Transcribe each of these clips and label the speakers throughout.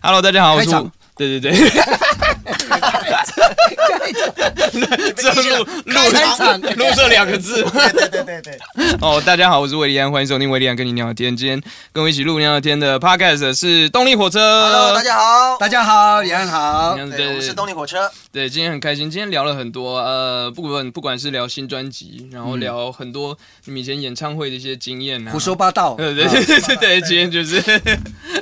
Speaker 1: Hello，大家好，我是
Speaker 2: 开场
Speaker 1: 对 对对，只 有 录录
Speaker 2: 开场
Speaker 1: 录这两个字。
Speaker 2: 对对对对，
Speaker 1: 哦，大家好，我是维利安，欢迎收听维利安跟你聊天。今天跟我一起录聊天的 Podcast 是动力火车。
Speaker 3: Hello，大家好，
Speaker 2: 大家好，李安好
Speaker 1: 这。样子
Speaker 3: 对，我们是动力火车，
Speaker 1: 呃对，今天很开心，今天聊了很多，呃，不管不管是聊新专辑，然后聊很多你们以前演唱会的一些经验啊，
Speaker 2: 嗯胡说八道，
Speaker 1: 对对对对对，今天就是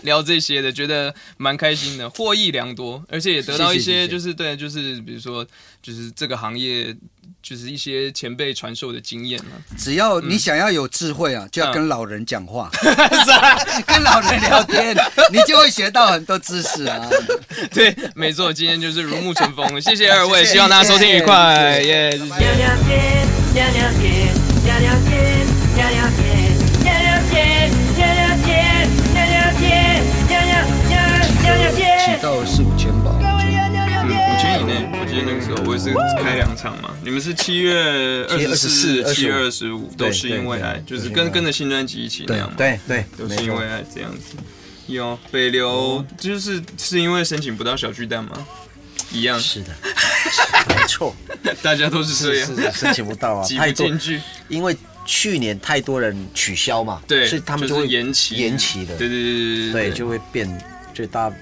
Speaker 1: 聊这些的，觉得蛮开心的，获益良多，而且也得到一
Speaker 2: 谢谢谢
Speaker 1: 些
Speaker 2: 谢
Speaker 1: 就是对，就是比如说就是这个行业就是一些前辈传授的经验啊。
Speaker 2: 只要你想要有智慧啊，就要
Speaker 1: 嗯
Speaker 2: 跟老人 讲话，
Speaker 1: 啊
Speaker 2: 跟老人聊天，你就会学到很多知识啊。
Speaker 1: 对，没错，今天就是如沐春风，谢谢二位，
Speaker 2: 谢谢
Speaker 1: 希望大家收听愉快，
Speaker 2: 谢
Speaker 1: 耶！谢谢
Speaker 4: 娘娘心，娘娘心，娘娘心，娘娘心，娘娘心，娘娘心，娘娘心，娘娘娘娘娘
Speaker 2: 起
Speaker 4: 心。
Speaker 2: 到是五千宝，
Speaker 1: 嗯，五千以内，我记得那个时候我也是开两场嘛。你们是七月二十四、
Speaker 2: 24
Speaker 1: 七月二十五，都
Speaker 2: 对
Speaker 1: 是因为爱，
Speaker 2: 对
Speaker 1: 就
Speaker 2: 对
Speaker 1: 是
Speaker 2: 对
Speaker 1: 跟跟着新专辑一起那
Speaker 2: 对
Speaker 1: 样嘛。
Speaker 2: 对对，
Speaker 1: 都
Speaker 2: 没
Speaker 1: 啊是因
Speaker 2: 错
Speaker 1: 为爱这样子。有北流
Speaker 3: 嗯
Speaker 1: 就是是因为申请不到小巨蛋吗？一样，
Speaker 3: 是的，没 错，
Speaker 1: 大家都是这
Speaker 3: 是
Speaker 1: 样，
Speaker 3: 是申请不到啊，
Speaker 1: 挤不
Speaker 3: 太多
Speaker 1: 进，去。
Speaker 3: 因为去年太多人取消嘛，
Speaker 1: 对，
Speaker 3: 所以他们
Speaker 1: 就
Speaker 3: 会
Speaker 1: 是延期，
Speaker 3: 延期的，
Speaker 1: 对对对对
Speaker 3: 对，
Speaker 1: 对，
Speaker 3: 就会变，就大家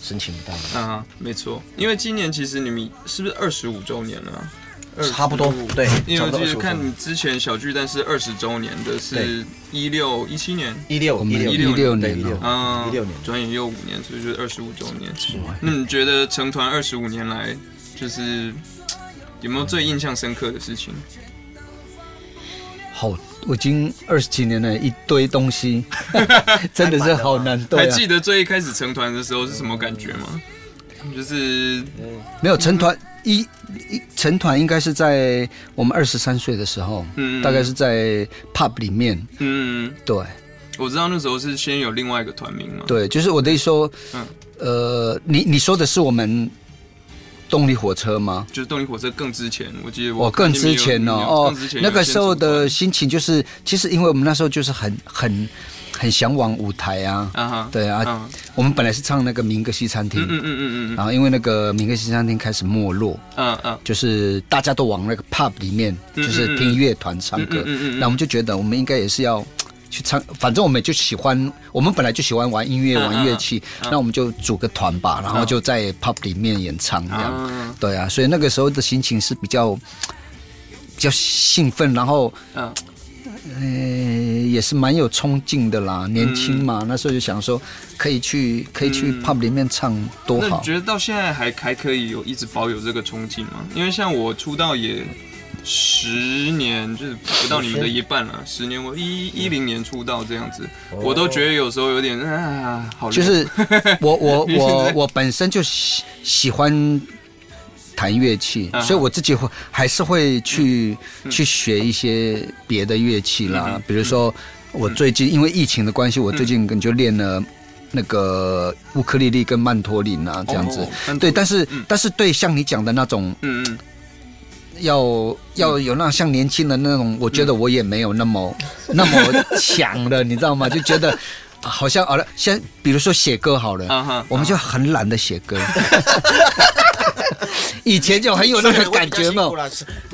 Speaker 3: 申请不到了，
Speaker 1: 啊，没错。因为今年其实你们是不是二十五周年了啊？25
Speaker 3: 差不多，对，
Speaker 1: 因为
Speaker 3: 差
Speaker 1: 我
Speaker 3: 不多
Speaker 1: 记得
Speaker 3: 二十五
Speaker 1: 看你之前小巨蛋是二十周年的，是
Speaker 3: 对
Speaker 1: 一六一七年，
Speaker 3: 一六
Speaker 2: 我
Speaker 3: 一
Speaker 2: 们
Speaker 3: 六
Speaker 2: 一
Speaker 1: 16
Speaker 2: 六
Speaker 3: 对
Speaker 2: 年
Speaker 3: 一六
Speaker 2: 哦，
Speaker 1: 啊，
Speaker 3: 16年
Speaker 1: 转眼又五年，所以就是二十五周年。那你觉得成团二十五年来，就是有没有最印象深刻的事情？啊
Speaker 2: 好，我已经二十几年了，一堆 东西，真的是好难对
Speaker 1: 还
Speaker 2: 啊。
Speaker 1: 记得最一开始成团的时候是什么感觉吗？就是
Speaker 2: 没有成团一一成团应该是在我们二十三岁的时候，
Speaker 1: 嗯
Speaker 2: 大概是在 pub 里面，
Speaker 1: 嗯，
Speaker 2: 对。
Speaker 1: 我知道那时候是先有另外一个团名嘛，
Speaker 2: 对，就是我的意思说，
Speaker 1: 嗯
Speaker 2: 呃，你你说的是我们动力火车吗？
Speaker 1: 就是动力火车更之前，我记得
Speaker 2: 我
Speaker 1: 我
Speaker 2: 更
Speaker 1: 看见
Speaker 2: 之
Speaker 1: 你有
Speaker 2: 前
Speaker 1: 你
Speaker 2: 哦，
Speaker 1: 有
Speaker 2: 哦
Speaker 1: 更之，前有
Speaker 2: 那个
Speaker 1: 先
Speaker 2: 时候
Speaker 1: 组团
Speaker 2: 的心情就是，其实因为我们那时候就是很很很向往舞台啊，
Speaker 1: 啊哈，
Speaker 2: 对啊，
Speaker 1: 嗯
Speaker 2: 我们本来是唱那个民歌西餐厅，
Speaker 1: 嗯嗯嗯嗯嗯
Speaker 2: 然后因为那个民歌西餐厅开始没落，
Speaker 1: 嗯嗯
Speaker 2: 就是大家都往那个 pub 里面，
Speaker 1: 嗯
Speaker 2: 就是听乐团唱歌
Speaker 1: 嗯嗯嗯嗯嗯，
Speaker 2: 那我们就觉得我们应该也是要去唱，反正我们就喜欢，我们本来就喜欢玩音乐、
Speaker 1: 嗯嗯
Speaker 2: 玩乐器，那我们就组个团吧，然后就在 pub 里面演唱这样。
Speaker 1: 啊
Speaker 2: 对啊，所以那个时候的心情是比较比较兴奋，然后
Speaker 1: 嗯
Speaker 2: 呃也是蛮有冲劲的啦，年轻
Speaker 1: 嗯
Speaker 2: 嘛，那时候就想说可以去可以去 pub 里面唱多
Speaker 1: 那你
Speaker 2: 好。
Speaker 1: 觉得到现在还还可以有一直保有这个冲劲吗？因为像我出道也十年，就是不到你们的一半了。十年，我一一零年出道这样子，我都觉得有时候有点啊，好累
Speaker 2: 就是 我我
Speaker 1: 你现在
Speaker 2: 我我本身就喜喜欢弹乐器
Speaker 1: 啊，哈嗯
Speaker 2: 所以我自己会还是会去去学一些别的乐器啦，比如说
Speaker 1: 嗯
Speaker 2: 我最近因为疫情的关系，我最近就练了。那个乌克丽丽跟曼陀林啊，这样子
Speaker 1: 哦曼陀，
Speaker 2: 对，但是
Speaker 1: 嗯
Speaker 2: 但是对像你讲的那种，
Speaker 1: 嗯嗯，
Speaker 2: 要要有那像年轻人那
Speaker 1: 嗯
Speaker 2: 种，我觉得我也没有那么、那么强了，你 知道吗？就觉得啊好像好了，先比如说写歌好了，
Speaker 1: 啊哈
Speaker 2: 我们就很懒得写歌。 以前就很有那个感觉嘛，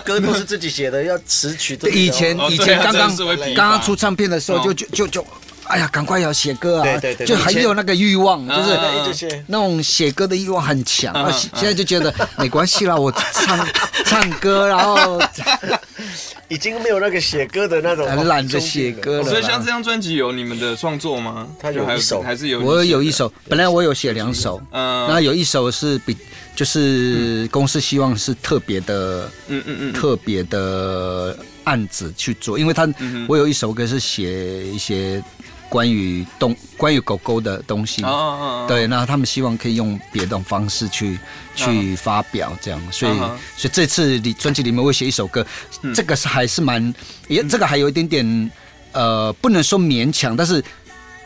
Speaker 3: 歌都是自己写的，要词曲都
Speaker 2: 对
Speaker 3: 是
Speaker 2: 以前
Speaker 1: 哦
Speaker 2: 以
Speaker 1: 对
Speaker 2: 前
Speaker 1: 啊
Speaker 2: 刚
Speaker 1: 真
Speaker 2: 刚
Speaker 1: 是会疲乏
Speaker 2: 刚刚出唱片的时候
Speaker 1: 哦
Speaker 2: 就，就就就哎呀，赶快要写歌啊，
Speaker 3: 对对对
Speaker 2: 就很有那个欲望，
Speaker 1: 前
Speaker 2: 就是。
Speaker 1: 啊
Speaker 3: 要这些
Speaker 2: 那种写歌的欲望很强，
Speaker 1: 嗯
Speaker 2: 啊，现现在就觉得 没关系啦，我唱唱歌，然后
Speaker 3: 已经没有那个写歌的那哦种
Speaker 2: 很懒得写歌了。
Speaker 1: 所以像这张专辑有你们的创作吗？
Speaker 3: 它有
Speaker 1: 就还
Speaker 3: 一首
Speaker 1: 还是有你
Speaker 2: 我
Speaker 1: 写
Speaker 2: 有
Speaker 1: 的
Speaker 2: 一首，本来我有写两首，
Speaker 1: 嗯
Speaker 2: 然后有一首是比就是公司希望是特别的，
Speaker 1: 嗯嗯嗯嗯
Speaker 2: 特别的案子去做，因为他、
Speaker 1: 嗯哼
Speaker 2: 我有一首歌是写一些关于动关于狗狗的东西。
Speaker 1: 哦哦哦，
Speaker 2: 对，那他们希望可以用别的方式去去发表，这样，所以、
Speaker 1: 嗯哼嗯
Speaker 2: 所以这次你专辑里面会写一首歌，这个是还是蛮，也这个还有一点点，呃，不能说勉强，但是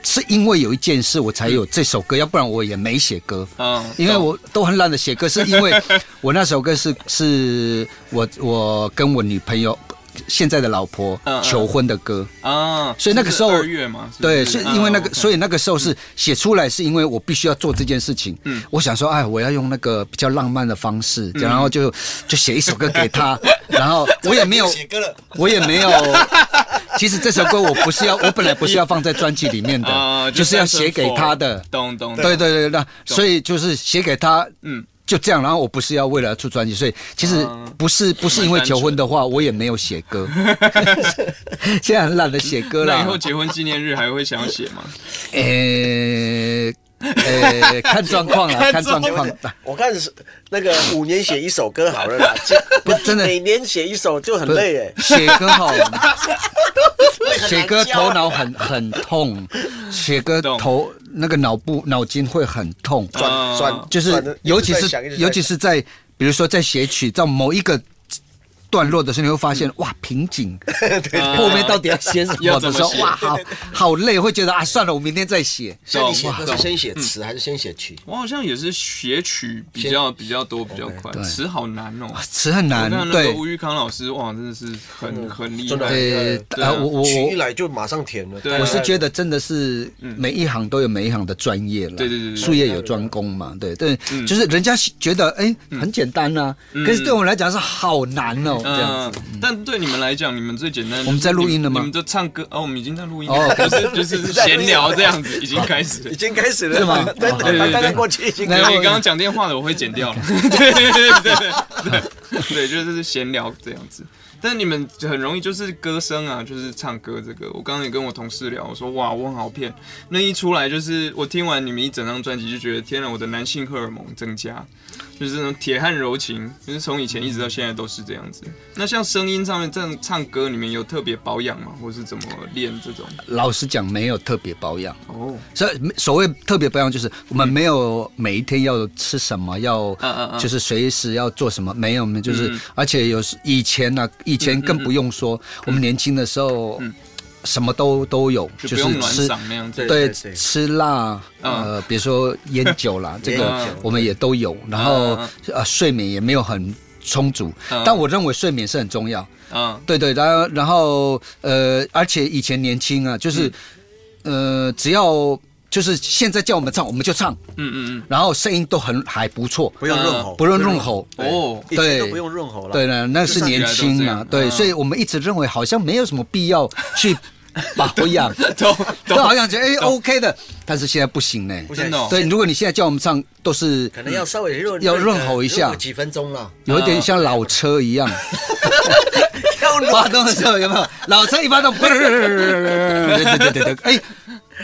Speaker 2: 是因为有一件事我才有这首歌，要不然我也没写歌。
Speaker 1: 嗯，
Speaker 2: 因为我都很 懒得写歌，是因为我那首歌是是我我跟我女朋友现在的老婆
Speaker 1: 嗯嗯
Speaker 2: 求婚的歌。
Speaker 1: 啊，
Speaker 2: 所以那个时候
Speaker 1: 是啊二月嘛，不
Speaker 2: 对，是因为那个，所
Speaker 1: 以
Speaker 2: 以那个时候是写出来，是因为我必须要做这件事情。
Speaker 1: 嗯
Speaker 2: 我想说，哎，我要用那个比较浪漫的方式，然后就就写一首歌给他，然后我也没有，
Speaker 3: 写歌了，
Speaker 2: 我也没有。其实这首歌我不是要，我本来不是要放在专辑里面
Speaker 1: 哦啊
Speaker 2: 的，就是要写给他的。
Speaker 1: 懂懂，
Speaker 2: 对对对，那所以就是写给他，
Speaker 1: 嗯，
Speaker 2: 就这样。然后我不是要为了出专辑，所以其实
Speaker 1: 嗯
Speaker 2: 不呃是不是因为
Speaker 1: 蛮单
Speaker 2: 求婚的话，我也没有写歌。 现在很懒得写歌了。
Speaker 1: 那以后结婚纪念日还会想要写吗？
Speaker 2: 诶、诶，看状况啦， 看状况。
Speaker 3: 我看是那个五年写一首歌好 了啦，这
Speaker 2: 不真的
Speaker 3: 每年写一首就很
Speaker 2: 不是
Speaker 3: 累哎。
Speaker 2: 写歌 好，
Speaker 3: 很
Speaker 2: 写
Speaker 3: 难
Speaker 2: 歌
Speaker 3: 教
Speaker 2: 头脑很很痛，写歌
Speaker 1: 懂
Speaker 2: 头那个脑部脑筋会很痛，
Speaker 1: 啊
Speaker 3: 转转
Speaker 2: 就是尤其是尤其
Speaker 3: 是
Speaker 2: 是在比如说在写曲到某一个段落的时候，你会发
Speaker 3: 嗯
Speaker 2: 现哇瓶 颈，
Speaker 1: 啊
Speaker 2: 后面到底要写什么
Speaker 1: 要怎么
Speaker 2: 的时候，
Speaker 1: 写
Speaker 2: 哇好好累，会觉得啊算了，我明天再写。
Speaker 3: 像你写
Speaker 1: 懂
Speaker 3: 歌
Speaker 1: 懂
Speaker 3: 是先写
Speaker 2: 嗯
Speaker 3: 词还是先写曲？
Speaker 1: 我好像也是写曲比较比较多，比较快，词好难哦。
Speaker 2: 词很啊难
Speaker 1: 我看，那个
Speaker 2: 对，
Speaker 1: 吴玉康老师，哇，真的是很很厉
Speaker 3: 真的
Speaker 1: 害。
Speaker 2: 呃
Speaker 1: 对啊
Speaker 2: 啊我我
Speaker 3: 曲
Speaker 2: 我
Speaker 3: 一来就马上填了。
Speaker 1: 对啊
Speaker 2: 我是觉得真的是每一行都有每一行的专业了，
Speaker 1: 嗯对对对嗯对对
Speaker 2: 术业有专攻嘛，对对，就是人家觉得哎很简单呐，可是对我们来讲是好难哦，这样
Speaker 1: 嗯嗯
Speaker 2: 子。，
Speaker 1: 但对你们来讲，你们最简单的就是。
Speaker 2: 我们在录音了吗
Speaker 1: 你们就唱歌哦，我们已经在录音了，
Speaker 2: 哦
Speaker 1: 不是就是闲聊这样子，已经开始了
Speaker 3: 已。经开始了
Speaker 2: 是 吗
Speaker 3: 但
Speaker 1: 对对对
Speaker 3: 大概过去已经
Speaker 2: 那
Speaker 1: 对，
Speaker 2: 我
Speaker 1: 你刚刚讲电话的我会剪掉 了。 对对对对对对，就是闲聊这样子。但你们很容易就是歌声啊，就是唱歌这个。我刚刚也跟我同事聊，我说哇，我很好骗。那一出来就是我听完你们一整张专辑，就觉得天哪，我的男性荷尔蒙增加，就是那种铁汉柔情，就是从以前一直到现在都是这样子。那像声音上面这样唱歌，你们有特别保养吗？或是怎么练这种？
Speaker 2: 老实讲，没有特别保养，
Speaker 1: 哦，
Speaker 2: 所以所谓特别保养就是我们没有每一天要吃什么，要
Speaker 1: 嗯嗯嗯
Speaker 2: 就是随时要做什么，没有，我们就是
Speaker 1: 嗯
Speaker 2: 而且有时以前呢，以前更不用说，我们年轻的时候什么都都有，
Speaker 1: 嗯就
Speaker 2: 就
Speaker 1: 不用
Speaker 2: 是
Speaker 1: 暖
Speaker 2: 吃
Speaker 1: 嗓那样子。
Speaker 2: 对
Speaker 3: 对对
Speaker 2: 吃辣，
Speaker 1: 嗯
Speaker 2: 呃，比如说烟酒 啦，这
Speaker 1: 烟
Speaker 2: 个
Speaker 1: 酒
Speaker 2: 我们也都有。然后
Speaker 1: 嗯
Speaker 2: 呃，睡眠也没有很充足
Speaker 1: 嗯，
Speaker 2: 但我认为睡眠是很重要。
Speaker 1: 嗯
Speaker 2: 对对，然后然后呃，而且以前年轻啊，
Speaker 3: 嗯
Speaker 2: 就是呃，只要就是现在叫我们唱，我们就唱，
Speaker 1: 嗯嗯
Speaker 2: 然后声音都很还不错，
Speaker 3: 不用
Speaker 1: 啊
Speaker 3: 润喉，
Speaker 2: 不用润喉。
Speaker 1: 嗯，哦。
Speaker 3: 以前都
Speaker 2: 对
Speaker 3: 不用润喉了。
Speaker 2: 对呢，那是年轻啊，
Speaker 1: 就上起来都这样
Speaker 2: 对，
Speaker 1: 嗯
Speaker 2: 所以我们一直认为好像没有什么必要去保 养，
Speaker 1: 懂
Speaker 2: 都
Speaker 1: 懂
Speaker 2: 好像觉得哎 OK 的，但是现在不行呢、
Speaker 3: 不行
Speaker 1: 真的、哦，
Speaker 2: 对，如果你现在叫我们唱，都是
Speaker 3: 可能要稍微润
Speaker 2: 要润喉一下
Speaker 3: 润个几分钟了。
Speaker 2: 有一点像老车 一样，
Speaker 3: 要润
Speaker 2: 发动的时候有没有？老车一发动，对对对对对，哎，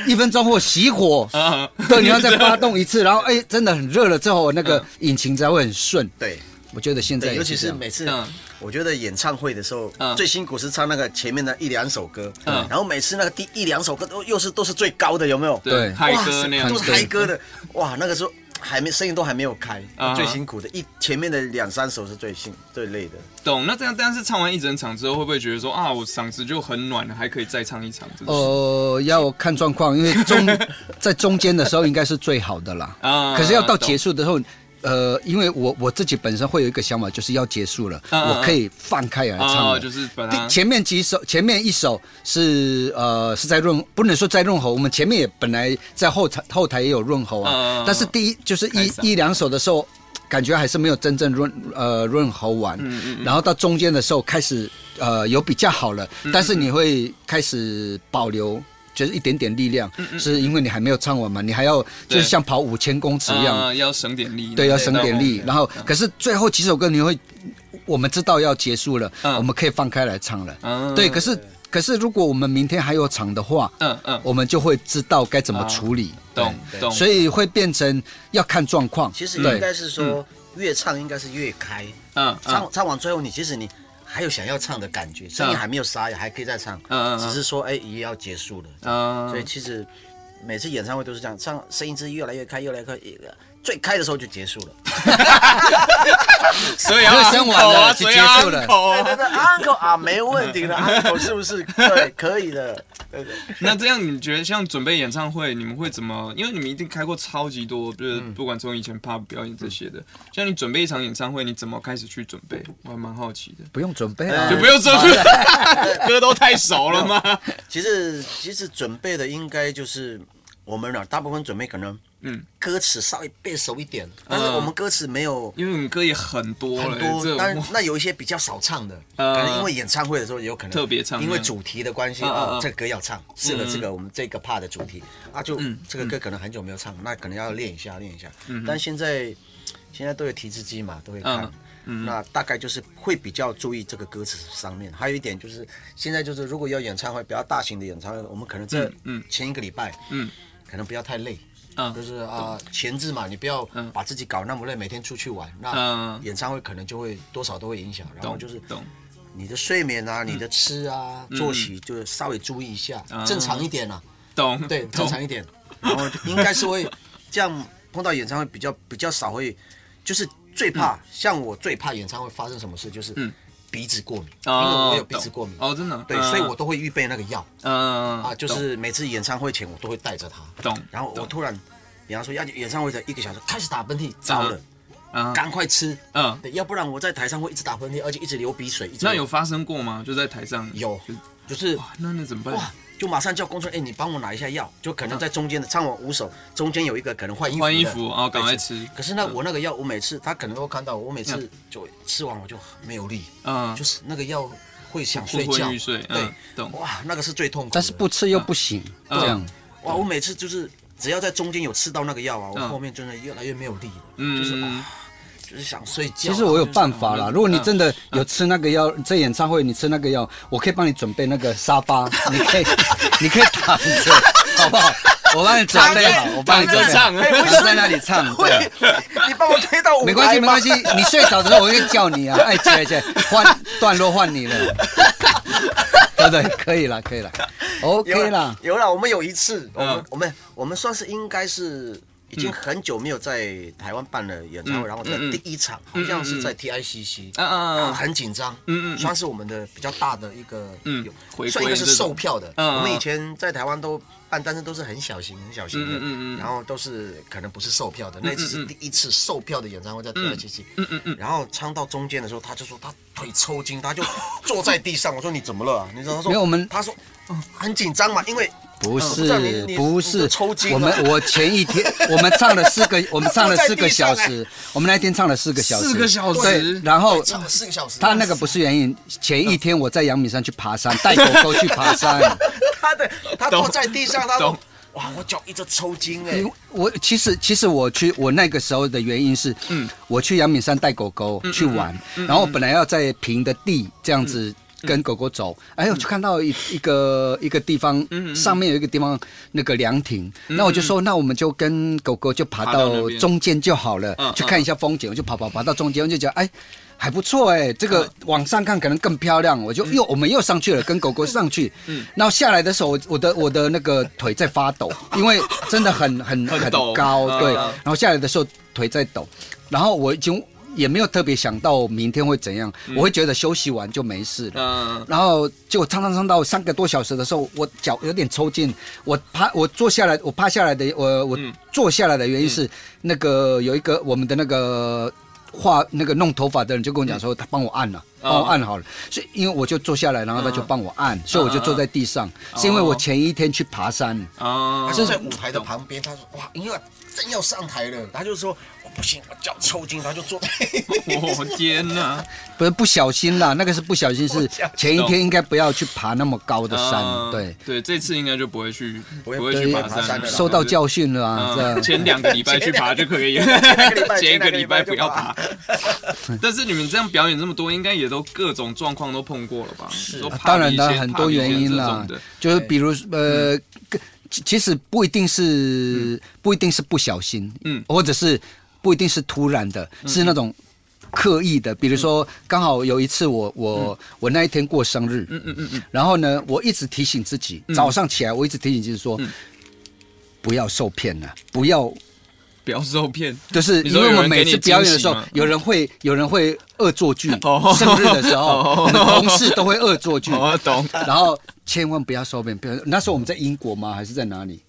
Speaker 2: 一分钟后熄火，
Speaker 1: 啊，
Speaker 2: 对，你要再发动一次，然后哎，真的很热了之后，那个引擎才会很顺。
Speaker 3: 对
Speaker 2: 我觉得现在
Speaker 3: 对，
Speaker 2: 也
Speaker 3: 尤其
Speaker 2: 这
Speaker 3: 是
Speaker 2: 样
Speaker 3: 每次
Speaker 1: 嗯
Speaker 3: 我觉得演唱会的时候
Speaker 1: 嗯，
Speaker 3: 最辛苦是唱那个前面的一两首歌，
Speaker 1: 嗯
Speaker 3: 然后每次那个第一两首歌都又是都是最高的，有没有？
Speaker 2: 对
Speaker 1: 嗨
Speaker 3: 哇
Speaker 1: 歌那样
Speaker 3: 都
Speaker 1: 子
Speaker 3: 是嗨歌的，哇，那个时候还没声音都还没有开
Speaker 1: 啊，
Speaker 3: 最辛苦的一前面的两三首是最辛最累的。
Speaker 1: 懂。那这样，但是唱完一整场之后，会不会觉得说啊，我嗓子就很暖了，还可以再唱一场？这种
Speaker 2: 呃，要看状况，因为中在中间的时候应该是最好的啦。
Speaker 1: 啊
Speaker 2: 可是要到
Speaker 1: 懂
Speaker 2: 结束的时候，呃，因为我我自己本身会有一个想法，就是要结束了，
Speaker 1: 嗯嗯
Speaker 2: 我可以放开来唱
Speaker 1: 啊，
Speaker 2: 了。
Speaker 1: 就是把
Speaker 2: 第
Speaker 1: 它
Speaker 2: 前面几首，前面一首是呃是在润，不能说在润喉，我们前面也本来在后台后台也有润喉啊，
Speaker 1: 嗯嗯嗯
Speaker 2: 但是第一就是
Speaker 1: 开啊
Speaker 2: 一
Speaker 1: 嗓
Speaker 2: 一两首的时候，感觉还是没有真正润呃润喉完，
Speaker 1: 嗯嗯嗯
Speaker 2: 然后到中间的时候开始呃有比较好了，
Speaker 1: 嗯
Speaker 2: 但是你会开始保留。就是一点点力量，是因为你还没有唱完嘛，你还要就
Speaker 1: 嗯对
Speaker 2: 是像跑五千公尺一样，
Speaker 1: 啊要省点力，
Speaker 2: 对，要省点力。嗯然后，可
Speaker 1: 是
Speaker 2: 是最后几首歌你会，我们知道要结束了，
Speaker 1: 嗯
Speaker 2: 我们可以放开来唱了。
Speaker 1: 嗯
Speaker 2: 对，可是可是如果我们明天还有场的话，
Speaker 1: 嗯嗯，
Speaker 2: 我们就会知道该怎么
Speaker 1: 啊
Speaker 2: 处理。
Speaker 1: 懂
Speaker 3: 对
Speaker 1: 懂，
Speaker 2: 所
Speaker 1: 以
Speaker 2: 以会变成要看状况。
Speaker 3: 其实应
Speaker 2: 对
Speaker 3: 该是说嗯越唱应该是越开，
Speaker 1: 嗯嗯
Speaker 3: 唱唱完最后你其实你还有想要唱的感觉，声音还没有沙哑，还可以再唱
Speaker 1: 啊嗯嗯嗯，
Speaker 3: 只是说哎也要结束了。
Speaker 1: 嗯，
Speaker 3: 所以其实每次演唱会都是这样，唱声音是越来越开，越来越开，最开的时候就结束了。
Speaker 1: 所以要
Speaker 2: 热身完了
Speaker 1: uncle 啊
Speaker 2: 就
Speaker 1: 所以
Speaker 2: 结束
Speaker 1: 要
Speaker 2: 了
Speaker 1: uncle
Speaker 3: 对
Speaker 1: 啊
Speaker 3: 对对，uncle 啊，没问题的，uncle 是不是？对，可以的。
Speaker 1: 那这样你觉得像准备演唱会，你们会怎么？因为你们一定开过超级多，就是
Speaker 2: 嗯
Speaker 1: 不管从以前 pub 表演这些的，像你准备一场演唱会，你怎么开始去准备？我还蛮好奇的。
Speaker 2: 不用准备啊
Speaker 1: 就，不用说 歌都太熟了 吗？
Speaker 3: 其实其实准备的应该就是我们俩大部分准备可能，
Speaker 1: 嗯，
Speaker 3: 歌词稍微背熟一点，但是
Speaker 1: 嗯
Speaker 3: 我们歌词没有
Speaker 1: 因为我们歌也很多
Speaker 3: 很
Speaker 1: 了，
Speaker 3: 多，
Speaker 1: 这
Speaker 3: 但
Speaker 1: 我
Speaker 3: 那有一些比较少唱的，
Speaker 1: 呃
Speaker 3: 可能因为演唱会的时候也有可能
Speaker 1: 特别唱
Speaker 3: 因为
Speaker 1: 嗯
Speaker 3: 主题的关系
Speaker 1: 嗯嗯
Speaker 3: 啊
Speaker 1: 嗯，
Speaker 3: 这歌要唱，适合这个我们这个 part 的主题啊，就
Speaker 1: 嗯
Speaker 3: 这个歌可能很久没有唱，那可能要练一下练一下。但现在现在都有提字机嘛，都会看
Speaker 1: 嗯。
Speaker 3: 那大概就是会比较注意这个歌词上面，还有一点就是现在就是如果要演唱会比较大型的演唱会，我们可能这
Speaker 1: 嗯嗯
Speaker 3: 前一个礼拜，
Speaker 1: 嗯，
Speaker 3: 可能不要太累，
Speaker 1: 嗯
Speaker 3: 就是啊前置嘛，你不要
Speaker 1: 嗯
Speaker 3: 把自己搞那么累，每天出去玩，那
Speaker 1: 嗯
Speaker 3: 演唱会可能就会多少都会影响，然后
Speaker 1: 懂
Speaker 3: 就是
Speaker 1: 懂，嗯
Speaker 3: 你的睡眠啊、你的吃啊、作息，就是稍微注意一下，正常一 点啊，
Speaker 1: 懂
Speaker 3: 对，正
Speaker 1: 懂
Speaker 3: 常一点，然后就应该是会这样碰到演唱会比较比较少会，就是最怕像我最怕演唱会发生什么事就是
Speaker 1: 嗯
Speaker 3: 鼻子过敏，因为
Speaker 1: 哦
Speaker 3: 我有鼻
Speaker 1: 懂
Speaker 3: 子过敏，
Speaker 1: 哦，真的
Speaker 3: 对，所以我都会预备那个药
Speaker 1: 嗯
Speaker 3: 啊，就是每次演唱会前我都会带着它，
Speaker 1: 懂，
Speaker 3: 然后我
Speaker 1: 懂
Speaker 3: 突然，比方说要演唱会的一个小时开始打喷嚏，糟了，
Speaker 1: 啊
Speaker 3: 赶快吃，
Speaker 1: 嗯，
Speaker 3: 对，要不然我在台上会一直打喷嚏，而且一直流鼻水，一直
Speaker 1: 那
Speaker 3: 流
Speaker 1: 有发生过吗？就在台上
Speaker 3: 有，就是
Speaker 1: 哇，那那怎么
Speaker 3: 哇
Speaker 1: 办？，
Speaker 3: 就马上叫工作人员，哎，你帮我拿一下药，就可能在中间的唱完五首，中间有一个可能换衣服的，
Speaker 1: 换衣服啊，哦赶快
Speaker 3: 对。
Speaker 1: 吃，
Speaker 3: 可是呢，我那个药，我每次他可能都看到我，我每次
Speaker 1: 嗯
Speaker 3: 就吃完我就没有力，
Speaker 1: 嗯，
Speaker 3: 就是那个药会想
Speaker 1: 昏
Speaker 3: 睡
Speaker 1: 昏
Speaker 3: 觉
Speaker 1: 欲睡，
Speaker 3: 对
Speaker 1: 嗯，，懂，
Speaker 3: 哇，那个是最痛苦的。
Speaker 2: 但是不吃又不行，
Speaker 1: 嗯
Speaker 2: 这样
Speaker 3: 哇，我每次就是只要在中间有吃到那个药啊，我
Speaker 1: 嗯
Speaker 3: 后面真的越来越没有力了，就是
Speaker 1: 嗯
Speaker 3: 哇，就是想睡觉啊。
Speaker 2: 其实我有办法
Speaker 1: 就是
Speaker 2: 啦。
Speaker 1: 嗯
Speaker 2: 如果你真的有吃那个药，这演唱会你吃那个药，我可以帮你准备那个沙发， 你可以，你可以躺着，好不好？我帮你准备好，我帮你准备好
Speaker 1: 躺着唱哎
Speaker 3: 我
Speaker 2: 躺在那里唱，
Speaker 3: 会
Speaker 2: 对，
Speaker 3: 你帮我推到舞台吧
Speaker 2: 没关系，没关系。你睡着的时候，我会叫你啊， 哎，起来起来，换段落换你了， 对不对？可以了，可以了
Speaker 3: 有
Speaker 2: ，OK 啦。
Speaker 3: 有啦，我们有一次，我们、
Speaker 1: 嗯
Speaker 3: 我们我们算是应该是已经很久没有在台湾办了演唱会，
Speaker 1: 嗯
Speaker 3: 然后在
Speaker 1: 嗯嗯
Speaker 3: 第一场、好像是在 TICC，
Speaker 1: 嗯嗯嗯
Speaker 3: 然后很紧张，
Speaker 1: 嗯嗯嗯
Speaker 3: 算是我们的比较大的一个，
Speaker 1: 嗯
Speaker 3: 有
Speaker 1: 回归
Speaker 3: 算一个是
Speaker 1: 这种
Speaker 3: 售票的，
Speaker 1: 嗯嗯
Speaker 3: 我们以前在台湾都办，但是都是很小型很小型的，
Speaker 1: 嗯嗯嗯嗯
Speaker 3: 然后都是可能不是售票的，那次是第一次售票的演唱会在 TICC，
Speaker 1: 嗯嗯嗯，
Speaker 3: 然后唱到中间的时候，他就说他腿抽筋，他就坐在地上。我说你怎么了、啊？你知道他说
Speaker 2: 没有我们
Speaker 3: 他说、嗯很紧张嘛，因为呃
Speaker 2: 不
Speaker 3: 嗯我知道你
Speaker 2: 是
Speaker 3: 你
Speaker 2: 不
Speaker 3: 你
Speaker 2: 是
Speaker 3: 都抽筋，了啊
Speaker 2: 我们我前一 天我们唱了四个，我们唱了四个小
Speaker 3: 坐在地啊
Speaker 2: 时，我们那天唱了四个小时，
Speaker 1: 四个小时
Speaker 2: 对然后
Speaker 3: 哎唱了四个小时。
Speaker 2: 他那个不是原因，前一天我在阳明山去爬 山，带狗狗去爬山，
Speaker 3: 他的他
Speaker 1: 懂
Speaker 3: 坐在地上，他说
Speaker 1: 懂
Speaker 3: 哇，我脚一直抽筋哎、
Speaker 2: 因为嗯我其实其实我去我那个时候的原因是，嗯，我去阳明山带狗狗
Speaker 1: 嗯
Speaker 2: 去玩，然后我本来要在平的地这样子。
Speaker 1: 嗯
Speaker 2: 跟狗狗走，哎，我就看到一一个一个地
Speaker 1: 嗯
Speaker 2: 方，上面有一个地方那个凉亭，那我就说，那我们就跟狗狗就爬
Speaker 1: 爬到
Speaker 2: 到
Speaker 1: 那边
Speaker 2: 中间就好了
Speaker 1: 嗯，嗯
Speaker 2: 去看一下风景。我就跑跑爬到中间，我就觉得哎，还不错哎，这个往上看可能更漂亮。我就又我们又上去了，跟狗狗上去，
Speaker 1: 嗯
Speaker 2: 然后下来的时候，我我的我的那个腿在 发抖，因为真的很很
Speaker 1: 很
Speaker 2: 很
Speaker 1: 陡
Speaker 2: 高，
Speaker 1: 嗯
Speaker 2: 对。
Speaker 1: 嗯
Speaker 2: 然后下来的时候腿在抖，然后我已经也没有特别想到明天会怎样，我会觉得休息完就没事了。
Speaker 1: 嗯
Speaker 2: 然后结果唱唱唱到三个多小时的时候，我脚有点抽筋，我趴我坐下来，我趴下来的我我
Speaker 1: 嗯
Speaker 2: 坐下来的原因是、那个有一个我们的那个。画那个弄头发的人就跟我讲
Speaker 1: 嗯
Speaker 2: 说，他帮我按了、
Speaker 1: 哦
Speaker 2: 帮我按好了，所以因为我就坐下来，然后他就帮我按，所以我就坐在地上，是因为我
Speaker 1: 哦
Speaker 2: 前一天去爬山，
Speaker 1: 啊
Speaker 3: 他就在舞台的旁边，他说哇，因为正要上台了，他就说我不行，我脚抽筋，他就坐。
Speaker 1: 我天 哪！
Speaker 2: 不是不小心啦，那个是不小心，是前一天应该不要去爬那么高的山，
Speaker 1: 嗯
Speaker 2: 对，
Speaker 1: 对，这次应该就不会去，不
Speaker 3: 不会
Speaker 1: 会
Speaker 3: 对
Speaker 1: 去
Speaker 3: 不会
Speaker 1: 爬
Speaker 3: 爬山
Speaker 1: 山
Speaker 3: 的
Speaker 1: 了，
Speaker 3: 啦
Speaker 2: 受到教训了啊，这
Speaker 1: 嗯，
Speaker 2: 样
Speaker 1: 前两个礼拜去爬就可以，前
Speaker 3: 前
Speaker 1: 一
Speaker 3: 两
Speaker 1: 个
Speaker 3: 个
Speaker 1: 礼
Speaker 3: 礼
Speaker 1: 拜
Speaker 3: 拜
Speaker 1: 不要爬。但是你们这样表演这么多，应该也都各种状况都碰过了吧？是
Speaker 2: 啊当然啦，很多原因
Speaker 1: 啦
Speaker 2: 啦。，
Speaker 1: 哎
Speaker 2: 就是比如
Speaker 1: 嗯
Speaker 2: 呃，跟其其实不一定是不一定是不小心，
Speaker 1: 嗯
Speaker 2: 或者是不一定是突然的，是那种刻意的。
Speaker 1: 嗯
Speaker 2: 比如说，刚好有一次我我我那一天过生日，
Speaker 1: 嗯嗯嗯
Speaker 2: 然后呢，我一直提醒自己，早上起来我一直提醒自己说，不要受骗了，不要
Speaker 1: 嗯，不要受骗，
Speaker 2: 就是
Speaker 1: 你
Speaker 2: 因
Speaker 1: 说
Speaker 2: 为
Speaker 1: 有
Speaker 2: 我
Speaker 1: 人
Speaker 2: 们每
Speaker 1: 给你
Speaker 2: 次表演的时候
Speaker 1: 惊喜吗，
Speaker 2: 有人会有人会恶作剧
Speaker 1: 哦，
Speaker 2: 生日的时候，
Speaker 1: 哦
Speaker 2: 我们同事都会恶作剧，
Speaker 1: 我懂。
Speaker 2: 然后千万不要收编。比如那时候我们在英国吗？还是在哪里？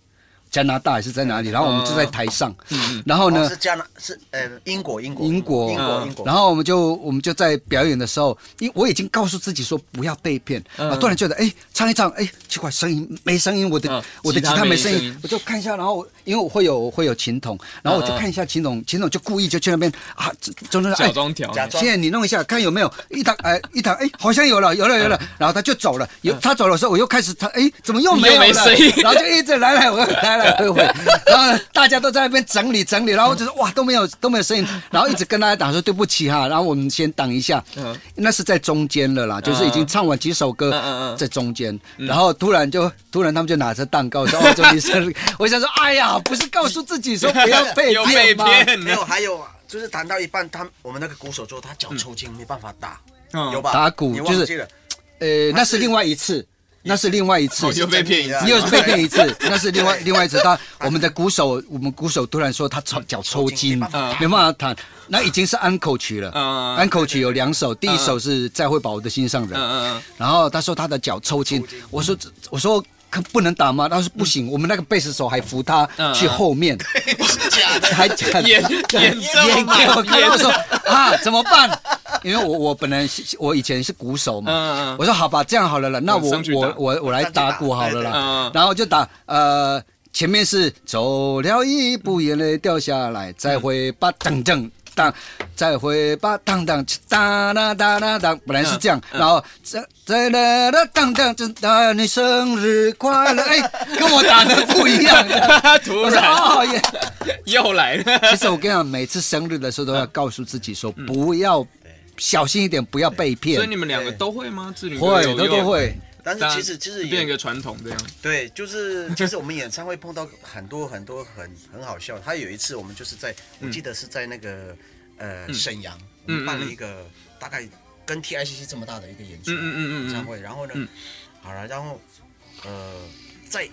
Speaker 2: 加拿大还是在哪里？然后我们就在台上，
Speaker 1: 嗯
Speaker 2: 然后
Speaker 3: 哦
Speaker 2: 呢
Speaker 3: 是，加拿是呃英国英国
Speaker 2: 英国
Speaker 3: 英
Speaker 1: 啊
Speaker 3: 国英国，
Speaker 2: 然后我们就我们就在表演的时候，因我已经告诉自己说不要被骗
Speaker 1: 嗯
Speaker 2: 啊，突然觉得哎唱一唱哎奇怪声音没声音，我的
Speaker 1: 嗯
Speaker 2: 我的
Speaker 1: 吉
Speaker 2: 吉
Speaker 1: 他
Speaker 2: 他
Speaker 1: 没
Speaker 2: 没声
Speaker 1: 声
Speaker 2: 音
Speaker 1: 音，
Speaker 2: 我就看一下，然后我因为我会有我会有琴筒，然后我就看一下琴筒，琴筒就故意就去那边啊，中中
Speaker 1: 假
Speaker 2: 哎
Speaker 1: 装调，
Speaker 3: 假装
Speaker 2: 现在你弄一下，看有没有一打哎一打哎，好像有了，有了有了，
Speaker 1: 嗯
Speaker 2: 然后他就走了。有他走的时候，我又开始他哎，怎么又没有
Speaker 1: 又没
Speaker 2: 了
Speaker 1: 声音？
Speaker 2: 然后就一直来来回回来来回回，然后大家都在那边整理整理，然后我就说哇都没有都没有声音，然后一直跟大家打说对不起哈，然后我们先等一下
Speaker 1: 嗯，
Speaker 2: 那是在中间了啦，就是已经唱完几首
Speaker 1: 嗯嗯
Speaker 2: 歌
Speaker 1: 嗯
Speaker 2: 在中间，然后突然就突然他们就拿着蛋糕说哦祝你生日， 我想说哎呀不是告诉自己说 不要被
Speaker 1: 又被
Speaker 2: 骗吗？
Speaker 1: 骗
Speaker 3: 没
Speaker 1: 了
Speaker 3: 有，还有啊，就是弹到一半，他我们那个鼓手说他脚抽筋，没办法打，
Speaker 1: 嗯
Speaker 3: 有吧？
Speaker 2: 打鼓
Speaker 3: 你
Speaker 2: 就
Speaker 3: 忘
Speaker 2: 是
Speaker 3: 记了？
Speaker 2: 呃那是另外一次。那是另外一次，
Speaker 1: 哦又被骗一
Speaker 3: 啊
Speaker 1: 次，
Speaker 2: 你有被骗一次， 那是另外另外一次。他我们的鼓手，我们鼓手突然说他抽脚抽筋，
Speaker 3: 没
Speaker 2: 没
Speaker 3: 办法
Speaker 1: 啊
Speaker 2: 办法弹，那已经是安口曲了。
Speaker 1: 嗯
Speaker 2: 安口曲有两首，第一首是《再会吧，我的心上人
Speaker 1: 嗯》，嗯
Speaker 2: 然后他说他的脚抽筋，我说这我说。可不能打吗？他说不行，我们那个贝斯手还扶他
Speaker 1: 嗯
Speaker 2: 去后面，
Speaker 3: 假的，
Speaker 2: 还还
Speaker 1: 演演奏
Speaker 2: 演
Speaker 1: 嘛
Speaker 2: 给我看，
Speaker 1: 演
Speaker 2: 我说啊怎么办？因为我我本来是我以前是鼓手嘛，
Speaker 1: 嗯嗯
Speaker 2: 我说好吧，这样好了啦，那
Speaker 1: 嗯
Speaker 2: 我
Speaker 1: 上去打
Speaker 2: 我我我来打鼓好了
Speaker 3: 上去
Speaker 1: 对对嗯
Speaker 3: 打
Speaker 2: 啦
Speaker 1: 嗯，
Speaker 2: 然后就打呃。前面是走了一步，眼泪掉下来，
Speaker 1: 嗯
Speaker 2: 再会吧，噔噔当，再会吧，当当当当当当当，本来是这样，
Speaker 1: 嗯嗯
Speaker 2: 然后再再啦啦当当，祝祝你生日快乐，哎，跟我打的不一样，
Speaker 1: 嗯， 突
Speaker 2: 我说
Speaker 1: 然
Speaker 2: 哦耶，
Speaker 1: 又来了，
Speaker 2: 其实我跟你讲，每次生日的时候都要告诉自己说，不要小心一点，不要被
Speaker 1: 嗯
Speaker 2: 骗
Speaker 1: 所以。你们两个都会吗？志玲哥
Speaker 2: 会
Speaker 1: 有，
Speaker 2: 都都，会。
Speaker 3: 但
Speaker 1: 有
Speaker 3: 是其实其实
Speaker 1: 变一
Speaker 3: 也
Speaker 1: 个传统这样，
Speaker 3: 对，就是其实我们演唱会碰到很多很多很很好笑。他有一次我们就是在，我记得是在那个
Speaker 1: 嗯
Speaker 3: 呃沈阳，我们办了一个大概跟 TICC 这么大的一个演出
Speaker 1: 嗯嗯嗯嗯嗯
Speaker 3: 演唱会，然后呢
Speaker 1: 嗯，
Speaker 3: 好了，然后呃在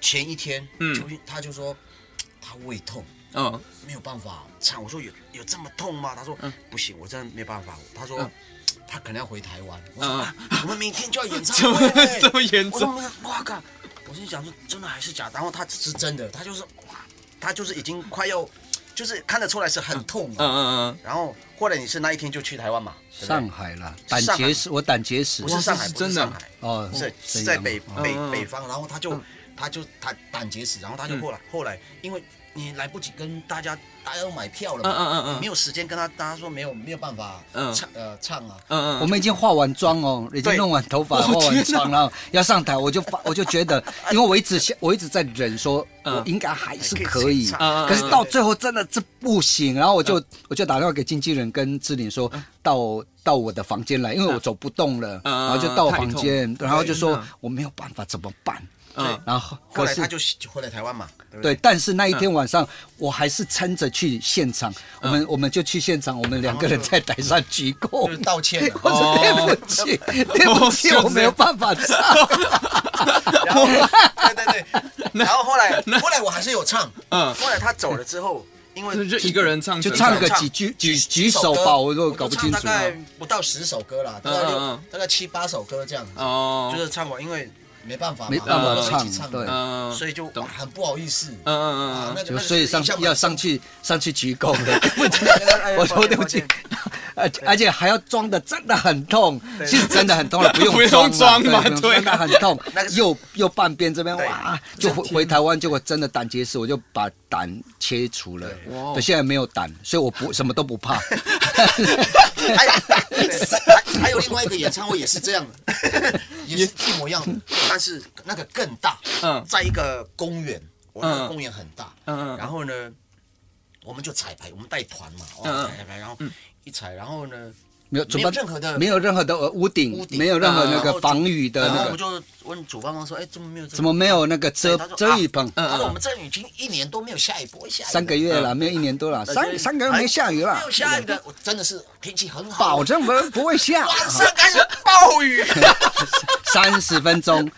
Speaker 3: 前一天，
Speaker 1: 嗯
Speaker 3: 就他就说他胃痛。
Speaker 1: 嗯
Speaker 3: 没有办法唱。我说有有这么痛吗？他说、不行，我真的没办法。他说、他可能要回台湾。我说、
Speaker 1: 嗯
Speaker 3: 啊，我们明天就要演
Speaker 1: 怎
Speaker 3: 唱
Speaker 1: 么
Speaker 3: 会嘞，
Speaker 1: 这么严
Speaker 3: 我
Speaker 1: 重
Speaker 3: 说没有哇靠！我心想说真的还是假的？然后他是真的，他就是哇，他就是已经快要，就是看得出来是很痛
Speaker 1: 嗯
Speaker 3: 了。
Speaker 1: 嗯嗯，
Speaker 3: 然后或者你是那一天就去台湾嘛？对不对
Speaker 2: 上海啦，胆
Speaker 3: 上海
Speaker 2: 结石，我胆结石
Speaker 3: 不。是上海，
Speaker 1: 是
Speaker 3: 不
Speaker 1: 真
Speaker 3: 是
Speaker 1: 的
Speaker 3: 上海，
Speaker 2: 哦，
Speaker 3: 是
Speaker 2: 沈
Speaker 3: 是
Speaker 2: 阳
Speaker 3: 在北
Speaker 2: 哦
Speaker 3: 北
Speaker 1: 嗯
Speaker 3: 北方，然后他就他就他胆结石，然后他就
Speaker 1: 嗯
Speaker 3: 后来后来，因为你来不及跟大家，大家都买票了
Speaker 1: 嗯
Speaker 3: 嘛，
Speaker 1: 嗯嗯
Speaker 3: 没
Speaker 1: 嗯
Speaker 3: 有时间跟他，大家说没有没有办法
Speaker 1: 嗯
Speaker 3: 唱呃唱啊，
Speaker 1: 嗯，
Speaker 2: 我们已经化完妆哦，已经
Speaker 3: 对
Speaker 2: 弄完头发，
Speaker 1: 哦
Speaker 2: 化完
Speaker 1: 天哪
Speaker 2: 妆，然后要上台，我就发， 我就觉得，因为我一直想，我一直在忍，说
Speaker 1: 嗯
Speaker 2: 我应该还是
Speaker 3: 还可以
Speaker 2: 可以，
Speaker 3: 唱
Speaker 1: 嗯嗯嗯
Speaker 2: 可是到最后真的这不行，然后我就我就打电话给经纪人跟志玲说，到到我的房间来，因为我走不动了，
Speaker 1: 嗯嗯
Speaker 2: 然后就到房间，然后就
Speaker 1: 天
Speaker 2: 说
Speaker 1: 哪
Speaker 2: 我没有办法，怎么办？
Speaker 1: 嗯
Speaker 2: 然后
Speaker 3: 后
Speaker 2: 可
Speaker 3: 来
Speaker 2: 是
Speaker 3: 他就就回来台湾嘛，对不
Speaker 2: 对，
Speaker 3: 对？
Speaker 2: 但是那一天晚上，我还是撑着去现场。我们我们就去现场，我们两个人在台上鞠
Speaker 3: 就
Speaker 2: 躬。
Speaker 3: 是。道 歉了
Speaker 2: 我
Speaker 1: 哦
Speaker 2: 说对不起，对不起，
Speaker 1: 就这样
Speaker 2: 我没有办法唱。
Speaker 3: 然后对对 对，然后后来后来我还是有唱，
Speaker 1: 嗯
Speaker 3: 后来他走了之后，因 为
Speaker 1: 就一个人唱
Speaker 2: 嗯就唱个
Speaker 3: 唱
Speaker 2: 几句几几首吧，我都
Speaker 3: 都
Speaker 2: 搞不清
Speaker 3: 大
Speaker 2: 楚。
Speaker 3: 概不到十首歌啦，大概
Speaker 1: 啊嗯嗯
Speaker 3: 六
Speaker 1: 嗯
Speaker 3: 大概七八首歌这样子。
Speaker 1: 哦，
Speaker 3: 就是唱完，因为没办法嘛，
Speaker 2: 没办
Speaker 1: 法
Speaker 3: 我们一起
Speaker 2: 唱
Speaker 3: 唱，
Speaker 2: 对
Speaker 1: 嗯
Speaker 3: 所以就
Speaker 1: 懂
Speaker 3: 哇很不好意思，啊
Speaker 1: 嗯嗯嗯嗯，
Speaker 3: 就
Speaker 2: 就所以上要上，去上去鞠躬的，对不起
Speaker 3: 哎，呀
Speaker 2: 我说
Speaker 3: 抱歉
Speaker 2: 对不起
Speaker 3: 抱，
Speaker 2: 而且而且还要装的真的很痛，是真的很痛了，不
Speaker 1: 不用
Speaker 2: 用
Speaker 1: 装嘛
Speaker 2: 嘛，不用
Speaker 1: 对啊
Speaker 2: 真的很痛
Speaker 3: 那个，是
Speaker 2: 右右半边这边
Speaker 3: 对
Speaker 2: 哇，就回回台湾，结果真的胆结石，我就把胆切除了，
Speaker 1: 哇哦
Speaker 2: 对，现在没有胆，所以我不什么都不怕。
Speaker 3: 那个 那个是还有哎还有另外一个演唱会也是这样的， 也是一模一样
Speaker 2: 嗯
Speaker 3: 的，但是那个更大，
Speaker 1: 嗯
Speaker 3: 在一个公园，我那
Speaker 1: 嗯
Speaker 3: 个公园很大，
Speaker 1: 嗯嗯
Speaker 3: 然后呢，我们就彩排，我们带团嘛，
Speaker 1: 嗯嗯
Speaker 3: 哦，彩排，然后一彩，然后呢，
Speaker 2: 没有，怎
Speaker 3: 没
Speaker 2: 么
Speaker 3: 有任何的
Speaker 2: 没有任何的呃屋顶
Speaker 3: 屋，顶啊
Speaker 2: 没有任何
Speaker 1: 嗯
Speaker 2: 那
Speaker 3: 然
Speaker 2: 个
Speaker 3: 后就
Speaker 2: 防雨的
Speaker 3: 然后
Speaker 2: 那
Speaker 3: 我
Speaker 2: 个，
Speaker 3: 就问主办方说，哎，怎么没有这个？
Speaker 2: 怎么没有那个遮
Speaker 3: 对他说啊嗯
Speaker 2: 遮雨棚？
Speaker 3: 他说我们这已经一年都没有下雨，不会下雨的。
Speaker 2: 嗯三个月
Speaker 3: 嗯
Speaker 2: 了，没有一年多了，三三个月没下雨了
Speaker 3: 呃哎没，有下雨的，我真的是天气很好，
Speaker 2: 保证不不会下。啊
Speaker 3: 晚上开始暴雨，
Speaker 2: 三十分钟，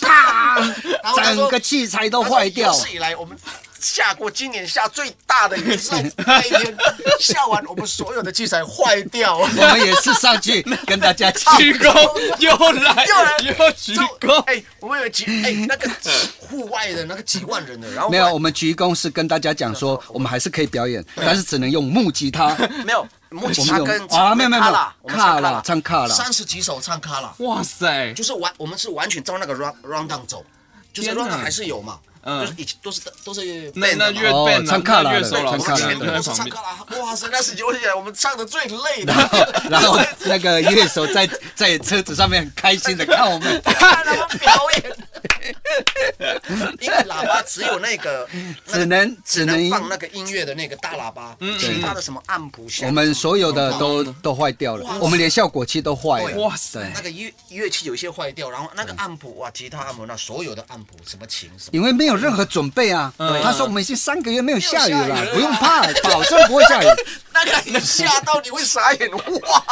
Speaker 2: 啪
Speaker 3: 然后，他说
Speaker 2: 整个器材都坏掉
Speaker 3: 有。史以来我们下过今年下最大的 雨，就是那一天下完，我们所有的器材坏 掉。
Speaker 2: 我们也是上 去跟大家
Speaker 1: 鞠躬又来
Speaker 3: 又来
Speaker 1: 又鞠
Speaker 3: 就
Speaker 1: 躬，
Speaker 3: 哎、我们有几哎、那个户外的那个几万人的，然 后
Speaker 2: 没
Speaker 3: 后
Speaker 2: 有，
Speaker 3: 来
Speaker 2: 我们鞠躬是跟大家讲 说，我们还是可以表演，但是只能用木吉他。
Speaker 3: 没有，木吉他
Speaker 2: 我们
Speaker 3: 跟
Speaker 2: 有啊没有没有
Speaker 3: 卡拉，我们
Speaker 2: 卡拉唱卡拉
Speaker 3: 三十几首唱卡拉，
Speaker 1: 哇塞，
Speaker 3: 就是完，我们是完全照那个 round round down 走，就是
Speaker 1: 天哪
Speaker 3: round down 还是有嘛，
Speaker 1: 嗯
Speaker 3: 就是以前都是都是
Speaker 1: 那
Speaker 3: band
Speaker 1: 那
Speaker 3: 的嘛
Speaker 1: 乐
Speaker 2: 哦
Speaker 1: band 啊
Speaker 2: 唱卡拉
Speaker 1: 那乐
Speaker 2: 的
Speaker 1: 手老
Speaker 2: 唱卡拉
Speaker 1: 师全
Speaker 2: 的
Speaker 3: 全
Speaker 1: 部
Speaker 3: 部
Speaker 1: 都在
Speaker 3: 都是
Speaker 1: 旁
Speaker 3: 唱
Speaker 1: 边
Speaker 3: 歌。啦！哇塞，那时候起来我们唱的最累的，
Speaker 2: 然后那个乐手在 在车子上面很开心的看我们，
Speaker 3: 看他们表演，因为喇叭只有那个，那
Speaker 2: 只
Speaker 3: 个
Speaker 2: 能只
Speaker 3: 只
Speaker 2: 能
Speaker 3: 能放那个音乐的那个大喇叭，其他的什么暗谱响，
Speaker 2: 我们所有的都都坏掉
Speaker 3: 哇
Speaker 2: 了，我们连效果器都坏
Speaker 3: 对
Speaker 2: 了。
Speaker 1: 哇塞
Speaker 3: 那，个乐乐器有一些坏掉，然后那个暗谱哇，吉他暗谱那所有的暗谱什么琴什么，
Speaker 2: 因为没有任何准备啊，
Speaker 1: 嗯
Speaker 2: 他说我们已经三个月没有下雨
Speaker 3: 没有下雨
Speaker 2: 了，
Speaker 3: 了
Speaker 2: 不用怕，保证不会下 雨。
Speaker 3: 那个你吓到你会傻眼， 哇，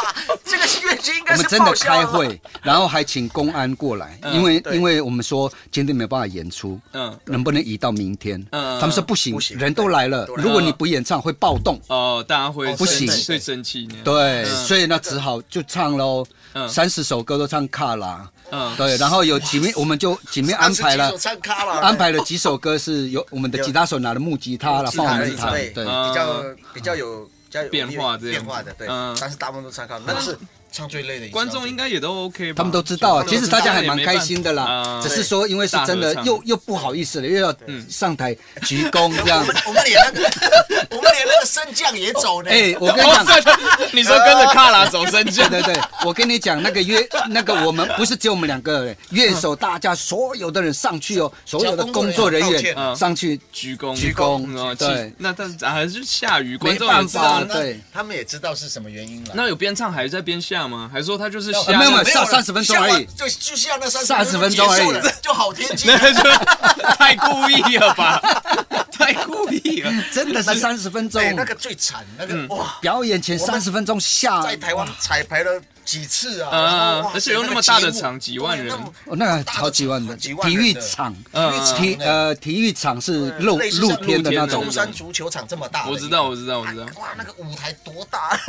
Speaker 3: 这个乐器应
Speaker 2: 我
Speaker 3: 该是
Speaker 2: 们真的
Speaker 3: 报销了
Speaker 2: 开
Speaker 3: 嗯
Speaker 2: 会，然后还请公安过来，因为因为我们说今天没有办法演出，
Speaker 1: 嗯
Speaker 2: 能不能移到明天？
Speaker 1: 嗯
Speaker 2: 他们说不行
Speaker 3: 不，行
Speaker 2: 人都来了
Speaker 3: 对，嗯
Speaker 2: 如果你不演唱会暴动。
Speaker 1: 哦，大家会
Speaker 2: 不行
Speaker 1: 生会生气呢。
Speaker 2: 对，
Speaker 1: 嗯
Speaker 2: 所以呢，只好就唱喽
Speaker 1: 嗯，
Speaker 2: 三十首歌都唱卡啦，
Speaker 1: 嗯
Speaker 2: 对，然后有几面我们就几面安排
Speaker 3: 30几
Speaker 2: 了
Speaker 3: 首，唱卡拉
Speaker 2: 安排了几首歌是有我们的吉他手拿了木吉他了，
Speaker 3: 自
Speaker 2: 放我
Speaker 3: 弹
Speaker 2: 们
Speaker 3: 自
Speaker 2: 弹，
Speaker 3: 对，
Speaker 2: 对，
Speaker 1: 嗯
Speaker 3: 比较比较有比较有
Speaker 1: 变化这样
Speaker 3: 变化的，对
Speaker 1: 嗯，
Speaker 3: 但是大部分都唱卡拉，那个是唱最累的一首。
Speaker 1: 观众应该也都 OK 吧？
Speaker 2: 他们都知道
Speaker 1: 他
Speaker 2: 啊，
Speaker 1: 们
Speaker 2: 其
Speaker 1: 都
Speaker 2: 实
Speaker 1: 知道
Speaker 2: 大家还蛮开心的
Speaker 1: 也没
Speaker 2: 啦
Speaker 1: 办，法啊
Speaker 2: 只是说因为是真
Speaker 1: 大合
Speaker 2: 的
Speaker 1: 唱
Speaker 2: 又又不好意思了，又要上台鞠躬这样
Speaker 3: 我。们我们连那个 我们连那个升降也走呢。
Speaker 2: 哎，我跟你
Speaker 1: 哦，
Speaker 2: 讲，
Speaker 1: 真的，你说跟着卡拉走身
Speaker 2: 对
Speaker 1: 降，
Speaker 2: 对对，我跟你讲，那个乐，那个我们不是只有我们两个人，乐手大家所有的人上去哦，所有的工作人
Speaker 3: 道歉
Speaker 2: 员
Speaker 1: 嗯
Speaker 2: 上去
Speaker 1: 鞠躬
Speaker 2: 鞠躬
Speaker 1: 嗯哦
Speaker 2: 对
Speaker 1: 其那但是还是下雨，观
Speaker 2: 没
Speaker 1: 众也
Speaker 2: 办
Speaker 1: 知道
Speaker 2: 法，
Speaker 1: 了。
Speaker 2: 啊对。
Speaker 3: 他们也知道是什么原因了。
Speaker 1: 那有边唱还在边下吗？还说他就是
Speaker 2: 呃
Speaker 1: 下？
Speaker 2: 没有没有
Speaker 3: 有
Speaker 2: 上
Speaker 3: 了
Speaker 2: 30分钟而已
Speaker 3: 下完就就是要那三
Speaker 2: 30分钟而已
Speaker 3: 就好天气 了
Speaker 1: 那。就太故意了吧？ 太故意了。
Speaker 2: 真的是三十分钟
Speaker 3: 对，，哎那个最惨，那
Speaker 2: 嗯
Speaker 3: 个哇，
Speaker 2: 表演前三十分钟下，
Speaker 3: 在台湾彩排了几次啊，
Speaker 1: 嗯
Speaker 3: 然后哇
Speaker 1: 啊而且又那么
Speaker 3: 整
Speaker 1: 大
Speaker 3: 个节目
Speaker 1: 的场几万人
Speaker 3: 对那么
Speaker 2: 哦，那个
Speaker 3: 大的
Speaker 2: 好几万
Speaker 3: 场
Speaker 2: 人，
Speaker 3: 几万
Speaker 2: 体
Speaker 3: 人
Speaker 2: 育
Speaker 3: 的
Speaker 2: 场，
Speaker 1: 嗯
Speaker 2: 体呃体育场是露
Speaker 3: 类似像
Speaker 2: 露天的那
Speaker 1: 露
Speaker 2: 种
Speaker 3: 中，山足球场这么大，
Speaker 1: 我知道，。我知道，我知道。
Speaker 3: 哇，那个舞台多大！啊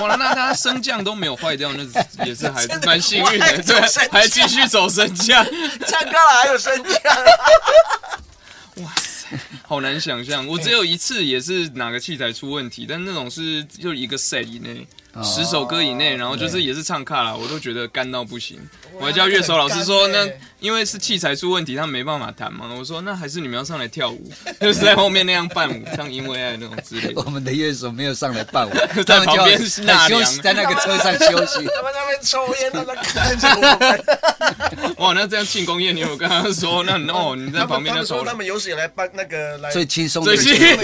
Speaker 1: 哇，那他升降都没有坏掉，那也是 还
Speaker 3: 真的
Speaker 1: 蛮幸运
Speaker 3: 我还
Speaker 1: 的，
Speaker 3: 走升
Speaker 1: 对，
Speaker 3: 降
Speaker 1: 还继续走升降，
Speaker 3: 唱歌了还有啊升降，
Speaker 1: 好难想象。我只有一次也是哪个器材出问题，但那种是就一个 set 以内。
Speaker 3: 哦
Speaker 1: 十首歌以内，然后就是也是唱卡拉，我都觉得干到不行。我还叫乐手老师说，
Speaker 3: 那
Speaker 1: 那
Speaker 3: 很干欸
Speaker 1: 因为是器材出问题，他没办法弹嘛。我说那还是你们要上来跳舞， 就是在后面那样伴舞，像因为爱那种之类 的
Speaker 2: 我。们的乐手没有上来伴舞，
Speaker 1: 在
Speaker 2: 他们就
Speaker 1: 旁边
Speaker 2: 很
Speaker 1: 纳
Speaker 2: 休
Speaker 1: 凉
Speaker 2: 息，在 那个车上 休息。
Speaker 3: 他们在那边抽烟，他们看着我们。
Speaker 1: 哇，那这样庆功宴，你有跟他说，那 no，你 在
Speaker 3: 他
Speaker 1: 旁
Speaker 3: 们
Speaker 1: 边
Speaker 3: 他
Speaker 1: 就
Speaker 3: 们
Speaker 1: 走
Speaker 3: 说他
Speaker 1: 了。
Speaker 3: 们有史以来帮那个来
Speaker 2: 最轻松的
Speaker 1: 最
Speaker 2: 一
Speaker 1: 近
Speaker 2: 天，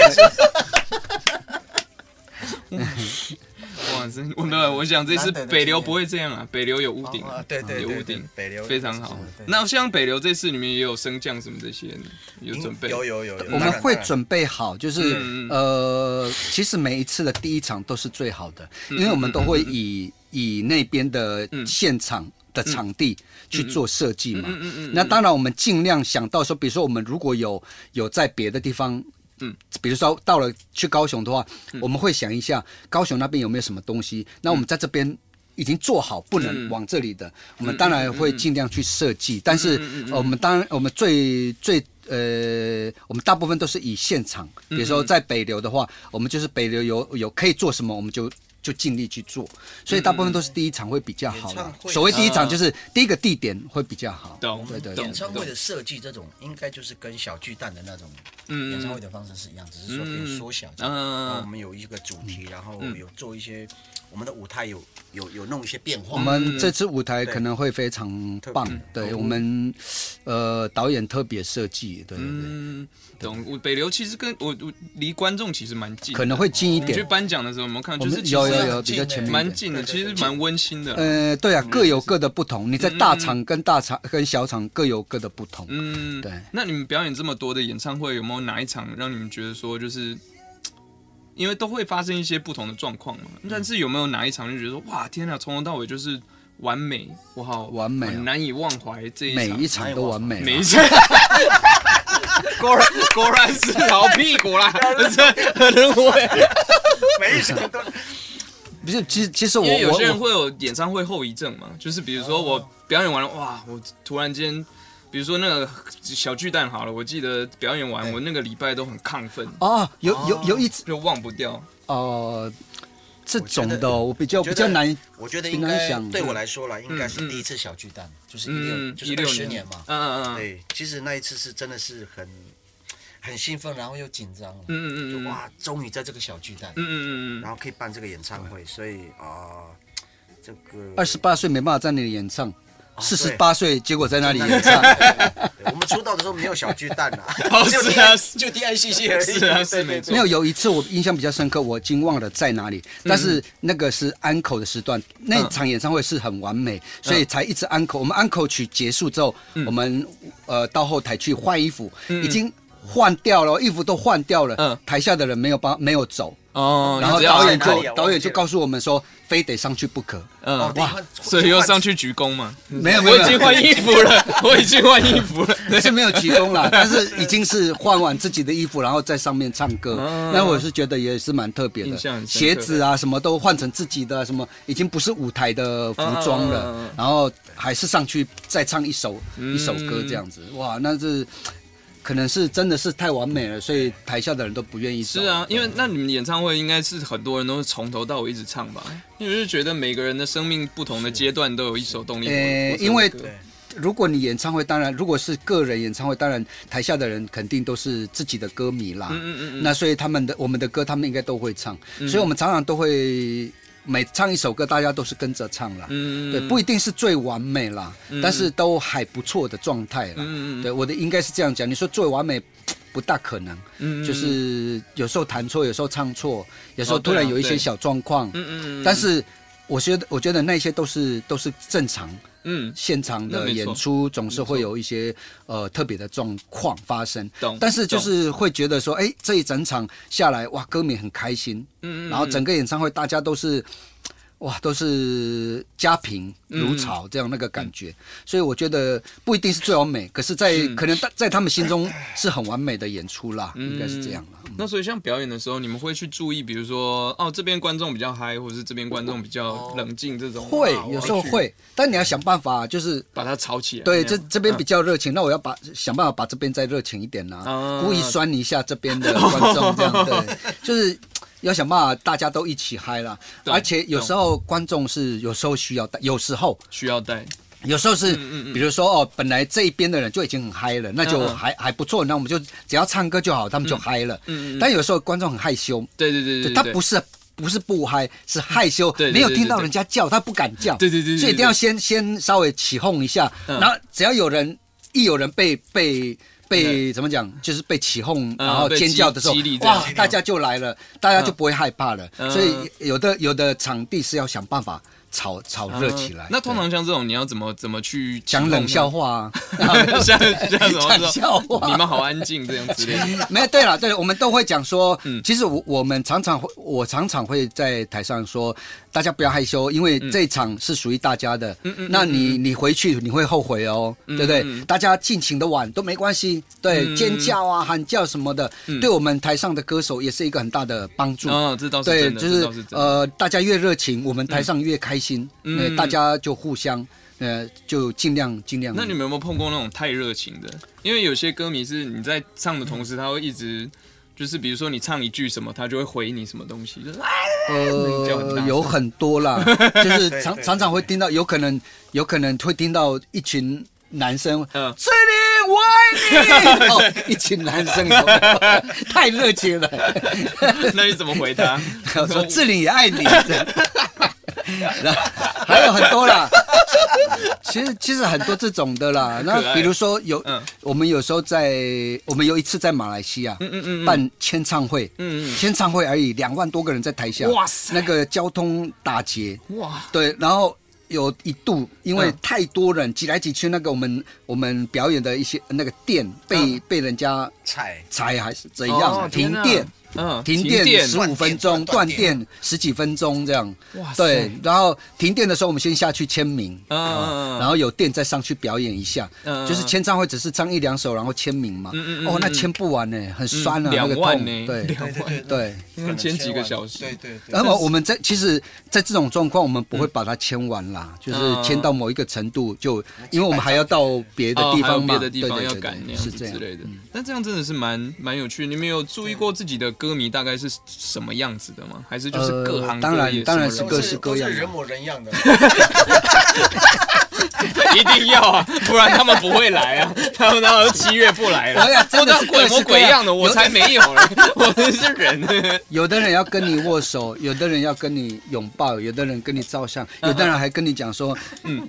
Speaker 1: 哇，真我没有，我想这次
Speaker 3: 难得的
Speaker 1: 北流
Speaker 3: 经验
Speaker 1: 不会这样啊，北流有屋顶
Speaker 3: 哦
Speaker 1: 啊
Speaker 3: 哦，对对
Speaker 1: 有
Speaker 3: 对
Speaker 1: 屋
Speaker 3: 对
Speaker 1: 顶，
Speaker 3: 北流有
Speaker 1: 非常好
Speaker 3: 对。
Speaker 1: 那像北流这次里面也有升降什么这些，有准备，
Speaker 3: 有有有有，
Speaker 2: 我们会准备好，就是
Speaker 1: 嗯嗯
Speaker 2: 呃，其实每一次的第一场都是最好的，
Speaker 1: 嗯
Speaker 2: 因为我们都会以以那边的现场的场地
Speaker 1: 嗯
Speaker 2: 去做设计嘛
Speaker 1: 嗯嗯嗯嗯。
Speaker 2: 那当然，我们尽量想到说，比如说我们如果有有在别的地方。
Speaker 1: 嗯，
Speaker 2: 比如说到了去高雄的话，我们会想一下高雄那边有没有什么东西，
Speaker 1: 嗯
Speaker 2: 那我们在这边已经做好，不能往这里的，我们当然会尽量去设计，但是呃我们当然我们最最。呃，我们大部分都是以现场，比如说在北流的话，我们就是北流有有可以做什么，我们就就尽力去做，所以大部分都是第一场会比较好
Speaker 3: 演唱
Speaker 2: 啦。
Speaker 3: 会
Speaker 2: 所谓第一场就是第一个地点会比较好，
Speaker 1: 懂
Speaker 2: 对对
Speaker 1: 懂
Speaker 2: 对
Speaker 3: 演。唱会的设计，这种应该就是跟小巨蛋的那种
Speaker 1: 嗯
Speaker 3: 演唱会的方式是一样，只是说可以缩小。
Speaker 1: 嗯嗯
Speaker 3: 然后我们有一个主题，然后有做一些我们的舞台有有有弄一些变化。
Speaker 2: 我们 这次舞台可能会非常棒，对我们，呃，导演特别设计，对对对，
Speaker 1: 嗯，懂。我北流其实跟我我离观众其实蛮近的，
Speaker 2: 可能会近一
Speaker 1: 你去
Speaker 2: 点。
Speaker 1: 颁奖的时候有没有看？
Speaker 2: 我
Speaker 1: 就
Speaker 2: 们
Speaker 1: 是其实
Speaker 2: 有有
Speaker 3: 很
Speaker 2: 有
Speaker 3: 近
Speaker 2: 比较
Speaker 3: 欸
Speaker 2: 前面一
Speaker 1: 蛮
Speaker 2: 点
Speaker 1: 近的，
Speaker 3: 对对
Speaker 1: 其实
Speaker 3: 对
Speaker 1: 蛮温馨的啦。
Speaker 2: 呃，对啊，各有各的不同。你在大厂跟大厂跟小厂各有各的不同。
Speaker 1: 嗯，
Speaker 2: 对
Speaker 1: 那你们表演这么多的演唱会，有没有哪一场让你们觉得说就是？因为都会发生一些不同的状况嘛，但是有没有哪一场就觉得说哇天啊哪，从头到尾就是完美，我好
Speaker 2: 完美啊
Speaker 1: 我难以忘怀这一
Speaker 2: 每
Speaker 1: 场，
Speaker 2: 一场都完美啊，
Speaker 1: 每一场， 果然果然是老屁股 啦，这可能会，
Speaker 3: 每一首都
Speaker 2: 不是，其实其实我
Speaker 1: 因为有
Speaker 2: 我
Speaker 1: 些人
Speaker 2: 我哦
Speaker 1: 会有演唱会后遗症嘛，就是比如说我表演完了，哇，我突然间。比如说那个小巨蛋好了，我记得表演完，我那个礼拜都很亢奋，
Speaker 2: 哦，有有有一
Speaker 1: 就忘不掉。
Speaker 2: 哦，这种
Speaker 3: 我觉
Speaker 2: 的
Speaker 3: 得
Speaker 2: 哦我比较
Speaker 3: 我觉
Speaker 2: 比
Speaker 3: 得
Speaker 2: 较难，
Speaker 3: 我觉得
Speaker 2: 挺
Speaker 3: 应
Speaker 2: 难
Speaker 3: 该
Speaker 2: 想的
Speaker 3: 对我来说啦，应该是
Speaker 1: 嗯
Speaker 3: 第一次小巨蛋，就是一六
Speaker 1: 嗯，
Speaker 3: 就是
Speaker 1: 一
Speaker 3: 二
Speaker 1: 六
Speaker 3: 十年嘛。
Speaker 1: 嗯嗯嗯，
Speaker 3: 对，其实那一次是真的是很很兴奋，然后又紧张了。
Speaker 1: 嗯嗯嗯嗯
Speaker 3: 就哇，终于在这个小巨蛋，
Speaker 1: 嗯嗯嗯
Speaker 3: 然后可以办这个演唱会，所以啊，这个
Speaker 2: 二十八岁没办法在那里演唱，四十
Speaker 3: 哦对
Speaker 2: 八岁结果在那里演唱，
Speaker 3: 对我们出道的时候没有小巨蛋啊
Speaker 1: 哦，
Speaker 3: 只有
Speaker 1: 是啊
Speaker 3: DI
Speaker 1: 是
Speaker 3: 就 DICC 而已。
Speaker 1: 是啊是
Speaker 3: 对对
Speaker 1: 没错
Speaker 3: 对
Speaker 2: 没有有一次我印象比较深刻，我已经忘了在哪里，
Speaker 1: 嗯
Speaker 2: 但是那个是安口的时段，那场演唱会是很完
Speaker 1: 嗯
Speaker 2: 美，所以才一直安口。我们安口曲结束之后，我们呃到后台去换衣服，已经换掉了，衣服都换掉了，
Speaker 1: 嗯
Speaker 2: 台下的人没有帮没有走，
Speaker 1: 哦，
Speaker 2: 然后
Speaker 1: 你只要
Speaker 2: 导演
Speaker 3: 在哪里
Speaker 2: 就
Speaker 3: 啊忘记了
Speaker 2: 导演就告诉我们说，非得上去不可。
Speaker 1: 嗯
Speaker 3: 哦，
Speaker 1: 哇，
Speaker 3: 哇，
Speaker 1: 所以又上去鞠躬嘛？
Speaker 2: 没有没有，
Speaker 1: 我已经换衣服了，我已经换衣服 了。
Speaker 2: 不是没有鞠躬 啦，但是已经是换完自己的衣服，然后在上面唱歌。
Speaker 1: 嗯
Speaker 2: 那我是觉得也是蛮特别
Speaker 1: 印象
Speaker 2: 的，
Speaker 1: 很深刻
Speaker 2: 鞋子啊什么都换成自己的，什么已经不是舞台的服装了，
Speaker 1: 嗯嗯嗯嗯
Speaker 2: 然后还是上去再唱一首、
Speaker 1: 嗯
Speaker 2: 一首歌这样子。哇，那是可能是真的是太完美了，所以台下的人都不愿意走。
Speaker 1: 是啊，因为那你们演唱会应该是很多人都是从头到尾一直唱吧？因为我就觉得每个人的生命不同的阶段都有一首动力火。
Speaker 2: 呃
Speaker 1: 火车的
Speaker 2: 因为
Speaker 1: 歌
Speaker 2: 如果你演唱会，当然如果是个人演唱会，当然台下的人肯定都是自己的歌迷啦。
Speaker 1: 嗯嗯嗯嗯
Speaker 2: 那所以他们的我们的歌，他们应该都会唱，所以我们常常都会每唱一首歌，大家都是跟着唱啦。
Speaker 1: 嗯，
Speaker 2: 对，不一定是最完美啦，但是都还不错的状态啦。
Speaker 1: 嗯嗯嗯
Speaker 2: 对，我的应该是这样讲。你说最完美，不大可能。
Speaker 1: 嗯嗯
Speaker 2: 就是有时候弹错，有时候唱错，有时候
Speaker 1: 哦
Speaker 2: 突
Speaker 1: 对啊
Speaker 2: 然有一些
Speaker 1: 对
Speaker 2: 小状况。
Speaker 1: 嗯嗯嗯，
Speaker 2: 但是我觉得，我觉得那些都是都是正常。
Speaker 1: 嗯
Speaker 2: 现场
Speaker 1: 那
Speaker 2: 的
Speaker 1: 没错
Speaker 2: 演出总是会有一些呃特别的状况发生
Speaker 1: 懂，
Speaker 2: 但是就是会觉得说，哎，这一整场下来，哇，歌迷很开心，
Speaker 1: 嗯嗯，
Speaker 2: 然后整个演唱会大家都是，哇，都是家贫
Speaker 1: 嗯
Speaker 2: 如潮这样那个感觉，所以我觉得不一定是最完美，可是在，可能在在他们心中是很完美的演出啦，
Speaker 1: 嗯
Speaker 2: 应该是这样啦。
Speaker 1: 那所以像表演的时候，你们会去注意，比如说哦这边观众比较嗨，或者是这边观众比较冷静这种，
Speaker 2: 会
Speaker 1: 哇
Speaker 2: 有时候会，但你要想办法，就是
Speaker 1: 把它吵起来。
Speaker 2: 对，
Speaker 1: 这
Speaker 2: 这
Speaker 1: 样
Speaker 2: 这边比较热情，那我要把想办法把这边再热情一点啦、
Speaker 1: 啊
Speaker 2: 故意酸一下这 边的观众，这样对，就是要想办法大家都一起嗨啦。
Speaker 1: 懂
Speaker 2: 而且有时候观众是有时候需要带，有时候
Speaker 1: 需要带。
Speaker 2: 有时候是，
Speaker 1: 嗯
Speaker 2: 比如说哦，本来这一边的人就已经很嗨了，那就
Speaker 1: 嗯嗯
Speaker 2: 还还不错，那我们就只要唱歌就好，他们就
Speaker 1: 嗯
Speaker 2: 嗨了。但有时候观众很害羞，
Speaker 1: 对对对
Speaker 2: 对
Speaker 1: 对，
Speaker 2: 他
Speaker 1: 对
Speaker 2: 不是不是不嗨，是害羞，
Speaker 1: 对对对
Speaker 2: 没有听到
Speaker 1: 对对
Speaker 2: 人家叫，他不敢叫，
Speaker 1: 对对对对
Speaker 2: 所以一定
Speaker 1: 对
Speaker 2: 要先先稍微起哄一下，
Speaker 1: 嗯
Speaker 2: 然后只要有人一有人被被。被
Speaker 1: 对
Speaker 2: 怎么讲？就是被起哄，
Speaker 1: 嗯
Speaker 2: 然后
Speaker 1: 被
Speaker 2: 尖
Speaker 1: 激
Speaker 2: 叫的时候
Speaker 1: 激励，这样
Speaker 2: 哇，大家就来了，大家就不会害怕了。
Speaker 1: 嗯
Speaker 2: 所以有的有的场地是要想办法炒炒热起来
Speaker 1: 嗯。那通
Speaker 2: 对
Speaker 1: 常像这种，你要怎么怎么去
Speaker 2: 讲
Speaker 1: 启
Speaker 2: 冷
Speaker 1: 动
Speaker 2: 笑话啊
Speaker 1: 呢？ 像像什么
Speaker 2: 讲笑话
Speaker 1: 你们好安静这样之类的。
Speaker 2: 啊，没有对了，对了，我们都会讲说，
Speaker 1: 嗯
Speaker 2: 其实我我们常常会，我常常会在台上说，大家不要害羞，因
Speaker 1: 嗯
Speaker 2: 为这一场是属于大家的。那你你回去你会后悔哦，对不
Speaker 1: 嗯
Speaker 2: 对？大家尽情的玩都没关系，对，尖叫啊、喊叫什么的，对我们台上的歌手也是一个很大的帮助。
Speaker 1: 嗯，这倒是
Speaker 2: 对，
Speaker 1: 真的，
Speaker 2: 就
Speaker 1: 这
Speaker 2: 是
Speaker 1: 倒是真的。嗯
Speaker 2: 呃，大家越热情，我们台上越开心，对，大家就互相呃，就尽量尽量。
Speaker 1: 那你们有没有碰过那种太热情的？因为有些歌迷是你在唱的同时，他会一直就是比如说你唱一句什么，他就会回你什么东西， 就是啊叫很大
Speaker 2: 呃，
Speaker 1: 声
Speaker 2: 有很多啦，就是
Speaker 3: 对
Speaker 2: 常
Speaker 3: 对
Speaker 2: 常常会听到，有可能有可能会听到一群男生，
Speaker 1: 嗯
Speaker 2: 志玲，我爱你，哦，一群男生，有没有 太热情了，
Speaker 1: 那你怎么回他？
Speaker 2: 说志玲也爱你， 这样然后还有很多啦。其实其实很多这种的啦，
Speaker 1: 可爱
Speaker 2: 那比如说有、
Speaker 1: 嗯
Speaker 2: 我们有时候在我们有一次在马来西亚，嗯
Speaker 1: 嗯嗯嗯
Speaker 2: 办签唱会，
Speaker 1: 嗯嗯
Speaker 2: 签唱会而已，两万多个人在台下，
Speaker 1: 哇塞
Speaker 2: 那个交通打劫，
Speaker 1: 哇，
Speaker 2: 对，然后有一度因为
Speaker 1: 嗯
Speaker 2: 太多人挤来挤去，那个我们我们
Speaker 1: 嗯
Speaker 2: 表演的一些那个店被、被人家
Speaker 3: 踩
Speaker 2: 拆还是怎
Speaker 1: 哦
Speaker 2: 样，停
Speaker 1: 天哪
Speaker 2: 电，
Speaker 1: 嗯，
Speaker 2: 停电
Speaker 1: 电
Speaker 2: 十五分钟，断
Speaker 3: 断电
Speaker 2: 电十几分钟这样。
Speaker 1: 哇塞
Speaker 2: 对，然后停电的时候，我们先下去签名，啊
Speaker 1: 嗯嗯嗯
Speaker 2: 然后有电再上去表演一下，
Speaker 1: 嗯
Speaker 2: 就是签唱会只是唱一两首，然后签名嘛。
Speaker 1: 嗯嗯嗯
Speaker 2: 哦，那
Speaker 1: 嗯
Speaker 2: 签不完呢，很
Speaker 1: 嗯
Speaker 2: 酸啊，那
Speaker 1: 两
Speaker 2: 个
Speaker 1: 万
Speaker 2: 痛。
Speaker 1: 呢，
Speaker 2: 对
Speaker 1: 两万。
Speaker 3: 对
Speaker 2: 对。
Speaker 1: 因为前几个小时
Speaker 3: 对对对，
Speaker 2: 那么我们在其实，在这种状况，我们不会把它签完啦，
Speaker 1: 嗯
Speaker 2: 就是签到某一个程度就，因为我们还要到别的
Speaker 1: 哦
Speaker 2: 地
Speaker 1: 还有
Speaker 2: 方
Speaker 1: 别
Speaker 2: 嘛，
Speaker 1: 的地方
Speaker 2: 对
Speaker 1: 要
Speaker 2: 对对
Speaker 1: 赶那
Speaker 2: 对，
Speaker 1: 样
Speaker 2: 是
Speaker 1: 子
Speaker 2: 这
Speaker 1: 之
Speaker 2: 样。嗯
Speaker 1: 类的。但这样真的是蛮蛮有趣。你们有注意过自己的歌迷大概是什么样子的吗？还是就是各行
Speaker 2: 呃
Speaker 1: 各业什
Speaker 2: 当然
Speaker 1: 么
Speaker 2: 当然
Speaker 1: 人
Speaker 2: 是
Speaker 3: 都
Speaker 2: 各式各样
Speaker 3: 都
Speaker 2: 的
Speaker 3: 是人模人样 的，
Speaker 1: 一定要啊，不然他们不会来啊，他们到七月不来了。
Speaker 2: 哎呀真的是
Speaker 1: 都鬼模鬼样的，我
Speaker 2: 各式各样
Speaker 1: 才没有嘞，我是人。
Speaker 2: 有的人要跟你握手，有的人要跟你拥抱，有的人跟你照相，有的人还跟你讲说，嗯。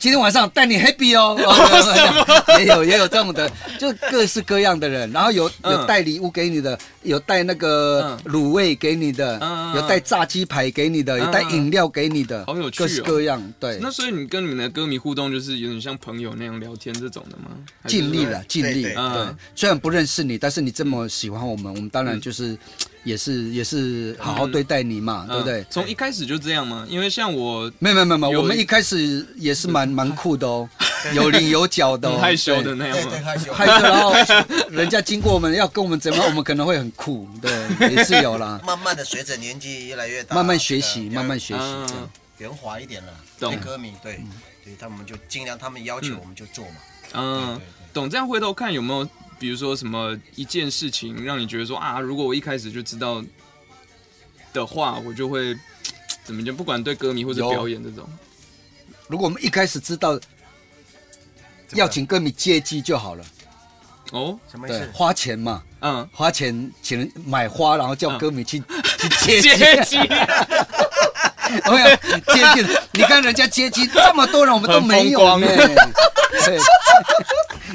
Speaker 2: 今天晚上带你 happy 哦，哦也有也有这种的，就各式各样的人，然后有有
Speaker 1: 嗯
Speaker 2: 带礼物给你的，有带那个卤味给你的
Speaker 1: 嗯嗯，嗯
Speaker 2: 有带炸鸡排给你的，有带饮料给你的，
Speaker 1: 好有趣哦
Speaker 2: 各式各样，对，
Speaker 1: 那所以你跟你们的歌迷互动，就是有点像朋友那样聊天这种的吗？还是说
Speaker 2: 尽力了，尽力，
Speaker 3: 对
Speaker 1: 对
Speaker 2: 对，虽然不认识你，但是你这么喜欢我们，我们当然就是也是也是好好对待你嘛，对不对
Speaker 1: 嗯？从一开始就这样吗？因为像我
Speaker 2: 没有没有没有没有，
Speaker 1: 有
Speaker 2: 我们一开始也是蛮蛮酷的哦，有棱有角的、哦，
Speaker 1: 很 害羞的
Speaker 2: 对。
Speaker 1: 那
Speaker 3: 对
Speaker 1: 样
Speaker 3: 对，
Speaker 1: 吗？
Speaker 3: 害羞，，
Speaker 2: 害羞，然后人家经过我们要跟我们怎么样，我们可能会很酷，对，也是有啦
Speaker 3: 慢慢的随着年纪越来越大，
Speaker 2: 慢慢学习，
Speaker 3: 呃
Speaker 2: 慢慢学习，嗯
Speaker 1: 嗯
Speaker 2: 这样
Speaker 3: 圆滑一点了，
Speaker 1: 懂
Speaker 3: 对歌迷对，对他们就尽量他们要求我们就做嘛，
Speaker 1: 嗯
Speaker 3: 对对，对
Speaker 1: 懂。这样回头看有没有，比如说什么一件事情，让你觉得说啊，如果我一开始就知道的话，我就会怎么讲？不管对歌迷或者
Speaker 2: 有
Speaker 1: 表演这种，
Speaker 2: 如果我们一开始知道
Speaker 3: 怎么
Speaker 2: 要请歌迷接机就好了，
Speaker 1: 哦，
Speaker 3: 什么意
Speaker 2: 对，
Speaker 3: 思？
Speaker 2: 花钱嘛，
Speaker 1: 嗯，
Speaker 2: 花钱请人买花，然后叫
Speaker 1: 嗯
Speaker 2: 歌迷去、去接机。
Speaker 1: 接机，
Speaker 2: 我想接近，哎你看人家接机这么多人，我们都没有呢、 对，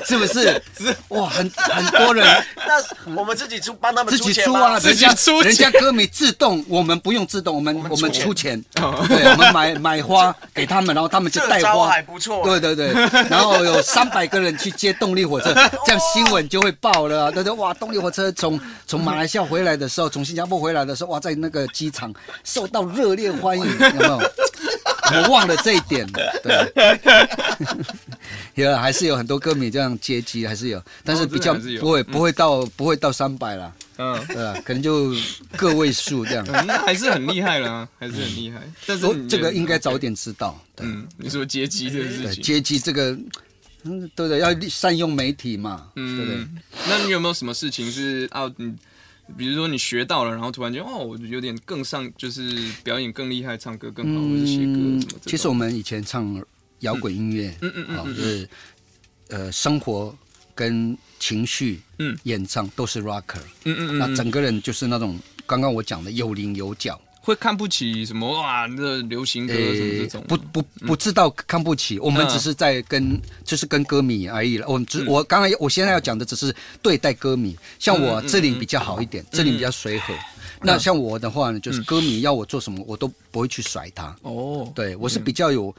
Speaker 2: 是不是？哇，很很多人
Speaker 3: 那我们自己出帮他们
Speaker 2: 自己
Speaker 3: 钱
Speaker 2: 出
Speaker 3: 吗
Speaker 2: 啊，
Speaker 1: 自己
Speaker 2: 人家
Speaker 1: 出钱
Speaker 2: 人家歌迷自动，我们不用自动，我们我们出钱，
Speaker 1: 哦
Speaker 2: 对，我们买买花给他们，然后他们就带
Speaker 3: 这招
Speaker 2: 花
Speaker 3: 还。不错，
Speaker 2: 对对对，然后有三百个人去接动力 火车，这样新闻就会爆了、啊。对对，哇，动力火车从从马来西亚回来的时候，从新加坡回来的时候，哇，在那个机场受到热烈欢迎，有没 有？我忘了这一点，对， 有啊还是有很多歌迷这样接机，还是有，但是
Speaker 1: 哦真的
Speaker 2: 比较
Speaker 1: 还是有
Speaker 2: 不会不会到不会到三百啦，
Speaker 1: 嗯。
Speaker 2: 对吧？可能就个位数这样。
Speaker 1: 嗯那还是很厉害啦，还是很厉害。但是
Speaker 2: 我
Speaker 1: 你
Speaker 2: 嗯哦这个应该早点知道，对。
Speaker 1: 嗯，你说接机这个
Speaker 2: 对，
Speaker 1: 事情，
Speaker 2: 接机这个，嗯，对的，要利善用媒体嘛，对不对？
Speaker 1: 嗯，那你有没有什么事情是啊？你比如说你学到了，然后突然间哦，我有点更上，就是表演更厉害，唱歌更好，或者哦写歌什么这种。
Speaker 2: 嗯其实我们以前唱摇滚音乐，
Speaker 1: 嗯嗯嗯
Speaker 2: 好
Speaker 1: 嗯
Speaker 2: 就是呃，生活跟情绪，
Speaker 1: 嗯，
Speaker 2: 演唱都是 rocker，
Speaker 1: 嗯嗯
Speaker 2: 那
Speaker 1: 嗯嗯，
Speaker 2: 整个人就是那种刚刚我讲的有棱有角，
Speaker 1: 会看不起什么哇，这流行歌什么这种。
Speaker 2: 不不不知道看不起，我们
Speaker 1: 嗯
Speaker 2: 只是在跟就是跟歌迷而已了。我们只我刚才我现在要讲的只是对待歌迷，像我
Speaker 1: 嗯
Speaker 2: 这里比较好一点，这里比较随和。那像我的话呢，就是歌迷要我做什么，我都不会去甩他。
Speaker 1: 嗯哦，
Speaker 2: 对我是比较有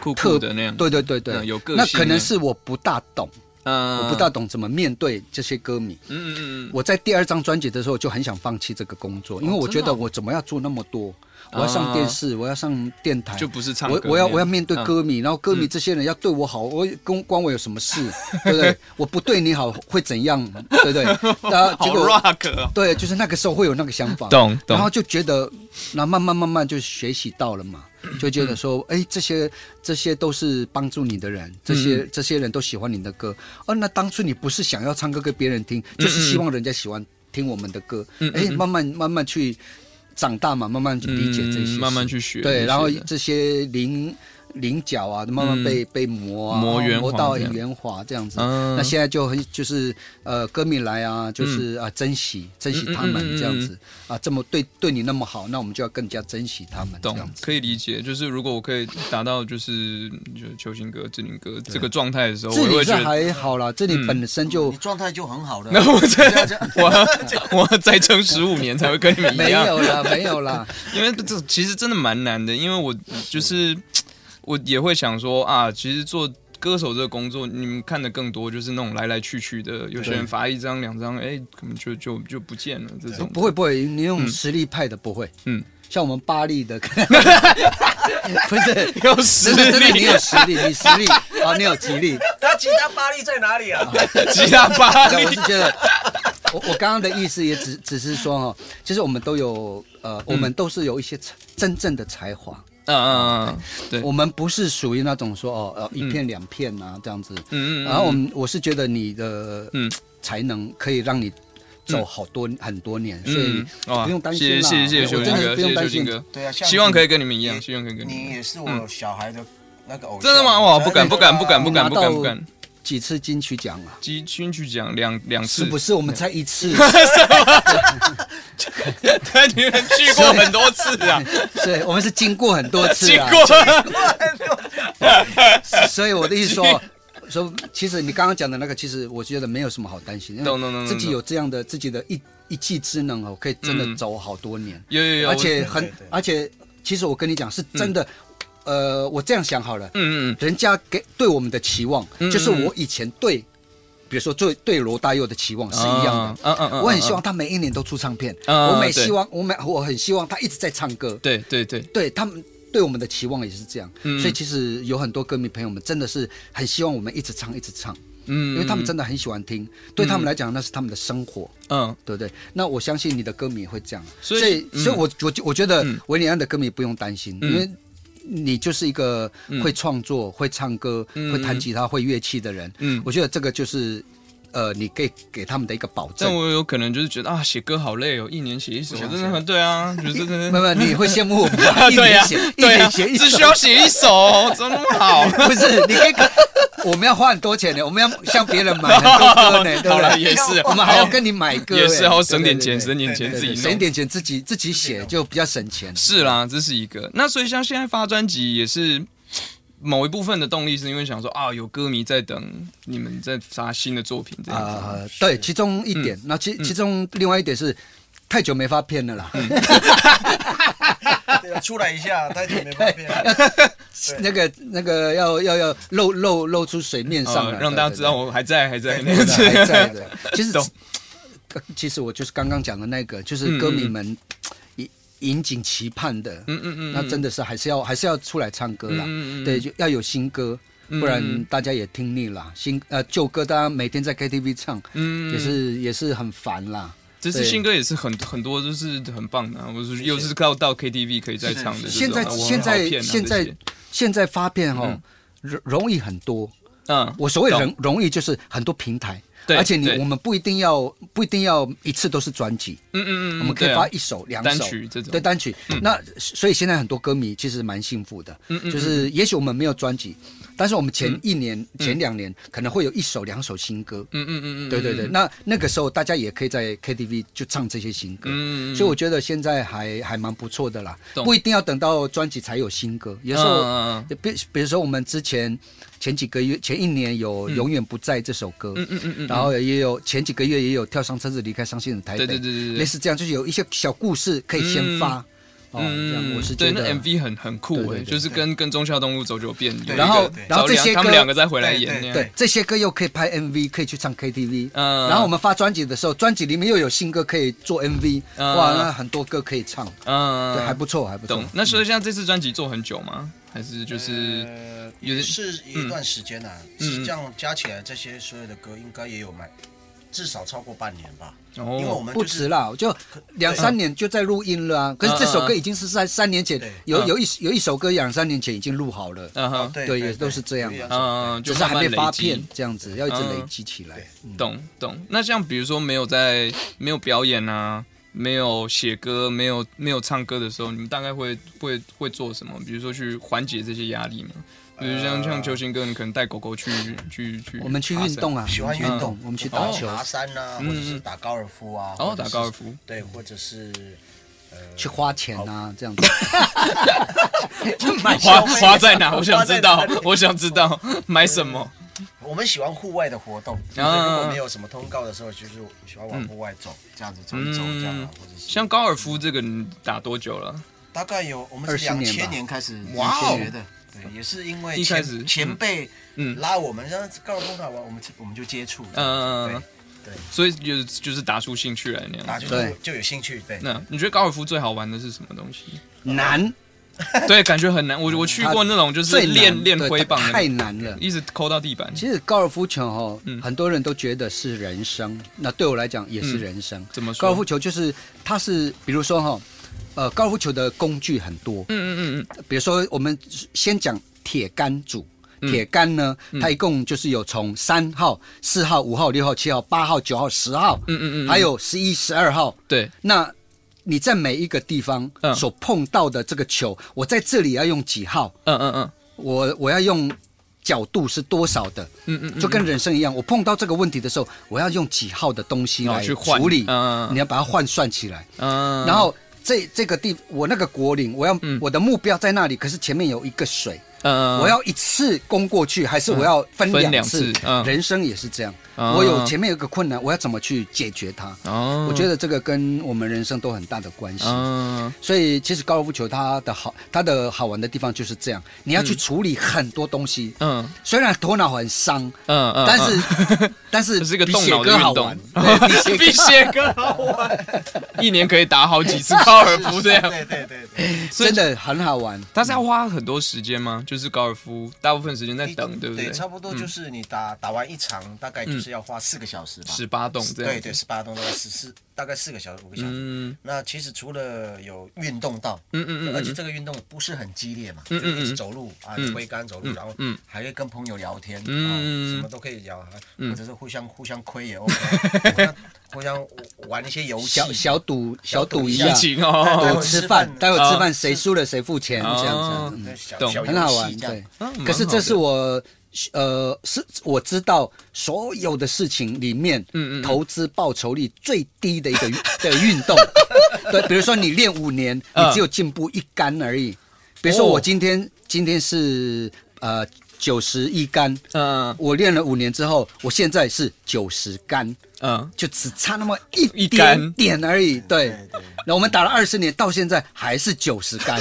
Speaker 1: 酷
Speaker 2: 特
Speaker 1: 酷的那样。
Speaker 2: 对对对对，
Speaker 1: 嗯有个性
Speaker 2: 那可能
Speaker 1: 的
Speaker 2: 是我不大懂，
Speaker 1: 嗯，
Speaker 2: 我不大懂怎么面对这些歌迷。
Speaker 1: 嗯。嗯嗯嗯，
Speaker 2: 我在第二张专辑的时候就很想放弃这个工作，因为我觉
Speaker 1: 真的
Speaker 2: 得
Speaker 1: 哦啊
Speaker 2: 我怎么要做那么多？我要上电视，我要上电台，
Speaker 1: 就不是唱
Speaker 2: 我
Speaker 1: 歌嗯
Speaker 2: 我要
Speaker 1: 那样
Speaker 2: 我要面对歌迷，然后歌迷这些人要对我好，我跟关我有什么事，对不对？我不对你好会怎样，对不对？然 后
Speaker 1: 好
Speaker 2: 啊结果
Speaker 1: rock 哦。
Speaker 2: 对，就是那个时候会有那个想法，
Speaker 1: 懂懂
Speaker 2: 然后就觉得，那慢慢慢慢就学习到 了嘛，就觉得说，哎，这些这些都是帮助你的人，这些
Speaker 1: 嗯
Speaker 2: 这些人都喜欢你的歌，哦，那当初你不是想要唱歌给别人听，
Speaker 1: 嗯
Speaker 2: 就是希望人家喜欢听我们的歌，哎，慢慢慢慢去长大嘛，慢慢去理解这些事，
Speaker 1: 嗯慢慢去学这些
Speaker 2: 对，
Speaker 1: 的
Speaker 2: 然后这些棱棱角啊，慢慢被被磨啊，
Speaker 1: 嗯磨圆
Speaker 2: 磨
Speaker 1: 滑
Speaker 2: 到
Speaker 1: 这样
Speaker 2: 圆滑这样子，
Speaker 1: 嗯
Speaker 2: 那现在就很就是呃，歌迷来啊，就是啊，珍惜珍惜他
Speaker 1: 嗯嗯嗯嗯嗯
Speaker 2: 们
Speaker 1: 嗯
Speaker 2: 这样子啊，这么对对你那么好，那我们就要更加珍惜他们这
Speaker 1: 懂
Speaker 2: 样，子。
Speaker 1: 可以理解。就是如果我可以达到就是就是球星哥、志玲哥这个状态的时候，
Speaker 2: 这
Speaker 1: 我也
Speaker 2: 里
Speaker 1: 会
Speaker 2: 是
Speaker 1: 觉得嗯
Speaker 2: 还好啦，这里本身就
Speaker 3: 你状态就很好了。啊
Speaker 1: 那我再
Speaker 3: 这样
Speaker 1: 我我再撑十五年才会跟你们一
Speaker 2: 没
Speaker 1: 样，
Speaker 2: 有啦，没有 啦，
Speaker 1: 因为这其实真的蛮难的，因为我就是我也会想说啊，其实做歌手这个工作，你们看的更多就是那种来来去去的，有些人发一张两张，哎，可能就就就不见了这种。
Speaker 2: 不会，不会，你用实力派的不会，
Speaker 1: 嗯，
Speaker 2: 像我们巴力的， 不是
Speaker 1: 有实
Speaker 2: 真的真的，你
Speaker 1: 力
Speaker 2: 有，实力，你实力啊，你有体力。
Speaker 3: 他吉他巴力在哪里 啊？
Speaker 1: 吉他巴
Speaker 2: 对，我
Speaker 1: 力
Speaker 2: 是，觉得，我我刚刚的意思也只只是说哈，其实我们都有呃，我们都是有一些才真正的才华，
Speaker 1: 嗯嗯嗯，对，
Speaker 2: 我们不是属于那种说哦呃一片两片啊这样子，
Speaker 1: 嗯嗯嗯
Speaker 2: 然后我们我是觉得你的
Speaker 1: 嗯
Speaker 2: 才能可以让你走好多很多年，所以
Speaker 1: 嗯，哇
Speaker 2: 不用担
Speaker 1: 谢
Speaker 2: 心啦，
Speaker 1: 谢
Speaker 2: 哎
Speaker 1: 谢谢修
Speaker 2: 我真
Speaker 1: 金哥，
Speaker 2: 的不
Speaker 1: 谢谢
Speaker 2: 用
Speaker 1: 修
Speaker 2: 担
Speaker 1: 金
Speaker 2: 心。
Speaker 1: 哥，
Speaker 3: 对啊，像
Speaker 1: 希望可以跟你们一样，
Speaker 3: 你
Speaker 1: 希望可以跟你们
Speaker 3: 你
Speaker 1: 一样。
Speaker 3: 也是
Speaker 2: 嗯
Speaker 3: 我小孩的那个偶像。
Speaker 1: 真的吗？哇，不敢
Speaker 3: 真
Speaker 1: 不
Speaker 3: 的
Speaker 1: 敢不敢不敢
Speaker 2: 拿
Speaker 1: 不敢
Speaker 2: 到
Speaker 1: 不敢，
Speaker 2: 几次金曲奖啊？
Speaker 1: 基金曲奖两两次
Speaker 2: 是，不是我们才一次？
Speaker 1: 对，你们去过很多次啊，
Speaker 2: 对，我们 是经过很多次
Speaker 1: 去
Speaker 2: 啊。
Speaker 1: 过，
Speaker 2: 所以我的意 思说，说其实你刚刚讲的那个，其实我觉得没有什么好担心，因
Speaker 1: 懂懂懂
Speaker 2: 为
Speaker 1: 懂
Speaker 2: 自己有这样的自己的一一技之能哦，可以真的走好多年，
Speaker 1: 有有有，嗯啊我
Speaker 2: 而且
Speaker 3: 对
Speaker 2: 很
Speaker 3: 对对，
Speaker 2: 而且其实我跟你讲是真的，呃，我这样想好了，
Speaker 1: 嗯嗯嗯
Speaker 2: 人家给对我们的期望，
Speaker 1: 嗯
Speaker 2: 就是我以前对，比如说对对罗大佑的期望
Speaker 1: 嗯，
Speaker 2: 是一样的。
Speaker 1: 嗯嗯嗯，
Speaker 2: 我很希
Speaker 1: 嗯，
Speaker 2: 望他每一年都出唱片，
Speaker 1: 嗯
Speaker 2: 我每
Speaker 1: 对
Speaker 2: 希望我每我很希望他一直在唱歌，
Speaker 1: 对对对，
Speaker 2: 对他们对我们的期望也是这样，
Speaker 1: 嗯
Speaker 2: 所以其实有很多歌迷朋友们真的是很希望我们一直唱一直唱，
Speaker 1: 嗯，
Speaker 2: 因为他们
Speaker 1: 嗯
Speaker 2: 真的很喜欢听，对他们来讲那是他们的生活，
Speaker 1: 嗯
Speaker 2: 对不对？那我相信你的歌迷也会这样，
Speaker 1: 所
Speaker 2: 所
Speaker 1: 以
Speaker 2: 以
Speaker 1: 嗯
Speaker 2: 所以我我我觉得
Speaker 1: 嗯
Speaker 2: 维里安的歌迷不用担心，
Speaker 1: 嗯
Speaker 2: 因为。你就是一个会创作、会唱歌、
Speaker 1: 嗯
Speaker 2: 会弹吉他、会乐器的人，
Speaker 1: 嗯
Speaker 2: 我觉得这个就是，呃，你给给他们的一个保
Speaker 1: 但
Speaker 2: 证。
Speaker 1: 我有可能就是觉得啊，写歌好累哦，一年写一首，真的很对啊，就是真的
Speaker 2: 没有，没有，你会羡慕我们
Speaker 1: 啊，
Speaker 2: 吧，一
Speaker 1: 对呀
Speaker 2: 年写、，一
Speaker 1: 对呀，
Speaker 2: 年写一首
Speaker 1: 只需要写一首，哦怎么那么好？
Speaker 2: 不是，你可以，我们要花很多钱的，我们要向别人买很多歌呢，对
Speaker 1: 好
Speaker 2: 不
Speaker 1: 了，
Speaker 2: 对？
Speaker 1: 也是，啊
Speaker 2: 我们还要跟你买歌，
Speaker 1: 也是，
Speaker 2: 哎
Speaker 1: 好省点
Speaker 2: 对
Speaker 1: 钱，
Speaker 2: 对
Speaker 1: 省
Speaker 2: 对
Speaker 1: 点钱自
Speaker 2: 对对
Speaker 1: 己弄，
Speaker 2: 省点钱，自己自己写就比较省钱。
Speaker 1: 是啦，这是一个。那所以像现在发专辑也是某一部分的动力，是因为想说啊，有歌迷在等你们在发新的作品这样子。
Speaker 2: 啊，对，其中一
Speaker 1: 嗯
Speaker 2: 点，那其其中另外一点是太久没发片了啦，
Speaker 1: 嗯
Speaker 3: 对啊出来一下，太久没拍 片了。
Speaker 2: 那个那个要要要露露露出水面
Speaker 1: 呃
Speaker 2: 上了，
Speaker 1: 让大家
Speaker 2: 对
Speaker 1: 知道。我还在， 还在那
Speaker 2: 对
Speaker 1: 样
Speaker 2: 对对还 在
Speaker 1: 子。
Speaker 2: 的，其实
Speaker 1: 懂
Speaker 2: 其实我就是刚刚讲的那个，就
Speaker 1: 嗯
Speaker 2: 是
Speaker 1: 嗯
Speaker 2: 歌迷们引引颈期盼的，
Speaker 1: 嗯嗯嗯，
Speaker 2: 那真
Speaker 1: 的，
Speaker 2: 的是还是要还是要出来唱歌啦，
Speaker 1: 嗯嗯嗯
Speaker 2: 对，就要有新歌，不然大家也听腻啦。新呃旧歌，大家每天在 KTV 唱，
Speaker 1: 嗯，
Speaker 2: 也是也是很烦啦。
Speaker 1: 这次
Speaker 2: 对
Speaker 1: 新歌也是很很多，就是很棒的啊。我是又是靠到 KTV 可以再唱的这种啊。
Speaker 2: 现在
Speaker 1: 我很好
Speaker 2: 现
Speaker 1: 骗
Speaker 2: 在
Speaker 1: 啊
Speaker 2: 现
Speaker 1: 这些
Speaker 2: 在现在发片哈、容容易很多。
Speaker 1: 嗯，
Speaker 2: 我所谓
Speaker 1: 懂
Speaker 2: 容容易就是很多平台，
Speaker 1: 对
Speaker 2: 而且你
Speaker 1: 对
Speaker 2: 我们不一定要不一定要一次都是专辑，
Speaker 1: 嗯嗯嗯，
Speaker 2: 我们可以
Speaker 1: 对啊
Speaker 2: 发一首、两
Speaker 1: 单
Speaker 2: 首
Speaker 1: 曲这种嗯
Speaker 2: 对单曲。那所以现在很多歌迷其实蛮幸福的，就是也许我们没有专辑，但是我们前一年、前两年可能会有一首、两首新歌。
Speaker 1: 嗯嗯嗯嗯，
Speaker 2: 对对对，那那个时候大家也可以在 KTV 就唱这些新歌，
Speaker 1: 嗯嗯嗯
Speaker 2: 所以我觉得现在还还蛮不错的啦，
Speaker 1: 懂
Speaker 2: 不一定要等到专辑才有新歌，有时候。
Speaker 1: 嗯嗯嗯
Speaker 2: 比比如说我们之前前几个月前一年有《永远不在》这首歌，
Speaker 1: 嗯嗯嗯嗯，
Speaker 2: 然后也有前几个月也有跳上车子离开伤心的台
Speaker 1: 对
Speaker 2: 北，
Speaker 1: 对对对对嗯
Speaker 2: 类似这样，就是有一些小故事可以先发，哦，这样我是
Speaker 1: 对，
Speaker 2: 觉得
Speaker 1: 那 MV 很很
Speaker 2: 对
Speaker 1: 酷
Speaker 2: 对
Speaker 1: 诶，
Speaker 2: 对
Speaker 1: 就是跟跟忠孝东路走九遍，有一个
Speaker 2: 然后
Speaker 1: 找
Speaker 2: 然后这些
Speaker 1: 两他们
Speaker 2: 歌
Speaker 1: 两个再回来
Speaker 3: 对
Speaker 1: 演
Speaker 3: 对
Speaker 1: 那样，
Speaker 2: 对这些歌又可以拍 MV，可以去唱 KTV，
Speaker 1: 嗯
Speaker 2: 然后我们发专辑的时候，专辑里面又有新歌可以做 MV，
Speaker 1: 嗯
Speaker 2: 哇，那很多歌可以唱，
Speaker 1: 嗯，
Speaker 2: 对，还不错，还不错
Speaker 1: 懂。。那所以像这次专辑做很久吗？还是就是
Speaker 3: 呃
Speaker 1: 有
Speaker 3: 也
Speaker 1: 点
Speaker 3: 是一段时间啊，
Speaker 1: 嗯
Speaker 3: 是这样加起来，这些所有的歌应该也有买，至少超过半年吧。因为我
Speaker 1: 哦，
Speaker 3: 们
Speaker 2: 不
Speaker 3: 就是
Speaker 2: 止啦，就两三年就在录音了啊。可是这首歌已经是在三年前
Speaker 3: 对，
Speaker 2: 有
Speaker 1: 嗯
Speaker 2: 有一有一首歌两三年前已经录好了，
Speaker 1: 嗯哼，
Speaker 3: 啊哦对
Speaker 2: 啊对也都是这样啊
Speaker 3: 有一
Speaker 2: 嘛
Speaker 1: 嗯，
Speaker 2: 只
Speaker 1: 就是
Speaker 2: 还没
Speaker 1: 慢慢
Speaker 2: 发
Speaker 1: 累积
Speaker 2: 片，这样子，要一直累
Speaker 1: 嗯
Speaker 2: 积起来。
Speaker 1: 懂懂。那像比如说没有在没有表演啊，没有写歌，没有没有唱歌的时候，你们大概会会会做什么？比如说去缓解这些压力嘛？比如像
Speaker 3: 呃
Speaker 1: 像球星哥，你可能带狗狗去去去，
Speaker 2: 我们去运动
Speaker 1: 啊，
Speaker 2: 啊，
Speaker 3: 喜欢运动，
Speaker 2: 我们去
Speaker 1: 哦
Speaker 2: 打球，
Speaker 3: 爬山啊，或者是打高尔夫啊，
Speaker 1: 哦
Speaker 3: 或者是
Speaker 1: 打高尔夫，
Speaker 3: 对，或者是
Speaker 2: 去花钱啊，这样 子。就买
Speaker 1: 花
Speaker 2: 消费
Speaker 1: 花在 哪？我想知
Speaker 3: 花
Speaker 1: 道
Speaker 3: 在哪，
Speaker 1: 我想知道 买什么。
Speaker 3: 我们喜欢户外的活动，就是
Speaker 1: 啊
Speaker 3: 如果没有什么通告的时候，就是喜欢往户外走，这样子走一走，
Speaker 1: 嗯
Speaker 3: 这样啊，或者是
Speaker 1: 像高尔夫这个，你打多久了？
Speaker 3: 大概有我们
Speaker 2: 20
Speaker 3: 是两
Speaker 2: 年吧
Speaker 3: 千年开始
Speaker 1: 哇哦
Speaker 3: 学的，对，也是因为
Speaker 1: 一
Speaker 3: 前
Speaker 1: 开始
Speaker 3: 前辈
Speaker 1: 嗯
Speaker 3: 拉我们，然后高尔夫打完，我们我们就接触，
Speaker 1: 嗯
Speaker 3: 对对，
Speaker 1: 所以就是就是打出兴趣来那
Speaker 3: 打
Speaker 1: 样。
Speaker 3: 就
Speaker 2: 对
Speaker 3: 就有兴趣，对，
Speaker 1: 那你觉得高尔夫最好玩的是什么东 西？
Speaker 2: 难，
Speaker 1: 对，感觉很难。我我去过那种就是
Speaker 2: 最难
Speaker 1: 练练
Speaker 2: 对
Speaker 1: 挥棒的，
Speaker 2: 太难了。
Speaker 1: 一直抠到地板。
Speaker 2: 其实高尔夫球哈
Speaker 1: 嗯，
Speaker 2: 很多人都觉得是人生，那对我来讲也是
Speaker 1: 嗯
Speaker 2: 人生。
Speaker 1: 怎么说？
Speaker 2: 高尔夫球就是它是，比如说哈，呃，高尔夫球的工具很多，
Speaker 1: 嗯，嗯嗯嗯
Speaker 2: 比如说我们先讲铁杆组。
Speaker 1: 嗯
Speaker 2: 铁杆呢，它一共就是有从三号、四号、五号、六号、七号、八号、九号、十号，
Speaker 1: 嗯嗯嗯，
Speaker 2: 还有十一、十二号。
Speaker 1: 对，
Speaker 2: 那你在每一个地方
Speaker 1: 嗯
Speaker 2: 所碰到的这个球，我在这里要用几号？
Speaker 1: 嗯嗯嗯
Speaker 2: 我我要用角度是多少的？
Speaker 1: 嗯嗯嗯，
Speaker 2: 就跟人生一样，我碰到这个问题的时候，我要用几号的东西
Speaker 1: 然后
Speaker 2: 来
Speaker 1: 哦去换
Speaker 2: 处理，
Speaker 1: 嗯
Speaker 2: 你要把它换算起来。
Speaker 1: 嗯，
Speaker 2: 然后这这个地，我那个果岭，我要、
Speaker 1: 嗯
Speaker 2: 我的目标在那里，可是前面有一个水，
Speaker 1: 嗯，
Speaker 2: 我要一次攻过去，还是我要分
Speaker 1: 分
Speaker 2: 两
Speaker 1: 两
Speaker 2: 次？
Speaker 1: 次嗯
Speaker 2: 人生也是这样，
Speaker 1: 嗯
Speaker 2: 我有前面有个困难，我要怎么去解决它？
Speaker 1: 哦，
Speaker 2: 我觉得这个跟我们人生都很大的关系。
Speaker 1: 嗯
Speaker 2: 所以其实高尔夫球它的好，它的好玩的地方就是这样，你要去处理很多东西，
Speaker 1: 嗯
Speaker 2: 虽然头脑很伤，
Speaker 1: 嗯嗯，
Speaker 2: 但是但是
Speaker 1: 这是一个
Speaker 2: 比
Speaker 1: 动
Speaker 2: 写
Speaker 1: 脑的
Speaker 2: 歌好
Speaker 1: 运动
Speaker 2: 玩，对比
Speaker 1: 比
Speaker 2: 写
Speaker 1: 写歌好玩， 一年可以打好几次高尔夫这样。
Speaker 3: 对对对对，
Speaker 1: 所以
Speaker 2: 真的很好玩。
Speaker 1: 但是要花很多时间吗？就是高尔夫大部分时间在
Speaker 2: 哎
Speaker 1: 等，对不嗯
Speaker 3: 对？
Speaker 1: 对？
Speaker 3: 差不多就是你打打完一场，大概就是要花四个小时吧，
Speaker 1: 十八洞这样。
Speaker 3: 对对，，十八洞大概十四，大概四个小时五个小时。
Speaker 1: 嗯
Speaker 3: 那其实除了有运动到，
Speaker 1: 嗯嗯
Speaker 3: 而且
Speaker 1: 嗯
Speaker 3: 这个运动不是很激烈嘛，
Speaker 1: 嗯嗯嗯
Speaker 3: 就是一直走路啊，挥杆走路，然后
Speaker 1: 嗯
Speaker 3: 还会跟朋友聊天，啊，
Speaker 1: 嗯
Speaker 3: 什么都可以聊，啊或者是互相互相亏也 OK，互相玩一些游戏
Speaker 2: 小，小赌小赌
Speaker 1: 嗯，
Speaker 2: 一
Speaker 1: 疫
Speaker 2: 下，
Speaker 1: 情
Speaker 3: 对
Speaker 1: 哦，
Speaker 2: 对，吃饭，待
Speaker 3: 待
Speaker 2: 会
Speaker 3: 会
Speaker 2: 吃
Speaker 1: 啊
Speaker 2: 饭谁输了谁付钱，
Speaker 1: 哦
Speaker 2: 这样子
Speaker 3: 那小
Speaker 1: 懂
Speaker 3: 小
Speaker 2: 嗯，很好
Speaker 3: 游
Speaker 2: 玩，
Speaker 3: 戏这
Speaker 2: 对
Speaker 3: 样。。
Speaker 1: 嗯蛮
Speaker 2: 可是这
Speaker 1: 好的
Speaker 2: 是我呃，是我知道所有的事情里面，
Speaker 1: 嗯嗯嗯
Speaker 2: 投资报酬率最低的一个 的运动。对，比如说你练五年，你
Speaker 1: 嗯
Speaker 2: 只有进步一杆而已。比如说我今天、今天是呃九十一杆，
Speaker 1: 嗯
Speaker 2: 我练了五年之后，我现在是九十杆。
Speaker 1: 嗯
Speaker 2: 就只差那么一
Speaker 1: 一
Speaker 2: 点
Speaker 1: 杆
Speaker 2: 点而已，对
Speaker 3: 对对。
Speaker 2: 那我们打了二十年，到现在还是九十杆，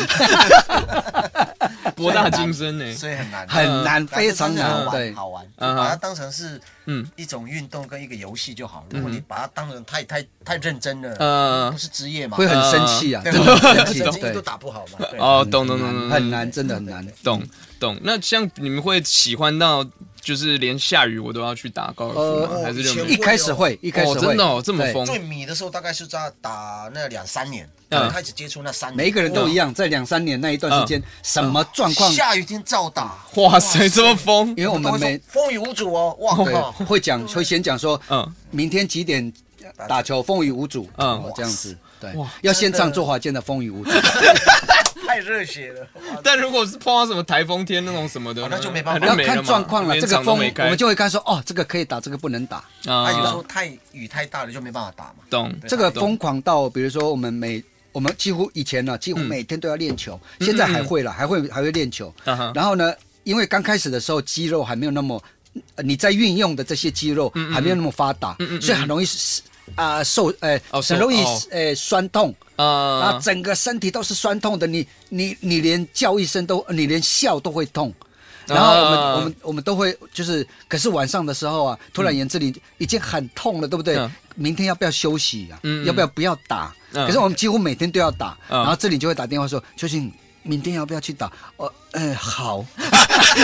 Speaker 1: 嗯，博大精深呢。
Speaker 3: 所以很难，
Speaker 2: 欸很难，
Speaker 3: 但是
Speaker 2: 非常
Speaker 3: 真的
Speaker 2: 难，
Speaker 3: 好
Speaker 2: 对
Speaker 3: 玩，。好玩，就
Speaker 1: 嗯
Speaker 3: 把它当成是
Speaker 1: 嗯
Speaker 3: 一种运动跟一个游戏就好。
Speaker 2: 嗯
Speaker 3: 如果你把它当成太太太认真了，
Speaker 1: 嗯
Speaker 3: 不，是职业嘛，
Speaker 2: 会很生气啊，
Speaker 3: 对
Speaker 2: 真的很
Speaker 3: 吧？
Speaker 2: 生气，
Speaker 3: 神经 都
Speaker 2: 对，
Speaker 3: 打不好嘛，对
Speaker 1: 哦，懂懂懂懂，
Speaker 2: 很难，真的很难。
Speaker 1: 懂懂。那像你们会喜欢到，就是连下雨我都要去打高尔夫吗？
Speaker 2: 呃
Speaker 1: 还是认
Speaker 2: 一
Speaker 1: 为
Speaker 3: 前
Speaker 2: 开始会，一开始
Speaker 1: 哦，
Speaker 2: 会，
Speaker 1: 真的哦，这么
Speaker 2: 对
Speaker 1: 疯，
Speaker 3: 最迷的时候大概是在打那两三年，
Speaker 1: 嗯
Speaker 3: 开始接触那三年，
Speaker 2: 每一个人都一样，在两三年那一段时间，什么状况，
Speaker 3: 下雨天照打，
Speaker 1: 哇塞，这么疯
Speaker 2: 因，为我
Speaker 3: 都
Speaker 2: 们
Speaker 3: 会
Speaker 2: 每
Speaker 3: 说风雨无阻哦，哇
Speaker 2: 对
Speaker 3: 靠，
Speaker 2: 会讲，会先讲说，
Speaker 1: 嗯，
Speaker 2: 明天几点打球，风雨无阻，
Speaker 1: 嗯
Speaker 2: 嗯，这样子，对
Speaker 1: 哇，
Speaker 2: 要先唱周华健的《风雨无阻》，
Speaker 3: 太热血了，
Speaker 2: 啊
Speaker 3: 哇
Speaker 1: 但如果是碰到什么台风天那种什么的，
Speaker 3: 哦那就没办法
Speaker 2: 要
Speaker 1: 没了嘛
Speaker 2: 看状况了。
Speaker 1: 连
Speaker 2: 这个
Speaker 1: 场都
Speaker 2: 风，
Speaker 1: 没开
Speaker 2: 我们就哎会看说，哦，这个可以打，这个不能打。
Speaker 3: 他有时候
Speaker 1: 啊，
Speaker 3: 太雨太大了就没办法打嘛，
Speaker 1: 懂
Speaker 3: 对
Speaker 2: 这个
Speaker 1: 懂
Speaker 2: 疯狂到，比如说我们每我们几乎以前呢、
Speaker 1: 嗯
Speaker 2: 几乎每天都要练球，现在还会了，还会还会练球。
Speaker 1: 啊哈
Speaker 2: 然后呢，因为刚开始的时候肌肉还没有那么，呃你在运用的这些肌肉
Speaker 1: 嗯
Speaker 2: 还没有那么发达，所以很容易是啊、受，呃，
Speaker 1: 哦受
Speaker 2: 很容易
Speaker 1: 哦
Speaker 2: 呃酸痛。啊，
Speaker 1: 啊，
Speaker 2: 整个身体都是酸痛的，你你你连叫一声都，你连笑都会痛。然后我们、
Speaker 1: 啊
Speaker 2: 我们我们都会就是，可是晚上的时候啊，突然眼这里已经很痛了，对不对？
Speaker 1: 嗯
Speaker 2: 明天要不要休息啊？
Speaker 1: 嗯嗯
Speaker 2: 要不要不要打？
Speaker 1: 嗯
Speaker 2: 可是我们几乎每天都要打，
Speaker 1: 嗯
Speaker 2: 然后这里就会打电话说：“秋信，明天要不要去打？”哦，嗯、 好，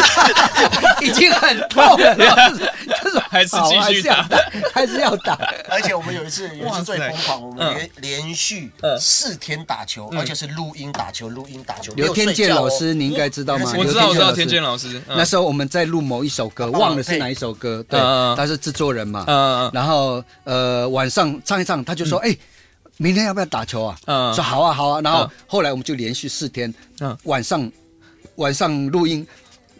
Speaker 2: 已经很痛了，然后就是
Speaker 1: 还是
Speaker 2: 好
Speaker 1: 继续
Speaker 2: 还是要打，还是要 打。
Speaker 3: 而且我们有 一次，有一
Speaker 1: 哇
Speaker 3: 次
Speaker 1: 塞
Speaker 3: 最疯狂，我
Speaker 2: 嗯
Speaker 3: 们连连续
Speaker 1: 嗯
Speaker 3: 四天打球，而且是录音打球，录音打球。
Speaker 2: 刘嗯天健
Speaker 3: 没有睡觉哦
Speaker 2: 老师，你应该知道吗？
Speaker 1: 我知道我知道天
Speaker 2: 老师
Speaker 1: 健老师，嗯哦
Speaker 2: 那时候我们在录某一首歌，
Speaker 3: 帮我
Speaker 2: 忘了是
Speaker 3: 配
Speaker 2: 哪一首歌。对
Speaker 1: 嗯嗯，嗯
Speaker 2: 他是制作人嘛。
Speaker 1: 嗯嗯
Speaker 2: 然后呃，晚上唱一唱，他就说：“哎，明天要不要打球啊？”
Speaker 1: 嗯
Speaker 2: 说好啊，好啊。然后
Speaker 1: 嗯
Speaker 2: 后来我们就连续四天
Speaker 1: 嗯，
Speaker 2: 晚上晚上录音，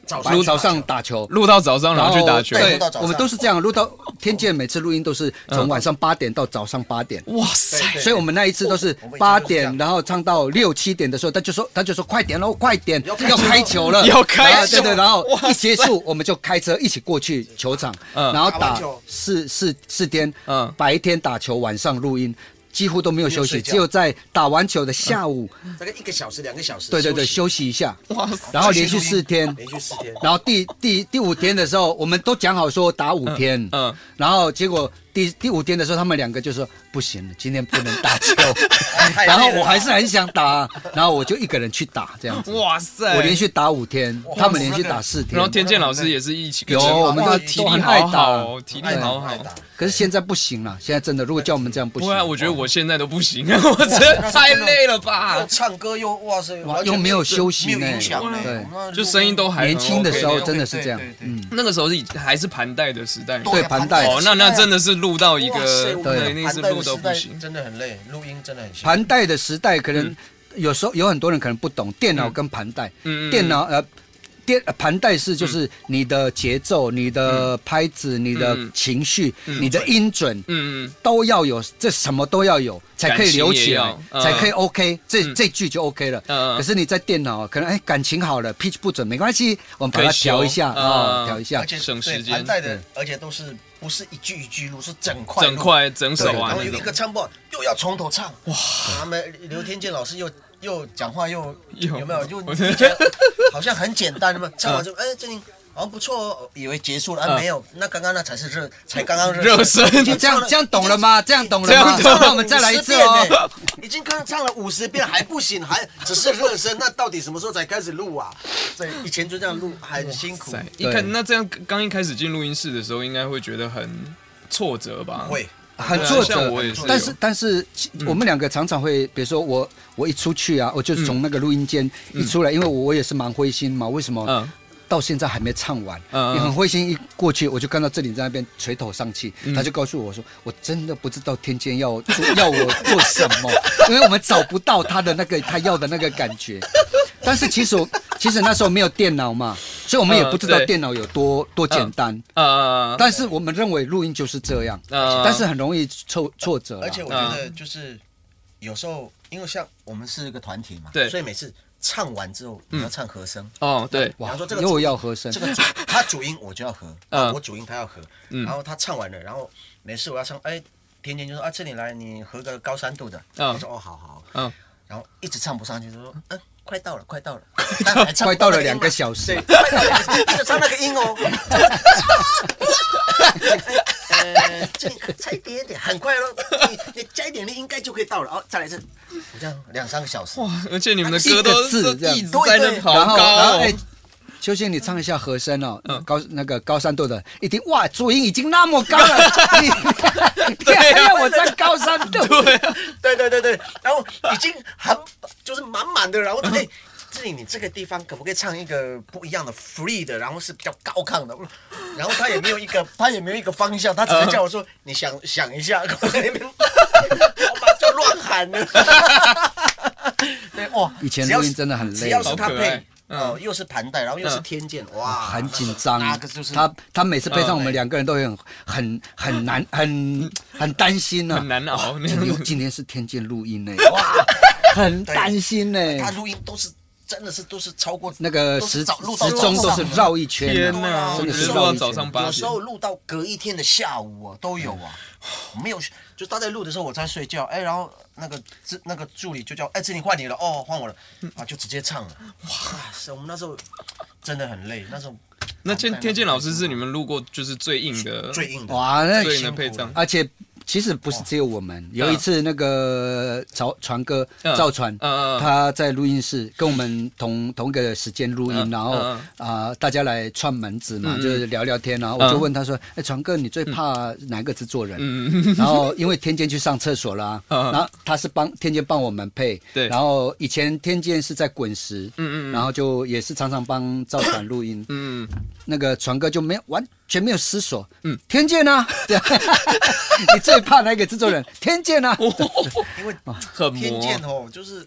Speaker 3: 早
Speaker 2: 晚
Speaker 3: 上
Speaker 2: 早上打球。
Speaker 1: 录到早上然嗯后去打球，哦
Speaker 3: 对
Speaker 2: 对
Speaker 3: 录到早，上
Speaker 2: 我们都是这样录到天健，每次录音都是从
Speaker 1: 嗯
Speaker 2: 晚上八点到早上八点。
Speaker 1: 哇塞，
Speaker 3: 对
Speaker 2: 所以我们那一次都是
Speaker 3: 我们已经
Speaker 2: 八
Speaker 3: 录
Speaker 2: 点
Speaker 3: 像，
Speaker 2: 然后唱到六七点的时候，他就说他就说快点喽，快点
Speaker 3: 要开
Speaker 2: 要
Speaker 3: 球
Speaker 2: 开球了，
Speaker 1: 要开
Speaker 2: 然后对
Speaker 1: 球
Speaker 2: 对，然后
Speaker 1: 哇
Speaker 2: 一结束我们就开车一起过去球场，
Speaker 1: 嗯
Speaker 2: 然后
Speaker 3: 打
Speaker 2: 打
Speaker 3: 完球
Speaker 2: 四四四天
Speaker 1: 嗯，
Speaker 2: 白天打球，晚上录音。几乎都没有休
Speaker 3: 没
Speaker 2: 息，
Speaker 3: 有睡觉
Speaker 2: 只有在打完球的下午，
Speaker 3: 大概一个小时、两个小时。
Speaker 2: 对对对，
Speaker 3: 休息啊
Speaker 2: 休息一下，
Speaker 1: 哇塞，
Speaker 2: 然后连续四天，
Speaker 3: 连续四天，
Speaker 2: 然后第第第五天的时候，我们都讲好说打五天，
Speaker 1: 嗯嗯
Speaker 2: 然后结果第第五天的时候，他们两个就说不行了，今天不能 打球，
Speaker 3: 太累了
Speaker 2: 然后我还是很想打，然后我就一个人去打这样子，
Speaker 1: 哇塞，
Speaker 2: 我连续打五天，他们连续打四天，
Speaker 1: 然后天健老师也是一起跟
Speaker 2: 有
Speaker 1: 着
Speaker 2: 我们
Speaker 1: 哇
Speaker 2: 都
Speaker 1: 体
Speaker 2: 都
Speaker 1: 力
Speaker 2: 很爱
Speaker 1: 好
Speaker 2: 打
Speaker 1: 好哦，体力
Speaker 3: 爱打
Speaker 1: 好好
Speaker 3: 爱。打。
Speaker 2: 可是现在不行了，现在真的，如果叫我们这样不
Speaker 1: 不
Speaker 2: 行，哦
Speaker 1: 然我觉得我现在都不行，啊我真的太累了吧
Speaker 3: 又。唱歌又哇塞，
Speaker 2: 哇
Speaker 3: 完全
Speaker 2: 又没有休息呢
Speaker 3: 没有影响呢
Speaker 2: 对，
Speaker 3: 哇
Speaker 1: 就声音都还很
Speaker 2: 年轻的时候
Speaker 1: OK
Speaker 2: 真的是这样
Speaker 3: 对对，对
Speaker 2: 嗯，
Speaker 1: 那个时候是还是盘带的时代嘛，
Speaker 2: 对盘带
Speaker 1: 哦，那那真的是录到一
Speaker 3: 哇塞
Speaker 1: 个
Speaker 3: 我，
Speaker 2: 对
Speaker 1: 那
Speaker 3: 们
Speaker 1: 一定是
Speaker 3: 盘带
Speaker 1: 录到
Speaker 3: 时
Speaker 1: 不
Speaker 3: 代
Speaker 1: 行。
Speaker 3: 真的很累，录音真的很辛苦。
Speaker 2: 盘带的时代可能有时候有很多人可能不懂电脑跟盘带，
Speaker 1: 嗯嗯嗯嗯
Speaker 2: 电脑呃。电呃盘带式就是你的节奏、你的拍子、你的
Speaker 1: 嗯
Speaker 2: 情绪、你的音准，
Speaker 1: 嗯嗯，
Speaker 2: 都要有，这什么都要有，才可以留起
Speaker 1: 感
Speaker 2: 来
Speaker 1: 情也，要嗯
Speaker 2: 才可以 OK，这、
Speaker 1: 嗯
Speaker 2: 这句就 OK 了。
Speaker 1: 嗯嗯
Speaker 2: 可是你在电脑可能哎感情好了，pitch 不准没关系，我们把
Speaker 1: 可
Speaker 2: 它
Speaker 1: 以修
Speaker 2: 调一下
Speaker 1: 嗯
Speaker 2: 啊，
Speaker 1: 嗯
Speaker 2: 调、一下
Speaker 3: 而。且
Speaker 1: 省
Speaker 3: 对
Speaker 1: 时间
Speaker 3: 盘带的，而且都是不是一句一句录，是整块录
Speaker 1: 整块整首
Speaker 3: 哦
Speaker 1: 啊
Speaker 3: 对，然后
Speaker 1: 那
Speaker 3: 有一个
Speaker 1: 种，
Speaker 3: 唱不好，又要从头唱。哇！他们刘天健老师又又讲话又
Speaker 1: 又
Speaker 3: 有没有？就
Speaker 1: 我
Speaker 3: 你觉得好像很简单嘛，唱
Speaker 2: 嗯
Speaker 3: 完就哎，这里好像不错哦，以为结束了，啊
Speaker 1: 嗯
Speaker 3: 没有，那刚刚那才是热，才刚 刚
Speaker 1: 热身
Speaker 3: 已经
Speaker 2: 这
Speaker 3: 唱
Speaker 2: 样
Speaker 3: 了
Speaker 2: 这样懂了吗？这样懂了
Speaker 1: 这
Speaker 2: 吗
Speaker 1: 样？懂了
Speaker 2: 那我们再来一次
Speaker 3: 50遍
Speaker 2: 哦。
Speaker 3: 呢，已经刚唱了五十遍还不行，还只是热身，那到底什么时候才开始录啊？对，以前就这样录，很辛苦。
Speaker 1: 塞，一
Speaker 2: 对
Speaker 1: 开那这样刚一开始进录音室的时候，应该会觉得很挫折吧？
Speaker 3: 会，
Speaker 2: 很挫
Speaker 1: 对啊
Speaker 2: 折
Speaker 1: 像我也是有，嗯
Speaker 2: 但是但是其我们两个常常会，比如说我我一出去啊，我就是从那个录音间一出来，因为我也是蛮灰心嘛，为什么
Speaker 1: 嗯？
Speaker 2: 到现在还没唱完，
Speaker 1: 嗯嗯
Speaker 2: 你很灰心。一过去我就看到这里在那边垂头丧气，
Speaker 1: 嗯
Speaker 2: 他就告诉我说：“我真的不知道天间要做 要我做什么，因为我们找不到他的那个他要的那个感觉。”但是其实我其实那时候没有电脑嘛，所以我们也
Speaker 1: 嗯
Speaker 2: 不知道
Speaker 1: 对
Speaker 2: 电脑有多多简单。
Speaker 1: 呃，
Speaker 2: 但是我们认为录音就是这样，
Speaker 1: 嗯
Speaker 2: 但是很容易挫挫折啦。
Speaker 3: 而且我觉得就是有时候，因为像我们是一个团体嘛，
Speaker 1: 对
Speaker 3: 所以每次唱完之后你要唱和声，
Speaker 1: 哦，对，
Speaker 3: 比方说这个
Speaker 2: 又要和声
Speaker 3: 这，个主他主音我就要和，
Speaker 1: 嗯
Speaker 3: 我主音他要和，
Speaker 2: 嗯
Speaker 3: 然后他唱完了，然后每次我要唱，哎，甜甜就说啊，这里来，你和个高三度的，
Speaker 1: 嗯
Speaker 3: 我说哦，好好，
Speaker 1: 嗯，
Speaker 3: 然后一直唱不上去，就说嗯。快到了，快 到了，但还唱不
Speaker 2: 快到了
Speaker 3: 那音
Speaker 2: 两
Speaker 3: 嘛
Speaker 2: 个小时
Speaker 3: 对，快到了两个小时，一直唱那个音哦。呃，这里差一点点，很快咯，你你加一点力应该就可以到了。哦，再来一次，我这样两三个小时，
Speaker 1: 哇，而且你们的
Speaker 2: 一个
Speaker 1: 歌都
Speaker 2: 字
Speaker 1: 是
Speaker 2: 这样
Speaker 1: 一直在那
Speaker 3: 对对
Speaker 1: 跑
Speaker 2: 然后然
Speaker 1: 高
Speaker 2: 后
Speaker 1: 哦
Speaker 2: 哎，，秋仙你唱一下和声哦，
Speaker 1: 嗯
Speaker 2: 高那个高三度的一听哇，主音已经那么 高了，你你还
Speaker 1: 啊
Speaker 2: 要我唱高三度？
Speaker 1: 对啊，
Speaker 3: 对对对对，然后已经很就是满满的，然后哎，这里你这个地方可不可以唱一个不一样的 free 的，然后是比较高亢的，然后他也没有一 个他也没有一个方向，他只是叫我说、你想想一下，我在那边，我妈就乱喊了。对哇，
Speaker 2: 哦以前
Speaker 3: 只要
Speaker 2: 录音
Speaker 3: 是
Speaker 2: 真的很累
Speaker 3: 只要是他
Speaker 1: 好可爱
Speaker 3: 配。哦，又是盘带，然后又是天剑，哇，
Speaker 2: 嗯很紧张
Speaker 3: 那个就是，
Speaker 2: 他他每次配
Speaker 1: 嗯
Speaker 2: 上我们两个人都会很很很难很很担心啊呢
Speaker 1: 很。难熬那
Speaker 2: 今天
Speaker 1: 种。
Speaker 2: 今天是天见录音呢， 哇，很担心呢。
Speaker 3: 他录音都是真的是都是超过
Speaker 2: 那个
Speaker 3: 都是
Speaker 2: 时
Speaker 3: 早录到
Speaker 2: 时钟都是绕一圈
Speaker 1: 天
Speaker 2: 的，
Speaker 1: 哪，我
Speaker 2: 真的
Speaker 1: 只
Speaker 2: 是
Speaker 1: 是录
Speaker 2: 绕
Speaker 1: 到
Speaker 2: 一
Speaker 1: 早上
Speaker 2: 圈。
Speaker 1: 八
Speaker 3: 有时候
Speaker 1: 点。
Speaker 3: 录到隔一天的下午啊，都有啊，没有，就他在录的时候我在睡觉，哎，然后那个这那个助理就叫，哎，这里换你了，哦，换我了，
Speaker 1: 嗯
Speaker 3: 啊，就直接唱了，哇塞，我们那时候真的很累，那时候
Speaker 1: 那天天健老师是你们录过就是最硬的，
Speaker 3: 最硬的，
Speaker 2: 哇，那
Speaker 1: 最硬的
Speaker 3: 辛苦
Speaker 1: 配
Speaker 3: 了
Speaker 1: 唱。
Speaker 2: 而且其实不是只有我们，有一次那个曹传哥
Speaker 1: 哦嗯
Speaker 2: 赵传，
Speaker 1: 嗯嗯
Speaker 2: 他在录音室跟我们同同个时间录音，
Speaker 1: 嗯
Speaker 2: 然后
Speaker 1: 嗯
Speaker 2: 啊大家来串门子嘛，
Speaker 1: 嗯嗯
Speaker 2: 就是聊聊天啊。
Speaker 1: 嗯
Speaker 2: 我就问他说：“哎，传哥，你最怕哪个制作人？”
Speaker 1: 嗯，
Speaker 2: 然后因为天健去上厕所啦，
Speaker 1: 嗯嗯
Speaker 2: 然后他是帮天健帮我们配，
Speaker 1: 对
Speaker 2: 然后以前天健是在滚石，
Speaker 1: 嗯嗯嗯
Speaker 2: 然后就也是常常帮赵传录音，
Speaker 1: 嗯，
Speaker 2: 那个传哥就没有完全没有思索，嗯，天 健呢？ 这样你最怕哪一个制作人？天 健呢？
Speaker 3: 因为
Speaker 1: 很
Speaker 3: 偏
Speaker 1: 磨。
Speaker 3: 见哦，就是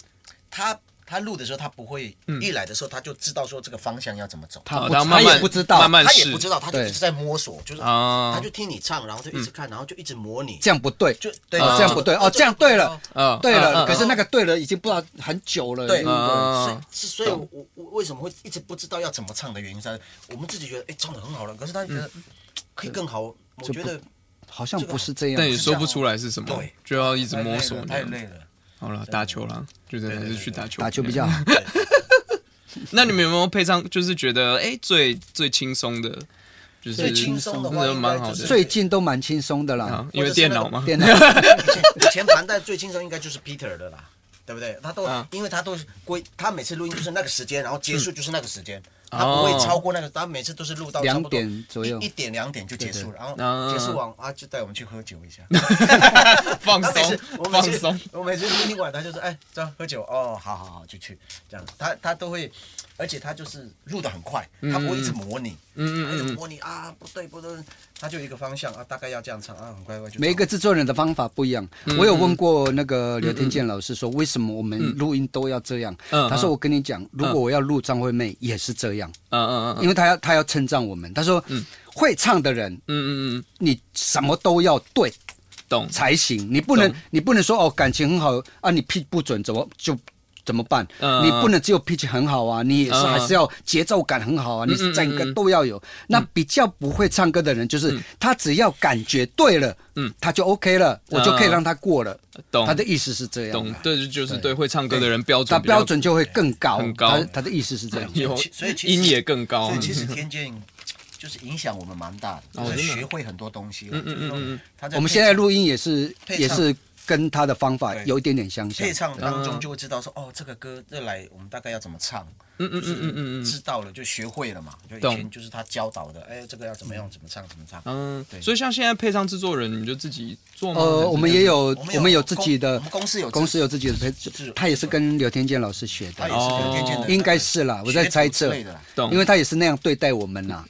Speaker 3: 他他录的时候他不会，
Speaker 1: 嗯
Speaker 3: 一来的时候他就知道说这个方向要怎么走，
Speaker 2: 他
Speaker 1: 好
Speaker 2: 不
Speaker 1: 然后
Speaker 2: 他
Speaker 1: 慢慢
Speaker 2: 也不知道
Speaker 1: 慢，慢
Speaker 3: 他也
Speaker 1: 试
Speaker 3: 不知道，他就
Speaker 2: 对
Speaker 3: 一直在摸索，就是
Speaker 1: 啊
Speaker 3: 他就听你唱，然后就一直看，然后就一直模拟，
Speaker 2: 这样不对，
Speaker 3: 就对
Speaker 2: 哦这样不对，哦，这样对了，
Speaker 1: 嗯
Speaker 2: 对
Speaker 1: 嗯
Speaker 2: 了，
Speaker 1: 嗯
Speaker 2: 可是那个对了已经不知道很久了，
Speaker 3: 对，
Speaker 2: 嗯
Speaker 1: 嗯
Speaker 3: 是是，所以我我为什么会一直不知道要怎
Speaker 1: 嗯
Speaker 3: 么唱的原因在，我们自己觉得哎唱的很好了，可是他觉得可以更好，我觉得
Speaker 2: 好像不是这样。
Speaker 1: 但也说不出来是什么
Speaker 3: 对，
Speaker 1: 就要一直摸
Speaker 5: 太累
Speaker 1: 索
Speaker 5: 了
Speaker 1: 那
Speaker 5: 太
Speaker 1: 样。
Speaker 5: 累了。
Speaker 1: 好了，打球啦，就真的是去打球，
Speaker 2: 打球比较好。
Speaker 1: 那你们有没有配上？就是觉得哎、最最轻松的，就是
Speaker 3: 最轻松的话
Speaker 1: 那蛮好
Speaker 3: 应该
Speaker 1: 的
Speaker 3: 就是。
Speaker 2: 最近都蛮轻松的啦
Speaker 1: 啊，，因为电脑嘛，
Speaker 2: 电脑
Speaker 3: 以前以前盘带最轻松应该就是 Peter 的啦，对不对？他都、
Speaker 1: 啊
Speaker 3: 因为他都是归他每次录音就是那个时间，然后结束就是那个时间，
Speaker 1: 嗯
Speaker 3: 他不会
Speaker 1: 哦
Speaker 3: 超过那个，他每次都是录到
Speaker 2: 两
Speaker 3: 差不多
Speaker 2: 点左右
Speaker 3: 一一点两点就结束了，然
Speaker 1: 嗯
Speaker 3: 后结束完啊就带我们去喝酒一下，
Speaker 1: 放松
Speaker 3: 他每次我每
Speaker 1: 放
Speaker 3: 次
Speaker 1: 松。
Speaker 3: 我每次录音完他就说哎走喝酒哦好好好就去这样，他他都会。而且他就是录的很快，他不会一直模拟，
Speaker 1: 嗯嗯
Speaker 3: 他一直
Speaker 1: 嗯嗯，
Speaker 3: 模拟啊，不对不对，他就有一个方向啊，大概要这样唱啊，很快快就
Speaker 2: 每一个制作人的方法不一样。
Speaker 1: 嗯
Speaker 2: 我有问过那个刘天健老师说，为什么我们录音都要这样？
Speaker 1: 嗯
Speaker 2: 他说：“我跟你讲，如果我要录张惠妹也是这样，
Speaker 1: 嗯嗯嗯
Speaker 2: 因为他要他要称赞我们。他说，会唱的人
Speaker 1: 嗯嗯嗯，
Speaker 2: 你什么都要对
Speaker 1: 懂。
Speaker 2: 才行，你不能
Speaker 1: 懂
Speaker 2: 你不能说哦感情很好啊，你 pitch 不准怎么就怎么办？
Speaker 1: 嗯
Speaker 2: 你不能只有 pitch 很好啊，你也是
Speaker 1: 嗯
Speaker 2: 还是要节奏感很好啊，你
Speaker 1: 嗯嗯
Speaker 2: 整个
Speaker 1: 嗯
Speaker 2: 都要有。那比较不会唱歌的人，就是他只要感觉对了，
Speaker 1: 嗯，
Speaker 2: 他就 OK 了，我就可以让他过了。
Speaker 1: 懂
Speaker 2: 他的意思是这样
Speaker 1: 懂
Speaker 2: 啊，，
Speaker 1: 对，就是对会唱歌的人标
Speaker 2: 他
Speaker 1: 准比较
Speaker 2: 标准就会更高
Speaker 1: 很，高哎
Speaker 2: 他他的意思是这样。
Speaker 1: 有
Speaker 3: 所以，其实
Speaker 1: 音也更高
Speaker 3: 所以。其实天剑就是影响我们蛮大的，
Speaker 1: 哦
Speaker 3: 就是
Speaker 1: 真的
Speaker 3: 学会很多东西
Speaker 1: 嗯
Speaker 3: 了。
Speaker 1: 嗯嗯嗯嗯
Speaker 3: 嗯嗯
Speaker 2: 我们现在录音也是
Speaker 3: 配
Speaker 2: 也
Speaker 3: 唱
Speaker 2: 是跟他的方法
Speaker 3: 对
Speaker 2: 有一点点相像
Speaker 3: 配。唱当
Speaker 1: 嗯
Speaker 3: 中就会知道说，哦，这个歌这来我们大概要怎么唱，
Speaker 1: 嗯嗯嗯嗯嗯嗯
Speaker 3: 知道了就学会了嘛。就以
Speaker 1: 懂
Speaker 3: 前就是他教导的，哎，这个要怎么样，怎么唱，怎么唱。
Speaker 1: 嗯，嗯所以像现在配上制作人，你就自己做吗？还是
Speaker 2: 呃，我们也有我们有自己
Speaker 3: 公
Speaker 2: 的
Speaker 3: 我们公司有
Speaker 2: 公司有自己的配
Speaker 3: 是，
Speaker 2: 他也是跟刘天健老师学
Speaker 3: 他
Speaker 2: 的
Speaker 3: 也，是
Speaker 1: 哦
Speaker 3: 跟天剑的，
Speaker 2: 应该是啦，我在猜测，
Speaker 3: 类的啦。
Speaker 1: 懂，
Speaker 2: 因为他也是那样对待我 们啦，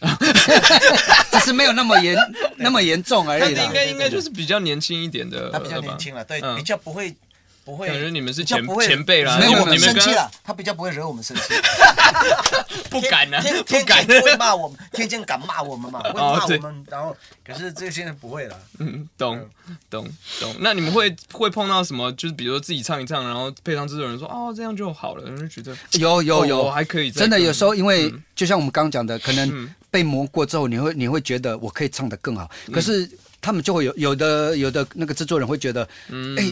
Speaker 2: 只是没有那么严那么严重而
Speaker 1: 但
Speaker 2: 已
Speaker 1: 是
Speaker 2: 啦
Speaker 1: 应。该应该就是比较年轻一点的，
Speaker 3: 他比较年轻了，对，比较不会不会。
Speaker 1: 嗯感觉你们是
Speaker 3: 比较
Speaker 1: 前
Speaker 3: 不会
Speaker 1: 前辈啦
Speaker 3: 没有
Speaker 2: 因为
Speaker 3: 我们
Speaker 2: 你们
Speaker 3: 生
Speaker 1: 刚
Speaker 3: 气了，他比较不会惹我们生气。
Speaker 1: 不敢啊
Speaker 3: 天，
Speaker 1: 不
Speaker 3: 天
Speaker 1: 敢哦
Speaker 3: 天。剑会骂我们，天剑敢骂我们嘛？会骂
Speaker 1: 对
Speaker 3: 我们，然后可是这些人不会 了。
Speaker 1: 嗯，懂，懂，懂。那你们会会碰到什么？就是比如说自己唱一唱，然后配上制作人说哦这样就好了，然后就觉得
Speaker 2: 有有
Speaker 1: 哦
Speaker 2: 有
Speaker 1: 我，还可以再嗯
Speaker 2: 真的
Speaker 1: 更
Speaker 2: 有时候因为就像我们刚刚讲的，可能被磨过之后，你会你会觉得我可以唱得更好，
Speaker 1: 嗯
Speaker 2: 可是他们就会有有的有的那个制作人会觉得，
Speaker 1: 嗯
Speaker 2: 哎，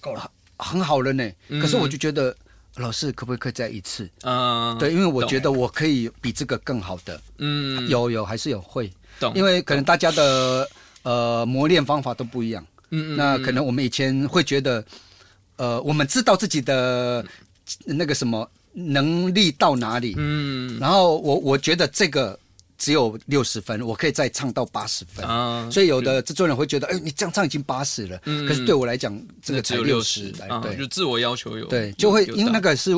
Speaker 3: 够了，
Speaker 2: 很好了呢，可是我就觉得老师可不可以再一次？
Speaker 1: 嗯，
Speaker 2: 对，因为我
Speaker 1: 懂
Speaker 2: 觉得我可以比这个更好的，
Speaker 1: 嗯
Speaker 2: 有有还是有会，
Speaker 1: 懂，
Speaker 2: 因
Speaker 1: 为
Speaker 2: 为可能大家的呃磨练方法都不一样。
Speaker 1: 嗯嗯
Speaker 2: 那可能我们以前会觉得，呃，我们知道自己的那个什么能力到哪里，
Speaker 1: 嗯
Speaker 2: 然后我我觉得这个只有六十分，我可以再唱到八十分。
Speaker 1: 啊，
Speaker 2: 所以有的制作人会觉得，哎，你这样唱已经八十了，
Speaker 1: 嗯
Speaker 2: 可是对我来讲，这
Speaker 1: 那
Speaker 2: 个
Speaker 1: 只
Speaker 2: 才
Speaker 1: 有
Speaker 2: 六
Speaker 1: 十
Speaker 2: 十，，
Speaker 1: 啊
Speaker 2: 对
Speaker 1: 就自我要求有
Speaker 2: 对，就会
Speaker 1: 有
Speaker 2: 因为
Speaker 1: 到
Speaker 2: 那个是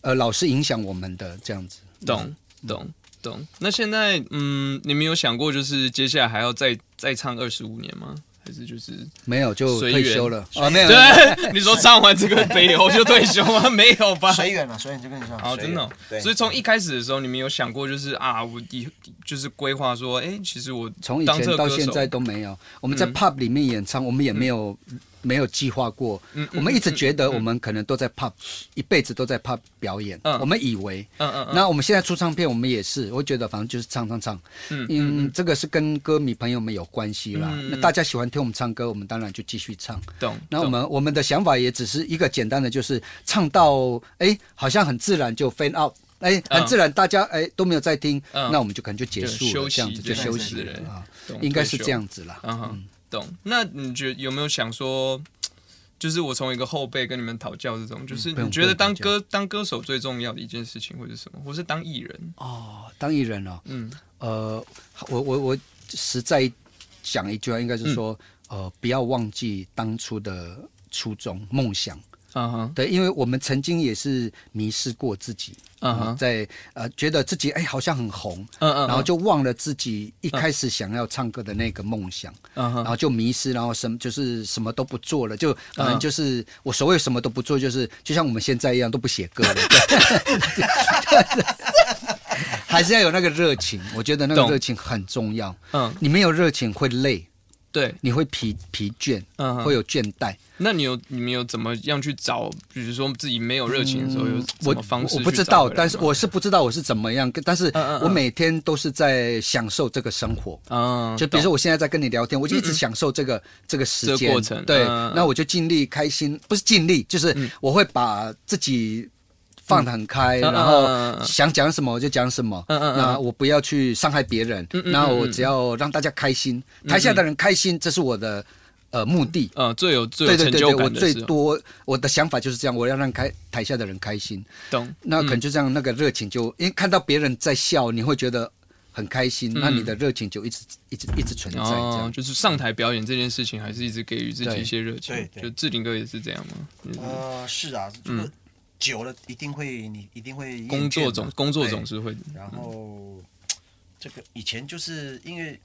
Speaker 2: 呃老师影响我们的这样子。
Speaker 1: 懂懂懂。那现在嗯，你们有想过就是接下来还要再再唱二十五年吗？还是就是
Speaker 2: 没有就
Speaker 1: 随
Speaker 2: 退
Speaker 1: 缘
Speaker 2: 休了啊，没有，没有
Speaker 1: 对 你说唱完这个北流就退休吗？ 没有吧？
Speaker 3: 随缘了，随缘就跟你说。
Speaker 1: 哦，
Speaker 3: 随
Speaker 1: 真
Speaker 3: 缘
Speaker 1: 的哦、
Speaker 3: 对，
Speaker 1: 所以从一开始的时候，你们有想过就是啊，我以就是规划说，哎、其实我
Speaker 2: 从以
Speaker 1: 当这
Speaker 2: 前
Speaker 1: 个
Speaker 2: 到
Speaker 1: 歌手嗯
Speaker 2: 现在都没有。我们在 pub 里面演唱，我们也没有、没有计划过。
Speaker 1: 嗯
Speaker 2: 我们一直觉得我们可能都在 pub，、一辈子都在 pub 表演。
Speaker 1: 嗯
Speaker 2: 我们以为。
Speaker 1: 嗯嗯嗯，
Speaker 2: 那我们现在出唱片，我们也是，我觉得反正就是唱唱唱，嗯，这个是跟歌迷朋友们有关系啦。
Speaker 1: 嗯嗯嗯
Speaker 2: 那大家喜欢听我们唱歌，我们当然就继续唱。
Speaker 1: 懂。
Speaker 2: 那我
Speaker 1: 懂
Speaker 2: 们我们的想法也只是一个简单的，就是唱到哎，好像很自然就 fade out，哎，很
Speaker 1: 嗯
Speaker 2: 自然，大家哎都没有在听，
Speaker 1: 嗯
Speaker 2: 那我们就可能就结
Speaker 1: 就
Speaker 2: 束
Speaker 1: 休
Speaker 2: 了，这样
Speaker 1: 息
Speaker 2: 子就
Speaker 1: 这
Speaker 3: 样
Speaker 2: 休
Speaker 3: 子
Speaker 2: 息
Speaker 1: 对
Speaker 2: 了啊，
Speaker 1: 懂
Speaker 2: 应该是
Speaker 1: 哦退休
Speaker 2: 这样子啦。
Speaker 1: 嗯哼，懂。那你觉有没有想说，就是我从一个后辈跟你们讨教这种，就是
Speaker 2: 不用
Speaker 1: 你觉得当
Speaker 2: 不
Speaker 1: 歌当歌手最重要的一件事情会是什么，或是当艺人？
Speaker 2: 哦，当艺人哦，
Speaker 1: 嗯，
Speaker 2: 呃，我我我实在讲一句话，应该是
Speaker 1: 嗯
Speaker 2: 说，呃，不要忘记当初的初衷梦想。
Speaker 1: 啊哈，
Speaker 2: 对，因为我们曾经也是迷失过自己，
Speaker 1: 啊
Speaker 2: 呃
Speaker 1: 哈，
Speaker 2: 在呃觉得自己哎好像很红，
Speaker 1: 嗯嗯，
Speaker 2: 然后就忘了自己一开始想要唱歌的那个梦想，
Speaker 1: 嗯
Speaker 2: 然
Speaker 1: 哼，
Speaker 2: 后就迷失，然后什么就是什么都不做了，就
Speaker 1: 嗯
Speaker 2: 反正就是我所谓什么都不做，就是就像我们现在一样都不写歌了， 还是要有那个热情，我觉得那个
Speaker 1: 懂
Speaker 2: 热情很重要。
Speaker 1: 嗯
Speaker 2: 你没有热情会累，
Speaker 1: 对，
Speaker 2: 你会疲疲倦，
Speaker 1: 嗯哼
Speaker 2: 会有倦怠。
Speaker 1: 那你有你们有怎么样去找？比如说自己没有热情的时候，有什
Speaker 2: 我
Speaker 1: 么方式
Speaker 2: 嗯我不
Speaker 1: 去
Speaker 2: 知
Speaker 1: 找
Speaker 2: 道，
Speaker 1: 回来
Speaker 2: 但是
Speaker 1: 吗
Speaker 2: 我是不知道我是怎么样，但是
Speaker 1: 嗯嗯
Speaker 2: 我每天都是在享受这个生活。
Speaker 1: 嗯，
Speaker 2: 就比如说
Speaker 1: 懂嗯
Speaker 2: 我现在在跟你聊天，我就一直享受这个这个时
Speaker 1: 这
Speaker 2: 间
Speaker 1: 个过程
Speaker 2: 对
Speaker 1: 嗯，
Speaker 2: 那我就尽力开心，不是尽力，就是我会把自己放得很开，
Speaker 1: 嗯
Speaker 2: 然
Speaker 1: 嗯嗯
Speaker 2: 后
Speaker 1: 嗯
Speaker 2: 想讲什么我就讲什么，
Speaker 1: 嗯嗯嗯
Speaker 2: 那我不要去伤害别人
Speaker 1: 嗯，嗯
Speaker 2: 那我
Speaker 1: 嗯
Speaker 2: 只要让大家开心，台下的人开心，这是我的呃目的。
Speaker 1: 呃最有最有
Speaker 2: 对
Speaker 1: 成
Speaker 2: 对对
Speaker 1: 就
Speaker 2: 对，我
Speaker 1: 感的
Speaker 2: 最
Speaker 1: 时候，
Speaker 2: 多我的想法就是这样，我要让开台下的人开心，
Speaker 1: 懂？
Speaker 2: 那可能就这样，那个热情就因为看到别人在笑，你会觉得很开心，那你的热情就一直一直一直存在这
Speaker 1: 哦
Speaker 2: 样，。
Speaker 1: 就是上台表演这件事情，还是一直给予自己
Speaker 2: 对
Speaker 1: 一些热情
Speaker 3: 对。对
Speaker 1: 就志玲哥也是这样吗？嗯
Speaker 3: 呃，是啊，就是久了一定会，你一定会厌倦
Speaker 1: 工作
Speaker 3: 嘛
Speaker 1: 总工作
Speaker 3: 对
Speaker 1: 总是会
Speaker 3: 然后这个以前就是因为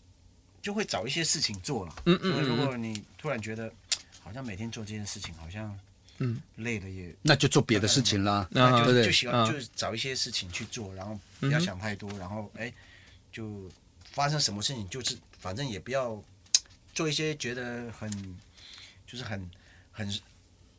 Speaker 3: 就会找一些事情做了，
Speaker 1: 嗯嗯
Speaker 3: 所以如
Speaker 1: 嗯嗯
Speaker 3: 果你突然觉得好像每天做这件事情好像
Speaker 1: 嗯
Speaker 3: 累了也，
Speaker 2: 那就做别的事情啦。
Speaker 1: 啊
Speaker 3: 那
Speaker 2: 对
Speaker 3: 就
Speaker 2: 对
Speaker 3: 就喜
Speaker 1: 啊
Speaker 3: 欢就是找一些事情去做，然后不
Speaker 1: 嗯
Speaker 3: 要
Speaker 1: 哼
Speaker 3: 想太多，然后哎就发生什么事情就是反正也不要做一些觉得很就是很很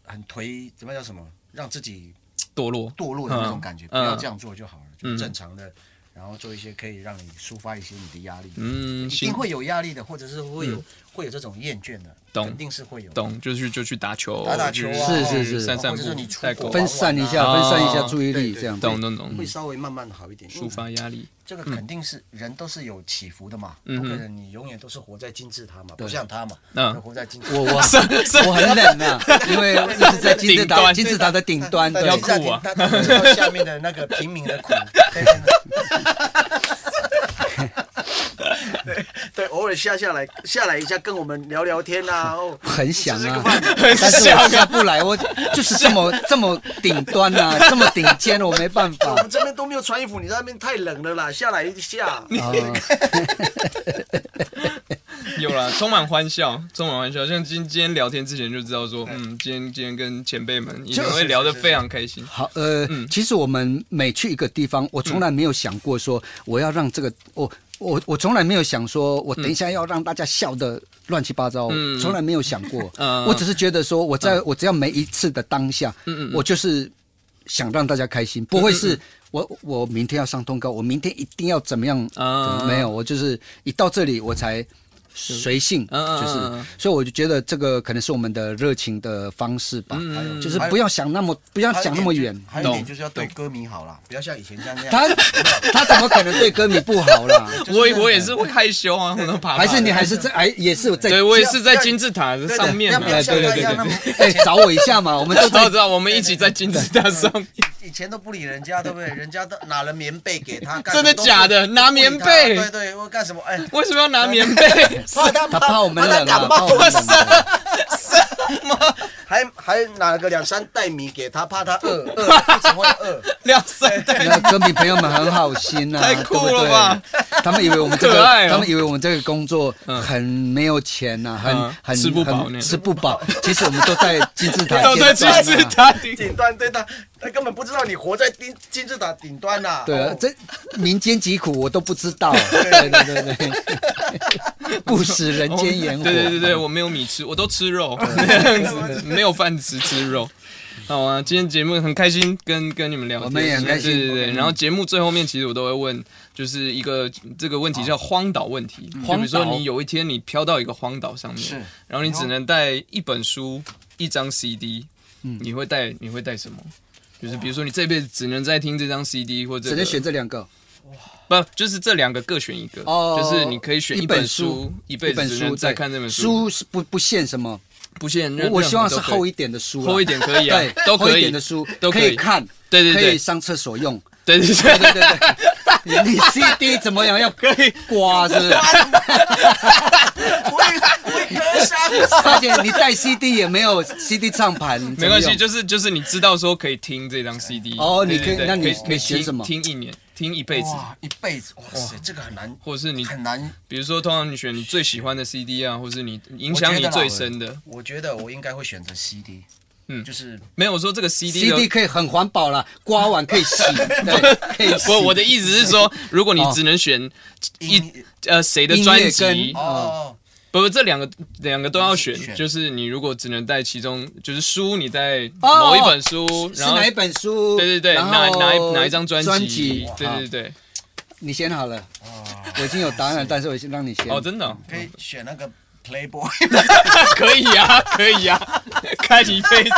Speaker 3: 很颓，怎么叫什么让自己
Speaker 1: 堕落。
Speaker 3: 堕落的那种感觉，
Speaker 1: 嗯
Speaker 3: 不要这样做就好了，
Speaker 1: 嗯
Speaker 3: 就正常的，然后做一些可以让你抒发一些你的压力，
Speaker 1: 嗯，
Speaker 3: 一
Speaker 1: 行
Speaker 3: 定，会有压力的，或者是会有会有这种厌倦的，
Speaker 1: 懂
Speaker 3: 肯定是会有的。
Speaker 1: 懂，就是就去打球，
Speaker 3: 打打球啊
Speaker 1: 就是
Speaker 2: 是是
Speaker 1: 散散
Speaker 3: 或者
Speaker 1: 步
Speaker 3: 是你，出
Speaker 1: 带
Speaker 3: 国
Speaker 1: 狗，
Speaker 2: 分散一下，
Speaker 1: 哦
Speaker 2: 分散一下注意力，
Speaker 3: 对对
Speaker 2: 这样
Speaker 1: 懂懂懂
Speaker 3: 会，稍微慢慢的好一点，
Speaker 1: 抒发压力。
Speaker 3: 这个肯定是人都是有起伏的嘛，
Speaker 1: 嗯
Speaker 3: 不可能你永远都是活在金字塔嘛，不像他嘛，
Speaker 1: 嗯
Speaker 3: 他活在金字塔，
Speaker 2: 我我
Speaker 1: 是是
Speaker 2: 我很冷啊，因为一直在金字
Speaker 1: 顶
Speaker 2: 塔
Speaker 1: 端
Speaker 2: 金字塔的顶端，
Speaker 3: 但
Speaker 2: 对
Speaker 1: 要
Speaker 3: 金字塔
Speaker 1: 哭啊
Speaker 3: 他他他知道下面的那个平民的 苦，对真的 对对，偶尔下下来下来一下，跟我们聊聊天啊，哦，
Speaker 2: 很想
Speaker 3: 吃吃
Speaker 2: 啊
Speaker 3: 个饭，
Speaker 2: 但是我下不来，我就是这么这么顶端啊，这么顶尖，我没办
Speaker 3: 我
Speaker 2: 法
Speaker 3: 们。这边都没有穿衣服，你在那边太冷了啦，下来 一下。哎
Speaker 2: 啊，
Speaker 1: 有啦，充满欢笑，充满欢笑。像今今天聊天之前就知道说，嗯，今天今天跟前辈们一定会聊得非常开心。
Speaker 2: 好，呃，
Speaker 1: 嗯
Speaker 2: 其实我们每去一个地方，我从来没有想过
Speaker 1: 嗯
Speaker 2: 说我要让这个我。我我从来没有想说，我等一下要让大家笑得乱七八糟，
Speaker 1: 嗯
Speaker 2: 从来没有想过。
Speaker 1: 嗯
Speaker 2: 我只是觉得说，我在我只要每一次的当下，
Speaker 1: 嗯嗯
Speaker 2: 我就是想让大家开心，不会是我我明天要上通告，我明天一定要怎么样？
Speaker 1: 啊
Speaker 2: 怎么没有，我就是一到这里我才随性，
Speaker 1: 嗯嗯嗯
Speaker 2: 就是
Speaker 1: 嗯嗯，
Speaker 2: 所以我就觉得这个可能是我们的热情的方式吧，
Speaker 1: 嗯
Speaker 2: 就是不要想那么不要想那么远。
Speaker 3: 还有一点
Speaker 1: 懂
Speaker 3: 就是要对歌迷好啦，不要像以前这样那样。
Speaker 2: 他 他怎么可能对歌迷不好 啦？
Speaker 1: 我我也是会害羞啊，我都怕怕的。
Speaker 2: 还是你还是在哎也是我在
Speaker 1: 对我也是在金字塔的上面嘛，
Speaker 3: 不要
Speaker 1: 对
Speaker 3: 像
Speaker 1: 对
Speaker 3: 他一
Speaker 1: 对
Speaker 3: 样那
Speaker 1: 对
Speaker 3: 么。
Speaker 2: 哎找我一下嘛，我们都
Speaker 1: 知道
Speaker 2: 在
Speaker 1: 知 道，我们一起在金字塔上面。
Speaker 3: 以前都不理人家，对不对？人家都拿了棉被给他，干
Speaker 1: 真的
Speaker 3: 什么都不
Speaker 1: 假的拿
Speaker 3: 不理他
Speaker 1: 棉被
Speaker 3: 对对，我干什么？哎，
Speaker 1: 为什么要拿棉被？
Speaker 3: 怕他
Speaker 2: 他怕我们
Speaker 3: 怕他
Speaker 2: 冷啊，
Speaker 3: 感
Speaker 2: 怕
Speaker 3: 冒
Speaker 2: 我，们冷啊。
Speaker 3: 还还拿个两三袋米给他，怕他饿，饿为什么会饿？
Speaker 1: 两三代
Speaker 2: 那歌迷朋友们很好心呐、
Speaker 1: 太酷了吧
Speaker 2: 对不对？他们以为我们这
Speaker 1: 好
Speaker 2: 个，
Speaker 1: 可爱哦
Speaker 2: 他们以为我们这个工作很没有钱呐、很、
Speaker 1: 嗯
Speaker 2: 很
Speaker 1: 吃不饱
Speaker 2: 很
Speaker 1: 呢
Speaker 2: 吃不饱。其实我们都在金字 塔
Speaker 1: 都在
Speaker 2: 尖
Speaker 1: 金
Speaker 2: 端啊
Speaker 1: 字塔顶。
Speaker 3: 顶端对他，他根本不知道你活在金金字塔顶端呐、
Speaker 2: 对啊
Speaker 3: 哦，
Speaker 2: 这民间疾苦我都不知 道。对对对对， 不食人间 烟火。
Speaker 1: 哦对对对对，我没有米吃，我都吃肉， 这样 子没有饭吃，吃肉。好啊，今天节目很开心，跟跟你们聊天，
Speaker 2: 我们也很开心
Speaker 1: 对对对。然后节目最后面，其实我都会问，就是一个这个问题叫荒岛问题。就比如说
Speaker 2: 嗯荒岛
Speaker 1: 你有一天你飘到一个荒岛上面，
Speaker 3: 是
Speaker 1: 然后你只能带一本书、一张 CD，你
Speaker 2: 嗯
Speaker 1: 会带你会带什么？就是比如说你这辈子只能再听这张 CD 或者
Speaker 2: 只能选这两个，
Speaker 1: 不，就是这两个各选一个，
Speaker 2: 哦
Speaker 1: 就是你可以选
Speaker 2: 一
Speaker 1: 本
Speaker 2: 本书
Speaker 1: 一
Speaker 2: 一
Speaker 1: 辈子
Speaker 2: 本
Speaker 1: 只
Speaker 2: 书
Speaker 1: 能再
Speaker 2: 对
Speaker 1: 看这本
Speaker 2: 书是不不限什么，
Speaker 1: 不限任
Speaker 2: 我我希望是厚
Speaker 1: 一
Speaker 2: 一点的书啦，
Speaker 1: 厚一点可以啊
Speaker 2: 对，
Speaker 1: 都可以
Speaker 2: 厚一点的书
Speaker 1: 都可
Speaker 2: 可
Speaker 1: 以
Speaker 2: 以看，
Speaker 1: 对对对
Speaker 2: 可以上厕所用，
Speaker 1: 对对对
Speaker 2: 对对对，你 CD 怎么样要
Speaker 1: 可以
Speaker 2: 刮是不是？
Speaker 3: 我也我也割伤了。
Speaker 2: 而且你带 CD 也没有 CD 唱盘，怎么
Speaker 1: 没关系，
Speaker 2: 用
Speaker 1: 就是就是你知道说可以听这张 CD
Speaker 2: 哦
Speaker 1: 对
Speaker 2: 你可以
Speaker 1: 对对
Speaker 2: 那你
Speaker 1: 可以
Speaker 2: 可以选
Speaker 1: 听
Speaker 2: 什么
Speaker 1: 听一年，听一辈子，
Speaker 3: 哇，一辈子，哇塞，这个很难，
Speaker 1: 或者是你
Speaker 3: 很难。
Speaker 1: 比如说通常你选你最喜欢的 CD 啊，或是你影
Speaker 3: 我
Speaker 1: 响
Speaker 3: 觉
Speaker 1: 你
Speaker 3: 得啦
Speaker 1: 最深
Speaker 2: 哦
Speaker 1: 的，
Speaker 3: 我觉得我应该会选择 CD，
Speaker 1: 嗯
Speaker 3: 就是
Speaker 1: 没有我说这个 CD 的
Speaker 2: CD 可以很环保啦，刮完可以洗，对，可以洗。
Speaker 1: 不，我的意思是说，如果你只能选一
Speaker 3: 音
Speaker 1: 呃谁的
Speaker 2: 音乐
Speaker 1: 专
Speaker 2: 跟
Speaker 1: 辑，
Speaker 3: 哦，
Speaker 1: 不不，这两个两个都要选，
Speaker 3: 选
Speaker 1: 就是你如果只能带其中，就是书你带
Speaker 3: 哦
Speaker 1: 某一本书，
Speaker 2: 是
Speaker 1: 然后
Speaker 2: 哪一本书？
Speaker 1: 对对对，
Speaker 2: 然后
Speaker 1: 哪哪一哪一张专
Speaker 2: 专
Speaker 1: 辑
Speaker 2: 辑？？
Speaker 1: 对
Speaker 2: 好
Speaker 1: 对对，
Speaker 2: 你先好了，
Speaker 3: 啊，
Speaker 2: 我已经有答案了，但是我先让你先。
Speaker 1: 哦，真的哦
Speaker 3: 可以选那个 Playboy，
Speaker 1: 可以呀，可以 呀，开一辈子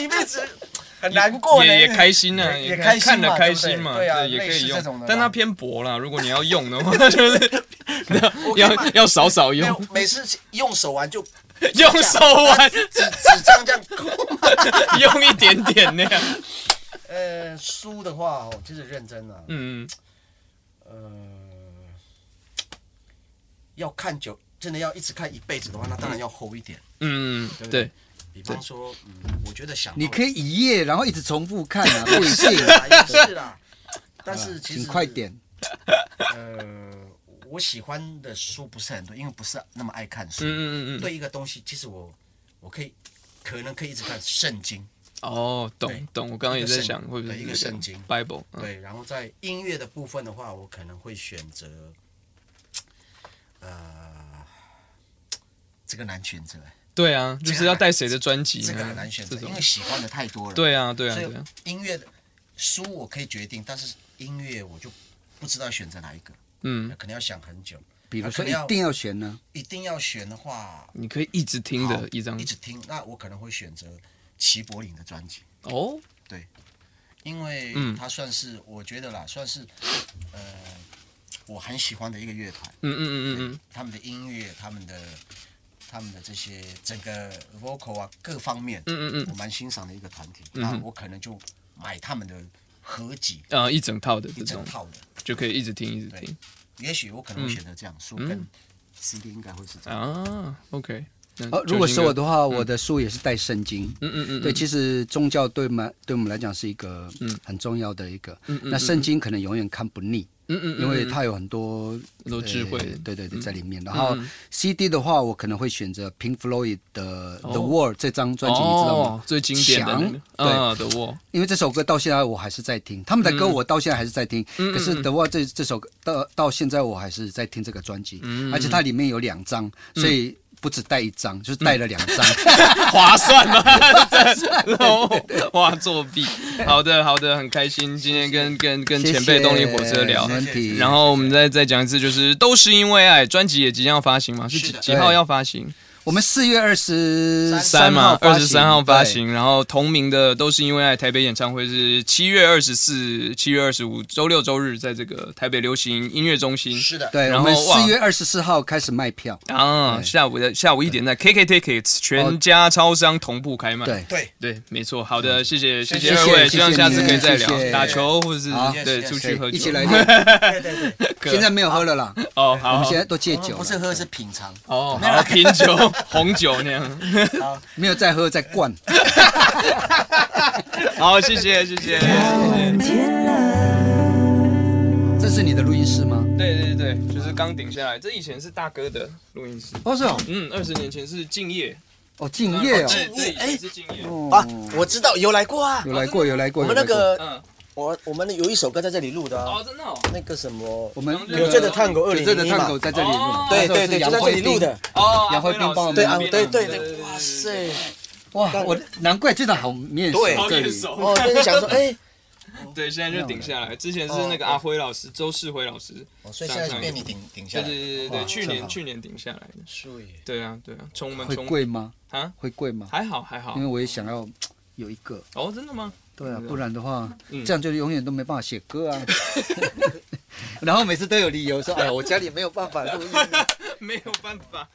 Speaker 3: 一辈子很难过呢
Speaker 1: 也也开心啊，
Speaker 3: 也
Speaker 1: 也
Speaker 3: 也开心
Speaker 1: 看
Speaker 3: 嘛
Speaker 1: 得开心
Speaker 3: 对不对对啊
Speaker 1: 也可
Speaker 3: 类
Speaker 1: 以
Speaker 3: 似这种
Speaker 1: 用
Speaker 3: 的啦，
Speaker 1: 但它偏薄啦，如果你要用 的话，就是
Speaker 3: 我
Speaker 1: 要
Speaker 3: 可以买
Speaker 1: 要少少
Speaker 3: 没
Speaker 1: 用
Speaker 3: 有，每次用手玩就
Speaker 1: 用手 玩，
Speaker 3: 纸纸张这样抠嘛。
Speaker 1: 用一点点那样，
Speaker 3: 呃，书的话哦，就是认真啊，
Speaker 1: 嗯。
Speaker 3: 呃，要看久，真的要一直看一辈子的话，那当然要厚一点。
Speaker 1: 嗯，
Speaker 3: 对不
Speaker 1: 对
Speaker 3: 对，比方说，嗯，我觉得想
Speaker 2: 你可
Speaker 3: 以
Speaker 2: 以一页，然后一直重复看 啊，不一定。
Speaker 3: 也是啦，但是其
Speaker 2: 啊请
Speaker 3: 实
Speaker 2: 快。点。
Speaker 3: 呃，我喜欢的书不是很多，因为不是那么爱看书。
Speaker 1: 嗯嗯嗯嗯，
Speaker 3: 对一个东西，其实我我可以可能可以一直看圣经，
Speaker 1: 哦，
Speaker 3: 对
Speaker 1: 懂懂，我刚刚也在想，
Speaker 3: 一个圣
Speaker 1: 会不会是
Speaker 3: 对一个
Speaker 1: 这
Speaker 3: 圣经
Speaker 1: Bible？嗯
Speaker 3: 对，然后在音乐的部分的话，我可能会选择，呃，这个难选择，
Speaker 1: 对啊，就是要带谁的专辑呢？
Speaker 3: 这个很难选择，
Speaker 1: 这
Speaker 3: 因
Speaker 1: 种
Speaker 3: 为喜欢的太多了。，
Speaker 1: 对啊，对啊，
Speaker 3: 所
Speaker 1: 对
Speaker 3: 以
Speaker 1: 啊，
Speaker 3: 音乐的书我可以决定，但是音乐我就不知道选择哪一个，
Speaker 1: 嗯，
Speaker 3: 可能要想很久。
Speaker 2: 比如说，
Speaker 3: 啊可
Speaker 2: 一
Speaker 3: 能要
Speaker 2: 定要选呢，
Speaker 3: 一定要选的话，
Speaker 1: 你可以一直听
Speaker 3: 好
Speaker 1: 的一张
Speaker 3: 一直听，那我可能会选择齐柏林的专辑。
Speaker 1: 哦，
Speaker 3: 因为
Speaker 1: 嗯
Speaker 3: 他算是、我觉得啦，算是呃我很喜欢的一个乐团，
Speaker 1: 嗯嗯嗯嗯
Speaker 3: 他们的音乐，他们的他们的这些整个 vocal 啊各方面，
Speaker 1: 嗯嗯
Speaker 3: 我蛮欣赏的一个团体。
Speaker 1: 嗯
Speaker 3: 那
Speaker 1: 哼
Speaker 3: 我可能就买他们的合集
Speaker 1: 嗯，啊，一整套的
Speaker 3: 一
Speaker 1: 这种
Speaker 3: 整套的，
Speaker 1: 就可以一直听一直
Speaker 3: 对
Speaker 1: 听
Speaker 3: 也许我可能会选择这样，书跟 CD 应该会是这样。
Speaker 1: 嗯啊，OK。那
Speaker 2: 哦，如果
Speaker 1: 就是应该
Speaker 2: 我，的话，我的书也是带圣经。
Speaker 1: 嗯嗯嗯，
Speaker 2: 对，
Speaker 1: 嗯
Speaker 2: 其实宗教对我们对我们来讲是一个
Speaker 1: 嗯
Speaker 2: 很重要的一个。
Speaker 1: 嗯嗯
Speaker 2: 那圣经可能永远看不腻，
Speaker 1: 嗯嗯，嗯
Speaker 2: 因为
Speaker 1: 嗯
Speaker 2: 它有很多
Speaker 1: 很多智慧
Speaker 2: 呃对对对，
Speaker 1: 嗯
Speaker 2: 在里面。然后
Speaker 1: 嗯
Speaker 2: CD 的话，我可能会选择 Pink Floyd 的《
Speaker 1: 哦
Speaker 2: The Wall》这张专辑，你知道
Speaker 1: 哦
Speaker 2: 吗？，
Speaker 1: 最经典的那个
Speaker 2: 墙
Speaker 1: 啊，The Wall，
Speaker 2: 因为这首歌到现在我还是在听，他们的歌
Speaker 1: 嗯
Speaker 2: 我到现在还是在听。
Speaker 1: 嗯嗯
Speaker 2: 可是
Speaker 1: 嗯
Speaker 2: The Wall 这这首歌到到现在我还是在听这个专辑，
Speaker 1: 嗯
Speaker 2: 而且它里面有两张，所以不止带一张，就是带了两 张。
Speaker 1: 划算 吗？ 这哇，作弊！好的，好的，很开心，今天跟跟跟前辈动力火车聊
Speaker 2: 没。问题。
Speaker 1: 然后我们再再讲一次，就是都是因为爱，专辑也即将要发行嘛，是
Speaker 3: 是
Speaker 1: 几
Speaker 3: 的
Speaker 1: 几号要发行？
Speaker 2: 我们四月二十
Speaker 1: 三
Speaker 2: 号
Speaker 1: 嘛，
Speaker 2: 发
Speaker 1: 二
Speaker 2: 行
Speaker 1: 十三号发。行。然后同名的都是因为爱台北演唱会是七月二十四、七月二十五，周六周日在这个台北流行音乐中心。
Speaker 3: 是的，
Speaker 2: 对，对
Speaker 1: 然
Speaker 2: 我
Speaker 1: 后
Speaker 2: 们
Speaker 1: 哇
Speaker 2: 四月二十四号开始卖票。
Speaker 1: 啊，
Speaker 2: 对
Speaker 1: 下午的下午一点在 KK Tickets 全家超商同步开卖。
Speaker 2: 对，
Speaker 3: 对，
Speaker 1: 对，没错。好的，谢谢，谢
Speaker 3: 谢
Speaker 1: 二
Speaker 2: 谢
Speaker 1: 位，
Speaker 2: 谢
Speaker 1: 希望
Speaker 2: 谢
Speaker 1: 下
Speaker 2: 你
Speaker 1: 次可以再
Speaker 2: 谢
Speaker 1: 聊
Speaker 2: 谢
Speaker 1: 打球，或者是
Speaker 2: 好
Speaker 1: 对
Speaker 3: 谢谢
Speaker 1: 出去
Speaker 3: 谢
Speaker 1: 喝酒，
Speaker 2: 一起来练。
Speaker 3: 对对对，
Speaker 1: 哥
Speaker 2: 现在没有喝了啦，
Speaker 1: 哦，好，好
Speaker 2: 我们现在都戒
Speaker 3: 我
Speaker 2: 酒了，
Speaker 3: 们不是喝是品尝。
Speaker 1: 哦， 好，品酒、红酒那样。
Speaker 2: 没有再喝再灌。
Speaker 1: 好，谢谢，谢 谢。
Speaker 2: 这是你的录音室吗？
Speaker 1: 对对对，就是刚顶下来，这以前是大哥的录音室。
Speaker 2: 哦是哦，
Speaker 1: 嗯，二十年前是敬业，
Speaker 2: 哦敬业哦，
Speaker 1: 对，这以前是敬业。
Speaker 3: 啊，我知道有来过啊，
Speaker 2: 有来过有来过。
Speaker 3: 我们那
Speaker 2: 有来过
Speaker 3: 个
Speaker 1: 嗯，
Speaker 3: 我我们有一首歌在这里录的啊
Speaker 1: 哦，，真的哦，
Speaker 3: 那个什么
Speaker 2: 我们
Speaker 1: 有
Speaker 2: 那
Speaker 3: 有
Speaker 2: 个
Speaker 3: 罪的探狗二
Speaker 2: 有
Speaker 3: 零
Speaker 2: 这
Speaker 3: 零
Speaker 2: 个
Speaker 3: 一
Speaker 2: 探
Speaker 3: 嘛
Speaker 2: 狗，在这里
Speaker 1: 哦
Speaker 2: 录，
Speaker 3: 对对对，就在这里录的。
Speaker 1: 哦，
Speaker 2: 杨惠
Speaker 1: 辉
Speaker 2: 斌
Speaker 1: 老
Speaker 2: 帮
Speaker 1: 师
Speaker 2: 我们
Speaker 3: 对
Speaker 1: 那
Speaker 3: 啊，
Speaker 1: 边
Speaker 3: 对
Speaker 1: 啊
Speaker 3: 对对，哇塞，
Speaker 2: 哇，我难怪这张好面熟
Speaker 3: 对
Speaker 1: 好
Speaker 2: 这
Speaker 1: 眼
Speaker 2: 里。
Speaker 1: 熟。
Speaker 3: 哦，就是想说，哎，
Speaker 1: 对，现在就顶下来。之前是那个阿辉老师，周世辉老师，
Speaker 3: 哦所以现在是变你顶顶下
Speaker 1: 对
Speaker 3: 来，
Speaker 1: 对对对对，
Speaker 3: 哇
Speaker 1: 去
Speaker 3: 正
Speaker 1: 年
Speaker 3: 好
Speaker 1: 去年顶下来的。
Speaker 3: 所以
Speaker 1: 对啊对啊，冲门
Speaker 2: 会
Speaker 1: 冲门
Speaker 2: 贵吗？
Speaker 1: 啊，
Speaker 2: 会贵吗？
Speaker 1: 还好还好
Speaker 2: 因
Speaker 3: 嗯
Speaker 2: 为。我也想要有一个。
Speaker 1: 哦，真的吗？
Speaker 2: 对啊，
Speaker 1: 嗯
Speaker 2: 不然的话，
Speaker 1: 嗯
Speaker 2: 这样就永远都没办法写歌 啊。然后每次都有理由说：“哎呀，我家里没有办法录音啊。”
Speaker 1: 没有办法。